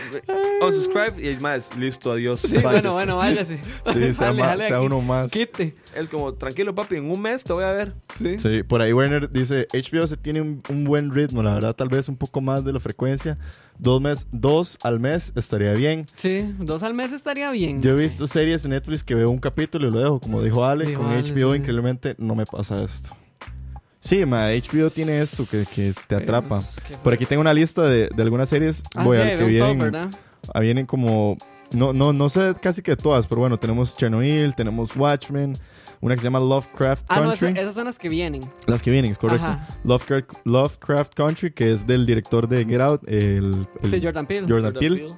[SPEAKER 6] unsubscribe y más, listo, adiós.
[SPEAKER 5] Sí,
[SPEAKER 4] Váyase.
[SPEAKER 5] bueno, bueno, váyase.
[SPEAKER 4] Sí, sea,
[SPEAKER 5] Jale,
[SPEAKER 4] ma-
[SPEAKER 5] jale
[SPEAKER 4] sea
[SPEAKER 5] aquí.
[SPEAKER 4] uno más.
[SPEAKER 5] Quite.
[SPEAKER 6] Es como, tranquilo, papi, en un mes te voy a ver.
[SPEAKER 5] Sí.
[SPEAKER 4] Sí, por ahí Werner dice, HBO se tiene un, un buen ritmo, la verdad, tal vez un poco más de la frecuencia. Dos, mes, dos al mes estaría bien.
[SPEAKER 5] Sí, dos al mes estaría bien.
[SPEAKER 4] Yo he visto series en Netflix que veo un capítulo y lo dejo, como dijo Ale,
[SPEAKER 5] Dijo
[SPEAKER 4] con
[SPEAKER 5] Ale,
[SPEAKER 4] HBO
[SPEAKER 5] sí.
[SPEAKER 4] increíblemente no me pasa esto. Sí, ma, HBO tiene esto que, que te atrapa.
[SPEAKER 5] Pues, qué
[SPEAKER 4] Por aquí tengo una lista de, de algunas series.
[SPEAKER 5] Ah,
[SPEAKER 4] Voy
[SPEAKER 5] sí,
[SPEAKER 4] al
[SPEAKER 5] había
[SPEAKER 4] que
[SPEAKER 5] un top,
[SPEAKER 4] vienen,
[SPEAKER 5] ¿verdad?
[SPEAKER 4] ah, vienen como... No, no, no sé casi que todas, pero bueno, tenemos Chernobyl, tenemos Watchmen, una que se llama Lovecraft
[SPEAKER 5] Ah, no,
[SPEAKER 4] Country.
[SPEAKER 5] eso- esas son las que vienen.
[SPEAKER 4] Las que vienen, es correcto.
[SPEAKER 5] Ajá.
[SPEAKER 4] Lovecraft, Lovecraft Country, que es del director de Get Out, el, el
[SPEAKER 5] Sí, Jordan Peele.
[SPEAKER 4] Jordan Peele.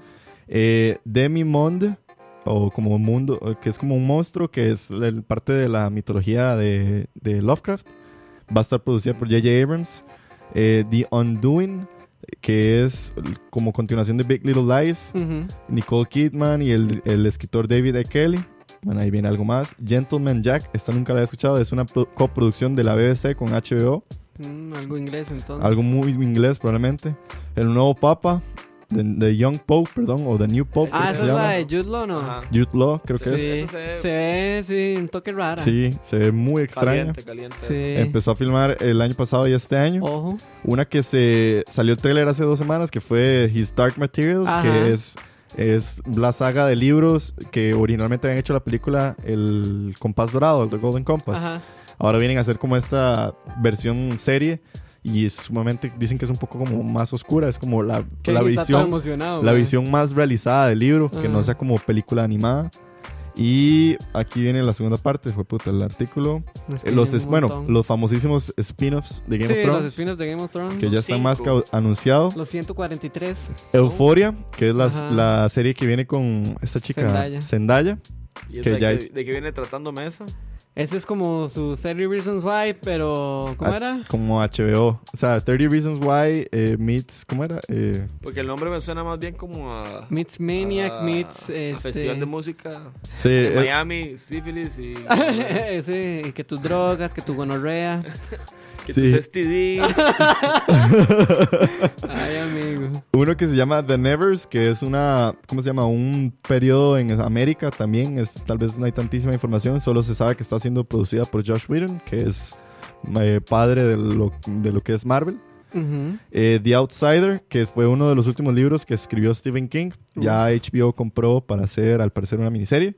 [SPEAKER 4] Eh, Demi Monde, o como mundo, o que es como un monstruo, que es el- parte de la mitología de, de Lovecraft. Va a estar producida por J.J. Abrams. Eh, The Undoing, que es el- como continuación de Big Little Lies.
[SPEAKER 5] Ujú.
[SPEAKER 4] Nicole Kidman y el, el escritor David E. Kelly. Bueno, ahí viene algo más. Gentleman Jack, esta nunca la he escuchado, es una pro- coproducción de la BBC con HBO.
[SPEAKER 5] Mm, algo inglés entonces.
[SPEAKER 4] Algo muy inglés probablemente. El nuevo Papa, The, The Young Pope, perdón, o The New Pope.
[SPEAKER 5] Ah,
[SPEAKER 4] creo que
[SPEAKER 5] esa
[SPEAKER 4] se
[SPEAKER 5] es la
[SPEAKER 4] llama.
[SPEAKER 5] de Jude Law, ¿no?
[SPEAKER 6] Ajá.
[SPEAKER 4] Jude Law, creo que es.
[SPEAKER 5] Sí.
[SPEAKER 6] Esa se ve-
[SPEAKER 5] Se ve, sí, un toque rara.
[SPEAKER 4] Sí, se ve muy extraña.
[SPEAKER 6] Caliente, caliente.
[SPEAKER 5] Sí. Oh.
[SPEAKER 4] Empezó a filmar el año pasado y este año.
[SPEAKER 5] Ojo.
[SPEAKER 4] Una que se salió el trailer hace dos semanas que fue His Dark Materials,
[SPEAKER 5] Ajá.
[SPEAKER 4] que es, es la saga de libros que originalmente habían hecho la película El Compás Dorado, el The Golden Compass.
[SPEAKER 5] Ajá.
[SPEAKER 4] Ahora vienen a hacer como esta versión serie y es sumamente dicen que es un poco como más oscura, es como la,
[SPEAKER 5] Qué
[SPEAKER 4] la
[SPEAKER 5] bien, está todo
[SPEAKER 4] visión
[SPEAKER 5] emocionado,
[SPEAKER 4] la
[SPEAKER 5] man.
[SPEAKER 4] visión más realizada del libro, que no
[SPEAKER 5] Ah, Ajá.
[SPEAKER 4] sea como película animada. Y aquí viene la segunda parte, fue puta el artículo.
[SPEAKER 5] Es
[SPEAKER 4] Eh,
[SPEAKER 5] que
[SPEAKER 4] Los
[SPEAKER 5] un
[SPEAKER 4] es- bueno,
[SPEAKER 5] montón.
[SPEAKER 4] los famosísimos spin-offs de Game
[SPEAKER 5] sí,
[SPEAKER 4] of Thrones
[SPEAKER 5] los spin-offs de Game of Thrones.
[SPEAKER 4] que ya está más que au- anunciado.
[SPEAKER 5] Los 143.
[SPEAKER 4] Euforia, que es la,
[SPEAKER 5] Ajá.
[SPEAKER 4] la serie que viene con esta chica Zendaya.
[SPEAKER 5] Zendaya.
[SPEAKER 6] ¿Y
[SPEAKER 4] que
[SPEAKER 6] esa de,
[SPEAKER 4] ya
[SPEAKER 6] que, de que viene tratando mesa?
[SPEAKER 5] Ese es como su 30 Reasons Why, pero. ¿Cómo
[SPEAKER 4] Ah,
[SPEAKER 5] era?
[SPEAKER 4] Como HBO. O sea, 30 Reasons Why eh, meets. ¿Cómo era? Eh,
[SPEAKER 6] Porque el nombre me suena más bien como a...
[SPEAKER 5] Meets Maniac,
[SPEAKER 6] a-
[SPEAKER 5] meets.
[SPEAKER 6] Ah, a
[SPEAKER 5] Este...
[SPEAKER 6] Festival de música
[SPEAKER 4] sí,
[SPEAKER 6] de
[SPEAKER 4] eh,
[SPEAKER 6] Miami, sífilis y...
[SPEAKER 5] Ese, que tus drogas, que tu gonorrea.
[SPEAKER 6] que
[SPEAKER 4] Sí.
[SPEAKER 6] tus STDs.
[SPEAKER 5] Ay, amigo.
[SPEAKER 4] uno que se llama The Nevers, que es una. ¿Cómo se llama? Un periodo en América también. Es, tal vez no hay tantísima información. Solo se sabe que está siendo producida por Josh Whedon, que es eh, padre de lo, de lo que es Marvel.
[SPEAKER 5] Ujú.
[SPEAKER 4] Eh, The Outsider, que fue uno de los últimos libros que escribió Stephen King. Ya HBO compró para hacer, al parecer, una miniserie.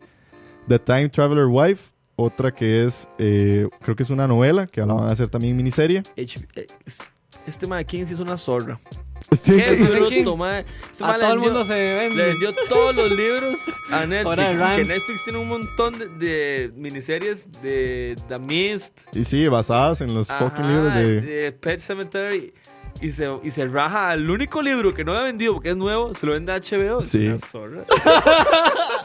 [SPEAKER 4] The Time Traveler Wife, otra que es, eh, creo que es una novela, que la van a hacer también miniserie.
[SPEAKER 6] H- eh, es- Este mae King sí es una zorra.
[SPEAKER 4] Stephen
[SPEAKER 6] Qué
[SPEAKER 4] King.
[SPEAKER 6] bruto, mae. Este
[SPEAKER 5] A
[SPEAKER 6] mae le
[SPEAKER 5] todo el
[SPEAKER 6] vendió-
[SPEAKER 5] mundo se
[SPEAKER 6] Le
[SPEAKER 5] vende.
[SPEAKER 6] vendió todos los libros a
[SPEAKER 5] Hora de
[SPEAKER 6] Netflix.
[SPEAKER 5] Rams.
[SPEAKER 6] Que Netflix tiene un montón de, de miniseries de The Mist,
[SPEAKER 4] Y sí, basadas en los
[SPEAKER 6] ajá,
[SPEAKER 4] fucking libros de...
[SPEAKER 6] de Pet Cemetery. Y se, y se raja al único libro que no había vendido porque es nuevo, se lo vende a HBO. Es
[SPEAKER 4] Sí.
[SPEAKER 6] una zorra.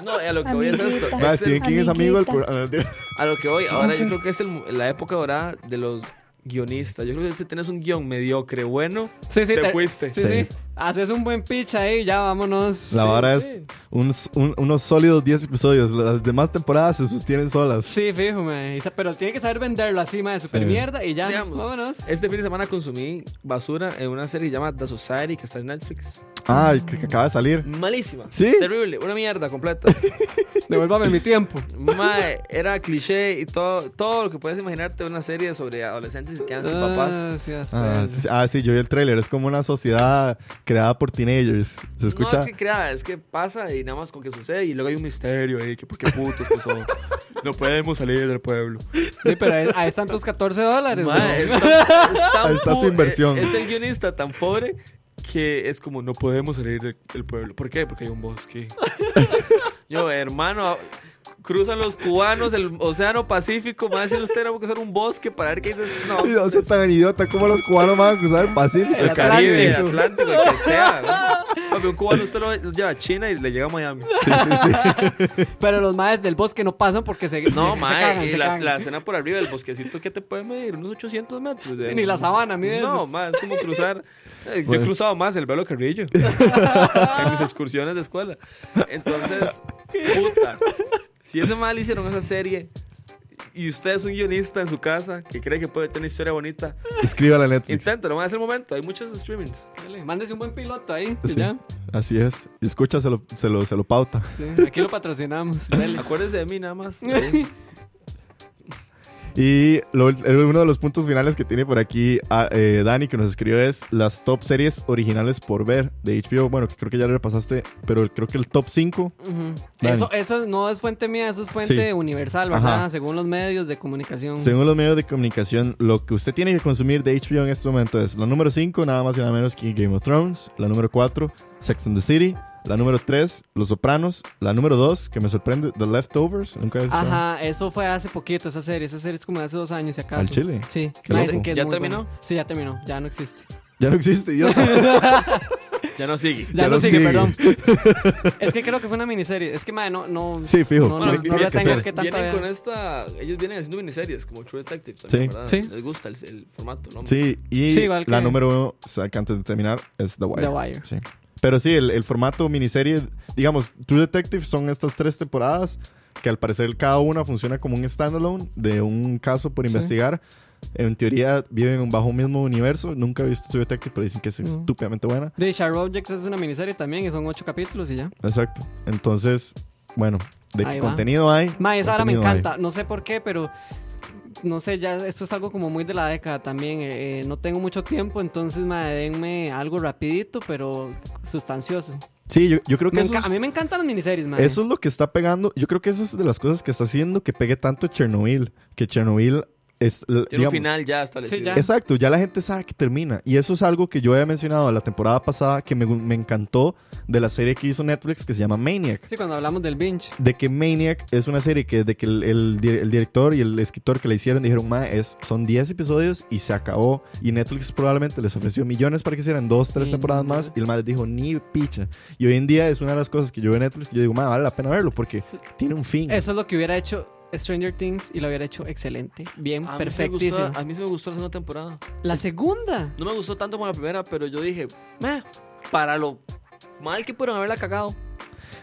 [SPEAKER 6] no, a lo que voy es esto.
[SPEAKER 1] Amiguita.
[SPEAKER 4] Ma,
[SPEAKER 6] Es el-
[SPEAKER 4] Stephen King es amigo del...
[SPEAKER 1] Amiguita.
[SPEAKER 4] cor-
[SPEAKER 6] a lo que voy, ahora yo creo que es el- la época dorada de los guionistas. Yo creo que si tenés un guión mediocre bueno,
[SPEAKER 5] Sí, sí,
[SPEAKER 6] te fuiste.
[SPEAKER 5] Sí,
[SPEAKER 4] Sí.
[SPEAKER 5] sí, Haces un buen pitch ahí, ya vámonos.
[SPEAKER 4] La vara
[SPEAKER 6] sí.
[SPEAKER 4] es un- un- unos sólidos 10 episodios. Las demás temporadas se sostienen solas.
[SPEAKER 5] Sí, fijo, mae. Esa- Pero tiene que saber venderlo así, mae, de super
[SPEAKER 4] Sí.
[SPEAKER 5] mierda y ya.
[SPEAKER 6] Digamos.
[SPEAKER 5] Vámonos.
[SPEAKER 6] Este fin de semana consumí basura en una serie llamada The Society que está en Netflix.
[SPEAKER 4] Ay, que, que acaba de salir.
[SPEAKER 6] Malísima.
[SPEAKER 4] ¿Sí?
[SPEAKER 6] Terrible. Una mierda completa.
[SPEAKER 5] Devuélvame mi tiempo.
[SPEAKER 6] Mae, era cliché y todo, todo lo que puedes imaginarte de una serie sobre adolescentes que quedan sin papás.
[SPEAKER 5] Ah, sí, después.
[SPEAKER 4] Ah, sí, ah, sí, yo vi el tráiler. Es como una sociedad creada por teenagers. Se escucha.
[SPEAKER 6] No es que crea, es que pasa y nada más con que sucede y luego hay un misterio ahí, que por qué putos pasó. No podemos salir del pueblo.
[SPEAKER 5] Sí, pero ahí, ahí están tus 14 dólares,
[SPEAKER 6] Ma,
[SPEAKER 5] weón.
[SPEAKER 6] es tan- es tan
[SPEAKER 4] Ahí está su
[SPEAKER 6] po-
[SPEAKER 4] inversión.
[SPEAKER 6] Es el guionista tan pobre que es como no podemos salir del, del pueblo. ¿Por qué? Porque hay un bosque. Yo, hermano, cruzan los cubanos el océano Pacífico, más si usted era cruzar un bosque para ver qué hay. des- No,
[SPEAKER 4] Y no sea tan idiota como los cubanos van a cruzar el Pacífico.
[SPEAKER 5] El
[SPEAKER 6] el Caribe, el
[SPEAKER 5] Atlántico.
[SPEAKER 6] Atlántico, el que sea. ¿no? Papi, un cubano usted lo lleva a China y le llega a Miami.
[SPEAKER 5] Pero los maes del bosque no pasan porque se,
[SPEAKER 6] No,
[SPEAKER 5] se- se
[SPEAKER 6] mae,
[SPEAKER 5] cagan,
[SPEAKER 6] y
[SPEAKER 5] se
[SPEAKER 6] la,
[SPEAKER 5] cagan.
[SPEAKER 6] la cena por arriba del bosquecito, ¿qué te puede medir? Unos 800 metros. de-
[SPEAKER 5] Sí, ni la sabana, mire
[SPEAKER 6] No,
[SPEAKER 5] eso. Pues.
[SPEAKER 6] mae, es como cruzar. eh, Yo he cruzado más el Velo Carrillo en mis excursiones de escuela. Entonces, puta, si ese mal hicieron esa serie y usted es un guionista en su casa que cree que puede tener una historia bonita,
[SPEAKER 5] Pues.
[SPEAKER 4] Escríbala a Netflix.
[SPEAKER 6] inténtalo, mae, es el momento. Hay muchos streamings.
[SPEAKER 5] Dale, Mándese un buen piloto ahí, y
[SPEAKER 4] Sí,
[SPEAKER 5] ya.
[SPEAKER 4] Así es. Y escucha, se lo, se lo, se lo pauta.
[SPEAKER 5] Sí, aquí lo patrocinamos. Dale.
[SPEAKER 6] Acuérdese de mí nada más.
[SPEAKER 4] Y lo- uno de los puntos finales que tiene por aquí ah, eh, Dani que nos escribió es las top series originales por ver de HBO. Bueno, que creo que ya lo repasaste, pero creo que el top 5.
[SPEAKER 5] Ujú.
[SPEAKER 4] Dale.
[SPEAKER 5] Eso, eso no es fuente mía, eso es fuente
[SPEAKER 4] Sí.
[SPEAKER 5] universal, ¿verdad?
[SPEAKER 4] Ajá.
[SPEAKER 5] Según los medios de comunicación.
[SPEAKER 4] Según los medios de comunicación, lo que usted tiene que consumir de HBO en este momento es la número 5, nada más y nada menos que Game of Thrones, la número 4, Sex and the City, la número 3, Los Sopranos, la número 2, que me sorprende, The Leftovers, nunca he visto.
[SPEAKER 5] Ajá, eso fue hace poquito, esa serie. Esa serie es como de hace dos años, si acaso.
[SPEAKER 4] ¿Al chile?
[SPEAKER 5] Sí.
[SPEAKER 4] Qué
[SPEAKER 5] me
[SPEAKER 4] loco.
[SPEAKER 5] dicen que es
[SPEAKER 6] ¿Ya
[SPEAKER 5] muy
[SPEAKER 6] terminó?
[SPEAKER 5] buena. Sí, ya terminó, ya no existe.
[SPEAKER 4] Ya no existe, yo.
[SPEAKER 6] Ya no sigue.
[SPEAKER 5] Ya,
[SPEAKER 4] Ya
[SPEAKER 5] no
[SPEAKER 4] no
[SPEAKER 5] sigue,
[SPEAKER 4] sigue.
[SPEAKER 5] perdón. es que creo que fue una miniserie. Es que, madre, no, no...
[SPEAKER 4] Sí, fijo.
[SPEAKER 5] No,
[SPEAKER 6] Bueno,
[SPEAKER 5] no,
[SPEAKER 4] tiene que
[SPEAKER 5] no la
[SPEAKER 6] vienen,
[SPEAKER 5] tengo
[SPEAKER 4] ser.
[SPEAKER 5] que tanto
[SPEAKER 6] vienen
[SPEAKER 5] ver.
[SPEAKER 6] con esta. Ellos vienen haciendo miniseries como True Detective también,
[SPEAKER 4] Sí.
[SPEAKER 6] ¿verdad?
[SPEAKER 5] Sí.
[SPEAKER 6] Les gusta el, el formato, ¿no?
[SPEAKER 4] Sí, y
[SPEAKER 5] Sí, igual
[SPEAKER 4] la
[SPEAKER 5] que-
[SPEAKER 4] número uno, o sea, que antes de terminar, es The Wire.
[SPEAKER 5] The Wire.
[SPEAKER 4] Sí. Pero sí, el, el formato miniserie, digamos, True Detective son estas tres temporadas que al parecer cada una funciona como un standalone de un caso por investigar. En teoría viven bajo un mismo universo. Nunca he visto True Detective, pero dicen que es
[SPEAKER 5] Mm.
[SPEAKER 4] estúpidamente buena.
[SPEAKER 5] De Sharp Objects es una miniserie también y son ocho capítulos y ya.
[SPEAKER 4] Exacto. Entonces, bueno, de
[SPEAKER 5] Ahí
[SPEAKER 4] qué
[SPEAKER 5] va.
[SPEAKER 4] contenido hay.
[SPEAKER 5] Ma, esa ahora me
[SPEAKER 4] contenido hay.
[SPEAKER 5] encanta. No sé por qué, pero. No sé, ya esto es algo como muy de la década también. eh, eh, no tengo mucho tiempo, entonces ma, denme algo rapidito, pero sustancioso.
[SPEAKER 4] Sí, yo, yo creo que
[SPEAKER 5] Me
[SPEAKER 4] eso
[SPEAKER 5] enca-
[SPEAKER 4] es-
[SPEAKER 5] A mí me encantan las miniseries, ma.
[SPEAKER 4] Eso es lo que está pegando. Yo creo que eso es de las cosas que está haciendo que pegue tanto Chernobyl. Que Chernobyl es. l-
[SPEAKER 6] Tiene
[SPEAKER 4] digamos,
[SPEAKER 6] un final ya establecido.
[SPEAKER 5] Sí, ya.
[SPEAKER 4] Exacto, ya la gente sabe que termina. Y eso es algo que yo había mencionado la temporada pasada que me, gu- me encantó de la serie que hizo Netflix que se llama Maniac.
[SPEAKER 5] Sí, cuando hablamos del binge.
[SPEAKER 4] De que Maniac es una serie que desde que el, el di- el director y el escritor que la hicieron dijeron, ma, es, son 10 episodios y se acabó. Y Netflix probablemente les ofreció millones para que hicieran dos, tres
[SPEAKER 5] Sí,
[SPEAKER 4] temporadas
[SPEAKER 5] no.
[SPEAKER 4] más. Y el ma les dijo, ni picha. Y hoy en día es una de las cosas que yo veo en Netflix. Yo digo, ma, vale la pena verlo porque tiene un fin.
[SPEAKER 5] Eso es lo que hubiera hecho Stranger Things y lo hubiera hecho excelente. Bien,
[SPEAKER 6] A mí, se me
[SPEAKER 5] perfectísimo.
[SPEAKER 6] gustó,
[SPEAKER 4] ah,
[SPEAKER 6] a mí se me gustó la segunda temporada.
[SPEAKER 4] eh,
[SPEAKER 5] La segunda.
[SPEAKER 6] No me gustó tanto como la primera, pero yo dije, "Meh, para lo mal que pudieron haberla cagado.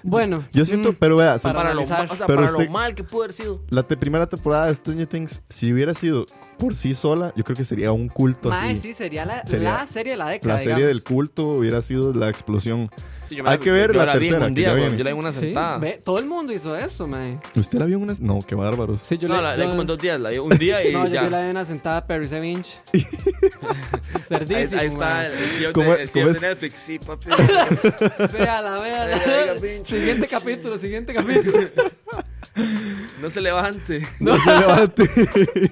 [SPEAKER 5] Bueno.
[SPEAKER 4] Yo siento,
[SPEAKER 5] mm,
[SPEAKER 4] pero vea, se-
[SPEAKER 5] Para
[SPEAKER 6] Para, lo,
[SPEAKER 5] analizar.
[SPEAKER 6] ma- o sea,
[SPEAKER 4] Pero
[SPEAKER 6] para
[SPEAKER 4] usted-
[SPEAKER 6] lo mal que pudo haber sido.
[SPEAKER 4] La te- primera temporada de Stranger Things, si hubiera sido por sí sola, yo creo que sería un culto
[SPEAKER 5] ma,
[SPEAKER 4] así.
[SPEAKER 5] sí, sería la,
[SPEAKER 4] Sería
[SPEAKER 5] la serie de la década.
[SPEAKER 4] La serie
[SPEAKER 5] digamos.
[SPEAKER 4] del culto hubiera sido la explosión.
[SPEAKER 6] Sí, yo
[SPEAKER 4] Hay que ver
[SPEAKER 6] yo
[SPEAKER 4] la
[SPEAKER 6] vi en
[SPEAKER 4] tercera,
[SPEAKER 6] un
[SPEAKER 4] que
[SPEAKER 6] día,
[SPEAKER 4] ya
[SPEAKER 6] güey,
[SPEAKER 4] viene.
[SPEAKER 6] Yo la vi en una
[SPEAKER 5] Sí,
[SPEAKER 6] sentada.
[SPEAKER 5] ve, todo el mundo hizo eso, ma.
[SPEAKER 4] ¿Usted la vio en unas? No, qué bárbaros.
[SPEAKER 5] Sí, yo
[SPEAKER 6] no,
[SPEAKER 5] le-
[SPEAKER 6] la, la
[SPEAKER 5] yo-
[SPEAKER 6] vi como en dos días. La vi un día y
[SPEAKER 5] No, yo
[SPEAKER 6] ya.
[SPEAKER 5] sí la vi una sentada Perry Sevinch.
[SPEAKER 6] Ahí, ahí
[SPEAKER 5] Cerdísimo.
[SPEAKER 6] está el CEO,
[SPEAKER 4] ¿Cómo-
[SPEAKER 6] de, el CEO
[SPEAKER 4] cómo
[SPEAKER 6] de
[SPEAKER 4] es?
[SPEAKER 6] Netflix. Sí, papi.
[SPEAKER 5] Véala, véala.
[SPEAKER 6] Venga, pinche.
[SPEAKER 5] siguiente capítulo, siguiente capítulo.
[SPEAKER 6] No se levante.
[SPEAKER 4] No se levante.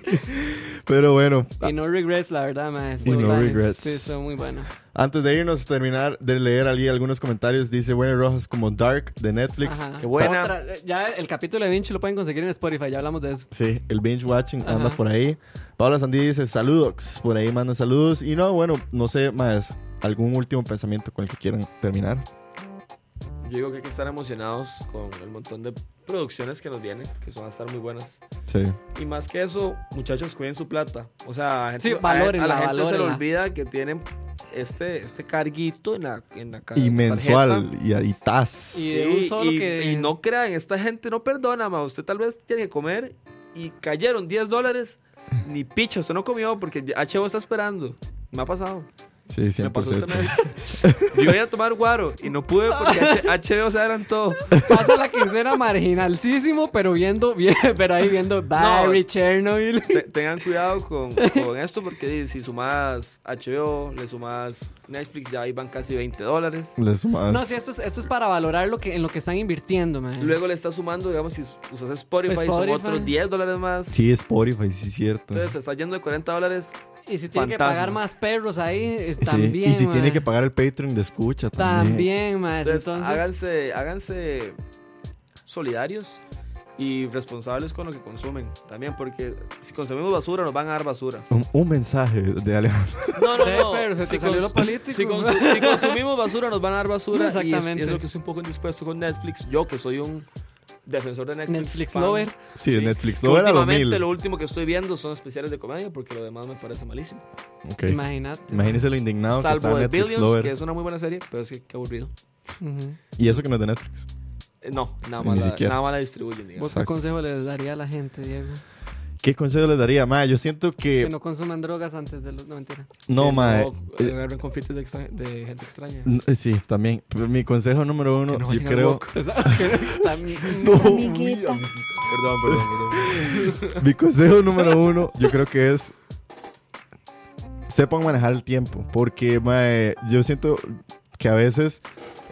[SPEAKER 4] Pero bueno,
[SPEAKER 5] y no regrets, la verdad, ma.
[SPEAKER 4] Y
[SPEAKER 5] muy
[SPEAKER 4] no
[SPEAKER 5] buena.
[SPEAKER 4] regrets.
[SPEAKER 5] Sí, son muy buena.
[SPEAKER 4] antes de irnos a terminar de leer allí algunos comentarios, dice Werner Rojas como Dark de Netflix.
[SPEAKER 5] Ajá.
[SPEAKER 6] Qué buena.
[SPEAKER 5] Otra- eh, ya el capítulo de Vinci lo pueden conseguir en Spotify, ya hablamos de eso.
[SPEAKER 4] Sí, el binge watching anda
[SPEAKER 5] Ajá.
[SPEAKER 4] por ahí. Paula Sandí dice saludos, por ahí manda saludos. Y no, bueno, no sé más, algún último pensamiento con el que quieran terminar.
[SPEAKER 6] Yo digo que hay que estar emocionados con el montón de producciones que nos vienen, que son a estar muy buenas.
[SPEAKER 4] Sí.
[SPEAKER 6] Y más que eso, muchachos, cuiden su plata. O sea, a, gente-
[SPEAKER 5] Sí,
[SPEAKER 6] a-
[SPEAKER 5] valórenla,
[SPEAKER 6] a la gente se le
[SPEAKER 5] valórenla.
[SPEAKER 6] olvida que tienen este, este carguito en la, en la ca-
[SPEAKER 4] Y
[SPEAKER 6] tarjeta.
[SPEAKER 4] mensual, y, y tas.
[SPEAKER 5] Y
[SPEAKER 6] Sí,
[SPEAKER 5] de un solo
[SPEAKER 6] y-
[SPEAKER 5] que.
[SPEAKER 6] y no crean, esta gente no perdona, ma. Usted tal vez tiene que comer y cayeron 10 dólares. Ni picha, usted no comió porque ya- HO está esperando. Me ha pasado.
[SPEAKER 4] Sí,
[SPEAKER 6] Me pasó esta
[SPEAKER 4] 100%.
[SPEAKER 6] vez. Yo iba a ir a tomar guaro y no pude porque H- HBO se adelantó.
[SPEAKER 5] Pasa la quincena marginalísimo, pero viendo, bien, pero ahí viendo Barry, Chernobyl.
[SPEAKER 6] Te- tengan cuidado con, con esto porque di, si sumas HBO, le sumas Netflix, ya ahí van casi 20 dólares.
[SPEAKER 4] Le sumas.
[SPEAKER 5] No, sí, esto es, esto es para valorar lo que, en lo que están invirtiendo, man.
[SPEAKER 6] Luego le estás sumando, digamos, si usas Spotify, son
[SPEAKER 5] Spotify.
[SPEAKER 6] otros 10 dólares más.
[SPEAKER 4] Sí, Spotify, sí, es cierto.
[SPEAKER 6] Entonces te está yendo de 40 dólares.
[SPEAKER 5] y si tiene que
[SPEAKER 6] fantasmas.
[SPEAKER 5] pagar más perros ahí, es-
[SPEAKER 4] Sí,
[SPEAKER 5] también.
[SPEAKER 4] y si
[SPEAKER 5] man.
[SPEAKER 4] tiene que pagar el Patreon de escucha también.
[SPEAKER 5] También, man.
[SPEAKER 6] Entonces,
[SPEAKER 5] Entonces,
[SPEAKER 6] háganse, háganse solidarios y responsables con lo que consumen también, porque si consumimos basura, nos van a dar basura.
[SPEAKER 4] Un, un mensaje de Alejandro.
[SPEAKER 6] No, no,
[SPEAKER 5] Sí,
[SPEAKER 6] no.
[SPEAKER 5] pero se te
[SPEAKER 6] Si
[SPEAKER 5] salió
[SPEAKER 6] cons-
[SPEAKER 5] lo político.
[SPEAKER 6] Si, consu- si consumimos basura, nos van a dar basura. Y es,
[SPEAKER 5] Exactamente.
[SPEAKER 6] y es lo que estoy un poco indispuesto con Netflix. Yo, que soy un defensor de Netflix.
[SPEAKER 5] Netflix
[SPEAKER 6] fan,
[SPEAKER 5] lover.
[SPEAKER 4] Sí, de Netflix.
[SPEAKER 6] que
[SPEAKER 4] No era lo
[SPEAKER 6] últimamente
[SPEAKER 4] mil.
[SPEAKER 6] lo último que estoy viendo son especiales de comedia, porque lo demás me parece malísimo.
[SPEAKER 4] Ok.
[SPEAKER 5] imagínate.
[SPEAKER 4] Imagínese lo indignado que está
[SPEAKER 6] Salvo de
[SPEAKER 4] Netflix
[SPEAKER 6] Billions,
[SPEAKER 4] Lover.
[SPEAKER 6] que es una muy buena serie, pero sí, qué aburrido.
[SPEAKER 5] Ujú.
[SPEAKER 4] Y eso que no es de Netflix.
[SPEAKER 6] Eh, no, nada
[SPEAKER 4] Ni
[SPEAKER 6] más, la,
[SPEAKER 4] siquiera.
[SPEAKER 6] nada más la distribuyen, digamos.
[SPEAKER 5] ¿Vos qué
[SPEAKER 4] Exacto.
[SPEAKER 5] consejo le daría a la gente, Diego?
[SPEAKER 4] ¿Qué consejo les daría? Ma, yo siento
[SPEAKER 5] Que
[SPEAKER 4] que.
[SPEAKER 5] no consuman drogas antes de los... No, mentira.
[SPEAKER 4] No,
[SPEAKER 6] Que
[SPEAKER 4] ma.
[SPEAKER 6] No,
[SPEAKER 4] eh,
[SPEAKER 6] agarren conflictos de, extra- de gente extraña.
[SPEAKER 4] n- sí, también. Pero Mi consejo número uno,
[SPEAKER 6] Que no
[SPEAKER 4] yo
[SPEAKER 6] vayan al
[SPEAKER 4] creo.
[SPEAKER 6] Wok.
[SPEAKER 5] Tam-
[SPEAKER 1] Amiguita.
[SPEAKER 6] Perdón, perdón, perdón.
[SPEAKER 4] Mi consejo número uno, yo creo que es. Sepan manejar el tiempo. Porque, mae, yo siento que a veces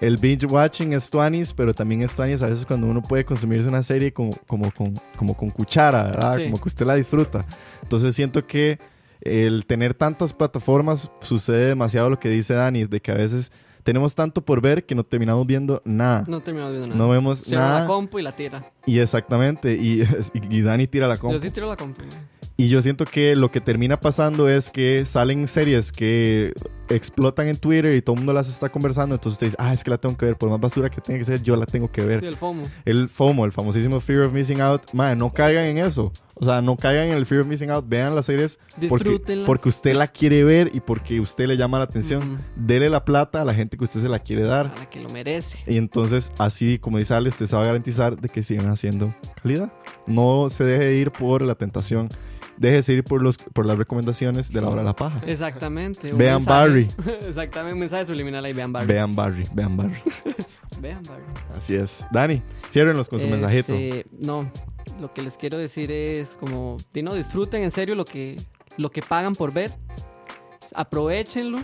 [SPEAKER 4] el binge watching es tuanis, pero también es tuanis a veces cuando uno puede consumirse una serie como, como, con, como con cuchara, ¿verdad?
[SPEAKER 5] Sí.
[SPEAKER 4] Como que usted la disfruta. Entonces siento que el tener tantas plataformas sucede demasiado lo que dice Dani, de que a veces tenemos tanto por ver que no terminamos viendo nada.
[SPEAKER 5] No terminamos viendo nada.
[SPEAKER 4] No vemos
[SPEAKER 5] Cierra la
[SPEAKER 4] nada.
[SPEAKER 5] compu y la tira.
[SPEAKER 4] y exactamente, y, y Dani tira la compu.
[SPEAKER 5] Yo sí tiro la compu. man.
[SPEAKER 4] Y yo siento que lo que termina pasando es que salen series que explotan en Twitter y todo el mundo las está conversando. Entonces usted dice, ah, es que la tengo que ver. Por más basura que tenga que ser, yo la tengo que ver.
[SPEAKER 5] Sí, el FOMO.
[SPEAKER 4] El FOMO, el famosísimo Fear of Missing Out. Madre, no caigan en eso. O sea, no caigan en el Fear of Missing Out. Vean las series porque,
[SPEAKER 5] Disfrútenlas.
[SPEAKER 4] porque usted la quiere ver y porque usted le llama la atención.
[SPEAKER 5] Ujú.
[SPEAKER 4] Dele la plata a la gente que usted se la quiere dar.
[SPEAKER 5] A la que lo merece.
[SPEAKER 4] Y entonces, así como dice Ale, usted se va a garantizar de que sigan haciendo calidad. No se deje ir por la tentación. Déjese ir por, los, por las recomendaciones de la hora de la paja.
[SPEAKER 5] Exactamente. un
[SPEAKER 4] Vean
[SPEAKER 5] mensaje- Exactamente, un mensaje subliminal ahí. Vean Barry.
[SPEAKER 4] Vean Barry, vean Barry.
[SPEAKER 5] Vean Barry.
[SPEAKER 4] Así es. Dani, ciérrenlos con su mensajito.
[SPEAKER 5] Este, no, lo que les quiero decir es como, di, no, disfruten en serio lo que, lo que pagan por ver, aprovechenlo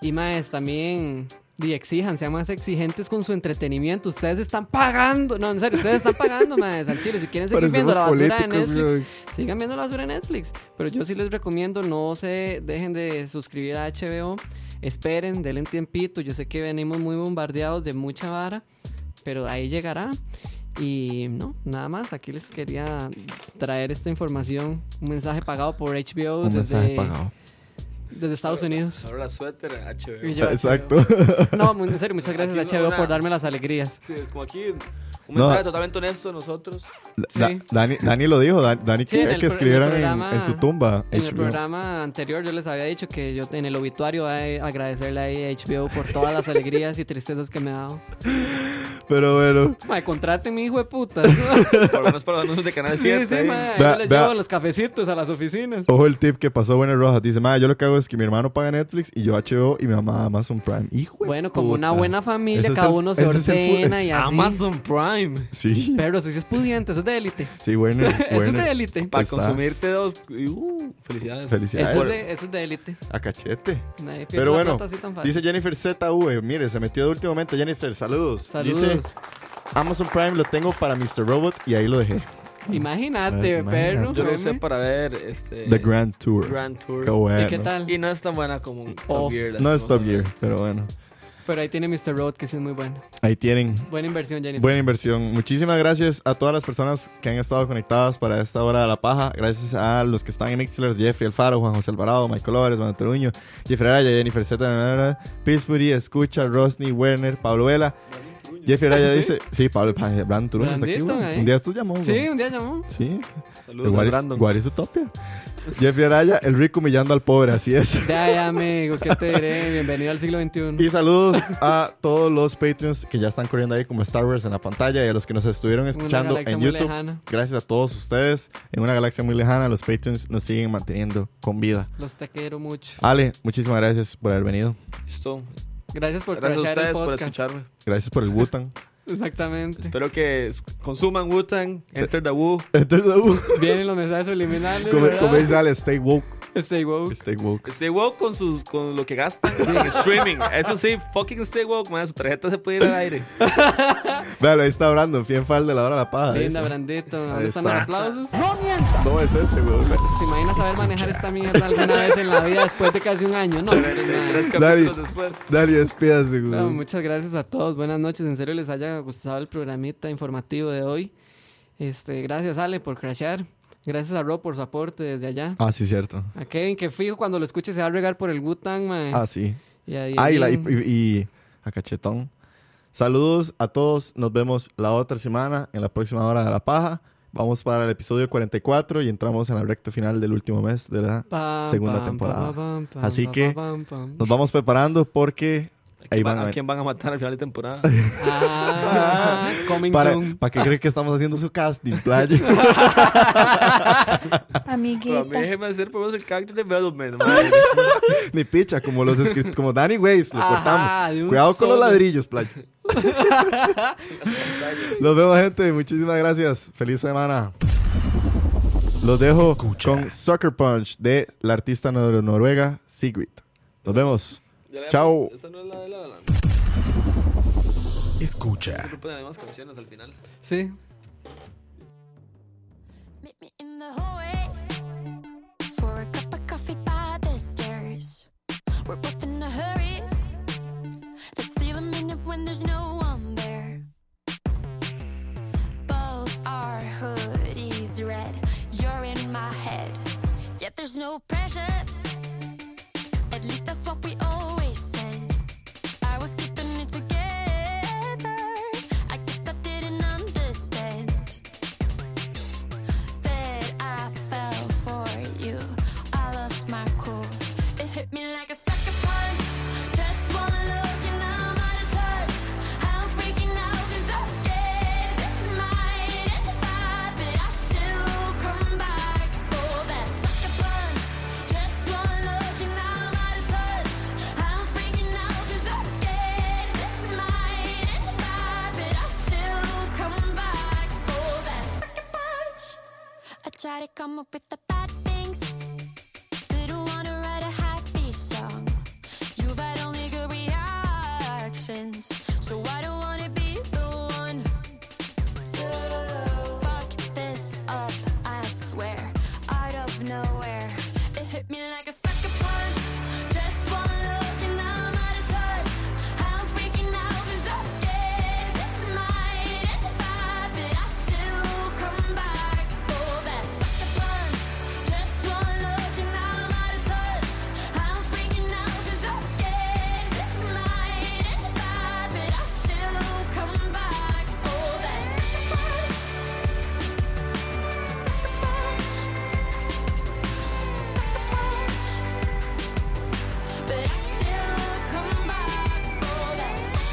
[SPEAKER 5] y más también di, exijan, sean más exigentes con su entretenimiento. Ustedes están pagando, no, en serio, ustedes están pagando más al chile. Si quieren seguir viendo la basura de Netflix,
[SPEAKER 4] weón.
[SPEAKER 5] sigan viendo la basura de Netflix. Pero yo sí les recomiendo, no se dejen de suscribir a HBO. Esperen, denle un tiempito. Yo sé que venimos muy bombardeados de mucha vara, pero ahí llegará. Y no, nada más. Aquí les quería traer esta información. Un mensaje pagado por HBO
[SPEAKER 4] Un mensaje
[SPEAKER 5] desde,
[SPEAKER 4] pagado.
[SPEAKER 5] desde Estados Unidos.
[SPEAKER 6] Ahora la suéter, HBO.
[SPEAKER 5] Y yo,
[SPEAKER 4] Exacto.
[SPEAKER 5] HBO. No, muy- en serio, muchas gracias
[SPEAKER 6] Aquí
[SPEAKER 5] a
[SPEAKER 6] no,
[SPEAKER 5] HBO
[SPEAKER 6] nada.
[SPEAKER 5] por darme las alegrías.
[SPEAKER 6] Sí, es como aquí un
[SPEAKER 4] No.
[SPEAKER 6] mensaje totalmente honesto de nosotros.
[SPEAKER 4] Da-
[SPEAKER 5] Sí.
[SPEAKER 4] Dani, Dani lo dijo. Dan- Dani
[SPEAKER 5] Sí, en
[SPEAKER 4] quería
[SPEAKER 5] el
[SPEAKER 4] que
[SPEAKER 5] pro- en el
[SPEAKER 4] escribieran en,
[SPEAKER 5] programa-
[SPEAKER 4] en su tumba.
[SPEAKER 5] En el
[SPEAKER 4] HBO.
[SPEAKER 5] programa anterior yo les había dicho que yo en el obituario voy a agradecerle a HBO por todas las alegrías y tristezas que me ha dado.
[SPEAKER 4] Pero bueno.
[SPEAKER 5] Mae, contraten mi hijo de puta.
[SPEAKER 6] Por lo menos para los anuncios de Canal
[SPEAKER 5] sí,
[SPEAKER 6] 7.
[SPEAKER 5] sí,
[SPEAKER 6] ahí.
[SPEAKER 5] mae.
[SPEAKER 4] Vea,
[SPEAKER 5] Yo les
[SPEAKER 4] vea.
[SPEAKER 5] llevo los cafecitos a las oficinas.
[SPEAKER 4] Ojo el tip que pasó Bueno Rojas. Dice, ma, yo lo que hago es que mi hermano paga Netflix y yo HBO y mi mamá Amazon Prime. Hijo de
[SPEAKER 5] Bueno, como una
[SPEAKER 4] puta.
[SPEAKER 5] buena familia,
[SPEAKER 4] Ese es
[SPEAKER 5] cada
[SPEAKER 4] el-
[SPEAKER 5] uno se
[SPEAKER 4] ese es el fu-
[SPEAKER 5] ordena
[SPEAKER 4] es-
[SPEAKER 5] y así.
[SPEAKER 6] Amazon Prime.
[SPEAKER 4] Sí,
[SPEAKER 5] Pero si es pudiente, eso es de élite.
[SPEAKER 4] sí, bueno.
[SPEAKER 5] Eso es
[SPEAKER 4] bueno.
[SPEAKER 5] de élite.
[SPEAKER 6] Para
[SPEAKER 4] Está.
[SPEAKER 6] consumirte dos. y, Uh, felicidades.
[SPEAKER 4] Felicidades.
[SPEAKER 5] Eso es de- eso es de élite.
[SPEAKER 4] A cachete.
[SPEAKER 5] Nadie pierde
[SPEAKER 4] Pero
[SPEAKER 5] la
[SPEAKER 4] bueno,
[SPEAKER 5] plata así tan fácil.
[SPEAKER 4] dice Jennifer ZV. Mire, se metió de último momento. Jennifer, saludos.
[SPEAKER 5] Saludos.
[SPEAKER 4] Dice, Amazon Prime lo tengo para Mr. Robot y ahí lo dejé.
[SPEAKER 5] Imagínate,
[SPEAKER 4] Imagínate.
[SPEAKER 5] perro.
[SPEAKER 6] Yo lo usé
[SPEAKER 5] créeme.
[SPEAKER 6] para ver este.
[SPEAKER 4] The Grand Tour.
[SPEAKER 6] Grand Tour.
[SPEAKER 4] Qué bueno.
[SPEAKER 5] Eh, ¿Y qué tal?
[SPEAKER 6] Y no es tan buena como un Top
[SPEAKER 5] Oh.
[SPEAKER 6] Gear.
[SPEAKER 4] No es Top Gear,
[SPEAKER 6] lastimosamente.
[SPEAKER 4] pero bueno.
[SPEAKER 5] Pero ahí tiene Mr. Road, que sí es muy bueno.
[SPEAKER 4] Ahí tienen.
[SPEAKER 5] Buena inversión, Jennifer.
[SPEAKER 4] Buena inversión. Muchísimas gracias a todas las personas que han estado conectadas para esta hora de la paja. Gracias a los que están en Mixlers, Jeffrey Alfaro, Juan José Alvarado, Michael Álvarez, Manuel Toruño, Jeffrey Araya, Jennifer Z, Pillsbury, Escucha, Rosny, Werner, Pablo Vela. Jeffrey Araya
[SPEAKER 5] ¿Ah, ¿Sí?
[SPEAKER 4] dice, sí, Pablo, pa- eh, Brandon Toruño está aquí,
[SPEAKER 5] Brandito,
[SPEAKER 4] weón.
[SPEAKER 5] eh.
[SPEAKER 4] Un día estos llamó.
[SPEAKER 5] Sí,
[SPEAKER 4] weón.
[SPEAKER 5] un día llamó.
[SPEAKER 4] Sí.
[SPEAKER 6] Saludos,
[SPEAKER 4] Guar-
[SPEAKER 6] a Brandon.
[SPEAKER 4] Guar- es Utopia. Jeffrey Araya, el rico humillando al pobre, así es.
[SPEAKER 5] Ya, ya, amigo, ¿qué te diré? Bienvenido al siglo XXI.
[SPEAKER 4] Y saludos a todos los Patreons que ya están corriendo ahí como Star Wars en la pantalla y a los que nos estuvieron escuchando
[SPEAKER 5] galaxia
[SPEAKER 4] en
[SPEAKER 5] muy
[SPEAKER 4] YouTube.
[SPEAKER 5] lejana.
[SPEAKER 4] Gracias a todos ustedes. En una galaxia muy lejana, los Patreons nos siguen manteniendo con vida.
[SPEAKER 5] Los te quiero mucho.
[SPEAKER 4] Ale, muchísimas gracias por haber venido.
[SPEAKER 6] Listo.
[SPEAKER 5] Gracias por
[SPEAKER 6] Gracias a
[SPEAKER 5] crashear el
[SPEAKER 6] ustedes por
[SPEAKER 5] podcast.
[SPEAKER 6] escucharme.
[SPEAKER 4] Gracias por el Wutan.
[SPEAKER 5] Exactamente.
[SPEAKER 6] Espero que es- consuman Wu-Tang, Enter the Wu.
[SPEAKER 4] Entonces, uh,
[SPEAKER 5] Vienen los mensajes subliminales.
[SPEAKER 4] come,
[SPEAKER 5] ¿verdad?
[SPEAKER 4] come, sale, stay woke.
[SPEAKER 5] Stay woke.
[SPEAKER 4] Stay woke.
[SPEAKER 6] Stay woke con, sus, con lo que gastan en streaming. Eso sí, fucking stay woke, man. Su tarjeta se puede ir al aire.
[SPEAKER 4] Véalo, ahí está Brandon, fiel fan de la hora de la paja.
[SPEAKER 5] Linda,
[SPEAKER 4] ese.
[SPEAKER 5] Brandito.
[SPEAKER 4] Ahí
[SPEAKER 5] ¿Dónde están los
[SPEAKER 4] está.
[SPEAKER 5] aplausos?
[SPEAKER 4] No es este, weón.
[SPEAKER 5] ¿Se imagina saber manejar esta mierda alguna vez en la vida después de casi un año? No, hombre, madre.
[SPEAKER 6] Tres
[SPEAKER 4] Dani.
[SPEAKER 6] capítulos después.
[SPEAKER 4] Dale, despídase,
[SPEAKER 5] No,
[SPEAKER 4] weón.
[SPEAKER 5] muchas gracias a todos. Buenas noches. En serio les haya gustado el programita informativo de hoy. Este, gracias Ale por crashear. Gracias a Rob por su aporte desde allá.
[SPEAKER 4] Ah, sí, cierto.
[SPEAKER 5] A Kevin, que fijo cuando lo escuche se va a regar por el Wu-Tang, mae.
[SPEAKER 4] Ah, sí.
[SPEAKER 5] Y a
[SPEAKER 4] Ah, y, la- y-
[SPEAKER 5] Dieguín.
[SPEAKER 4] y- y a Cachetón. Saludos a todos. Nos vemos la otra semana en la próxima hora de la paja. Vamos para el episodio 44 y entramos en la recta final del último mes de la.
[SPEAKER 5] Pam,
[SPEAKER 4] segunda
[SPEAKER 5] pam,
[SPEAKER 4] temporada.
[SPEAKER 5] pam, pam, pam,
[SPEAKER 4] Así
[SPEAKER 5] pam,
[SPEAKER 4] que-
[SPEAKER 5] pam, pam.
[SPEAKER 4] Nos vamos preparando porque
[SPEAKER 6] ¿A
[SPEAKER 4] ahí
[SPEAKER 6] quién,
[SPEAKER 4] van a
[SPEAKER 6] van, a
[SPEAKER 4] ver.
[SPEAKER 6] quién van a matar al final de temporada?
[SPEAKER 5] Ah, coming
[SPEAKER 4] Para,
[SPEAKER 5] soon.
[SPEAKER 4] para que creen que estamos haciendo su casting, playa.
[SPEAKER 6] Pero a mí
[SPEAKER 1] Amiguita.
[SPEAKER 6] déjeme hacer por vos el character development, man.
[SPEAKER 4] Ni picha, como los escri- como Danny Ways, lo
[SPEAKER 5] Ajá, de
[SPEAKER 4] cortamos.
[SPEAKER 5] un
[SPEAKER 4] Cuidado con los
[SPEAKER 5] solo.
[SPEAKER 4] ladrillos, playa. Los vemos, gente. Muchísimas gracias. Feliz semana. Los dejo con Sucker Punch de la artista nor- noruega Sigrid. Nos vemos.
[SPEAKER 6] Ya la-
[SPEAKER 4] Chao.
[SPEAKER 6] Esa no es la de la... la-
[SPEAKER 3] Escucha.
[SPEAKER 6] Siempre ponen las mismas canciones al final.
[SPEAKER 5] Sí.
[SPEAKER 2] Meet me in the hallway for a cup of coffee by the stairs. We're both in a hurry. Let's steal a minute when there's no one there. Both our hoodies red. You're in my head. Yet there's no pressure. At least that's what we always said. I was keeping it together. I guess I didn't understand that I fell for you. I lost my cool. It hit me like a sucker punch. Just one look and I'm out of touch. I'm freaking out 'cause I'm scared. This might end bad, but I still come back for that sucker punch. Just one look and I'm out of touch. I'm freaking out 'cause I'm scared. This might end bad, but I still come back for that sucker punch. I try to come up with the bad things. Didn't wanna write a happy song. You've had only good reactions, so I don't wanna be the one to fuck this up. I swear, out of nowhere, it hit me like a sucker punch. Just one look and I'm out of touch. I'm freaking out 'cause I'm scared. This might end bad, but I still come back for that sucker punch. Just one look and I'm out of touch. I'm freaking out 'cause I'm scared. This might end bad, but I still come back for that sucker punch. Sucker punch. Sucker punch. But I still come back for that sucker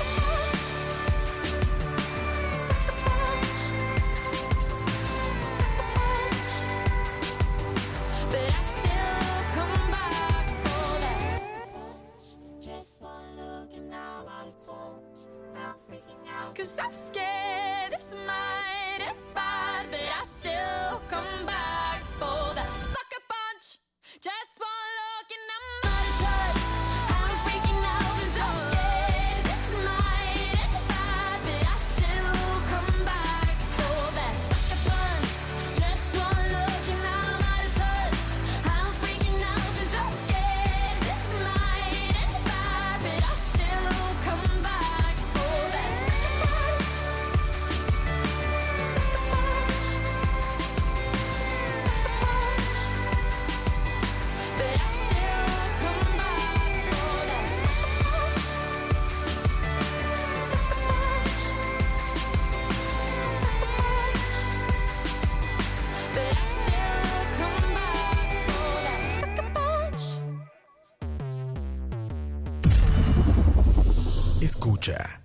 [SPEAKER 2] punch. Sucker punch. Sucker punch. But I still come back for that Just one look and now I'm out of touch. Now I'm freaking out. Cause I'm scared this might end bad, but I still come back for that sucker punch. Just one look and I'm out of touch. I'm freaking out 'cause I'm scared this might end bad, but I still come back for that sucker punch. Just one look and I'm out of touch. I'm freaking out 'cause I'm scared this might end bad, but I still come back for that sucker punch. Sucker punch.
[SPEAKER 3] Escucha.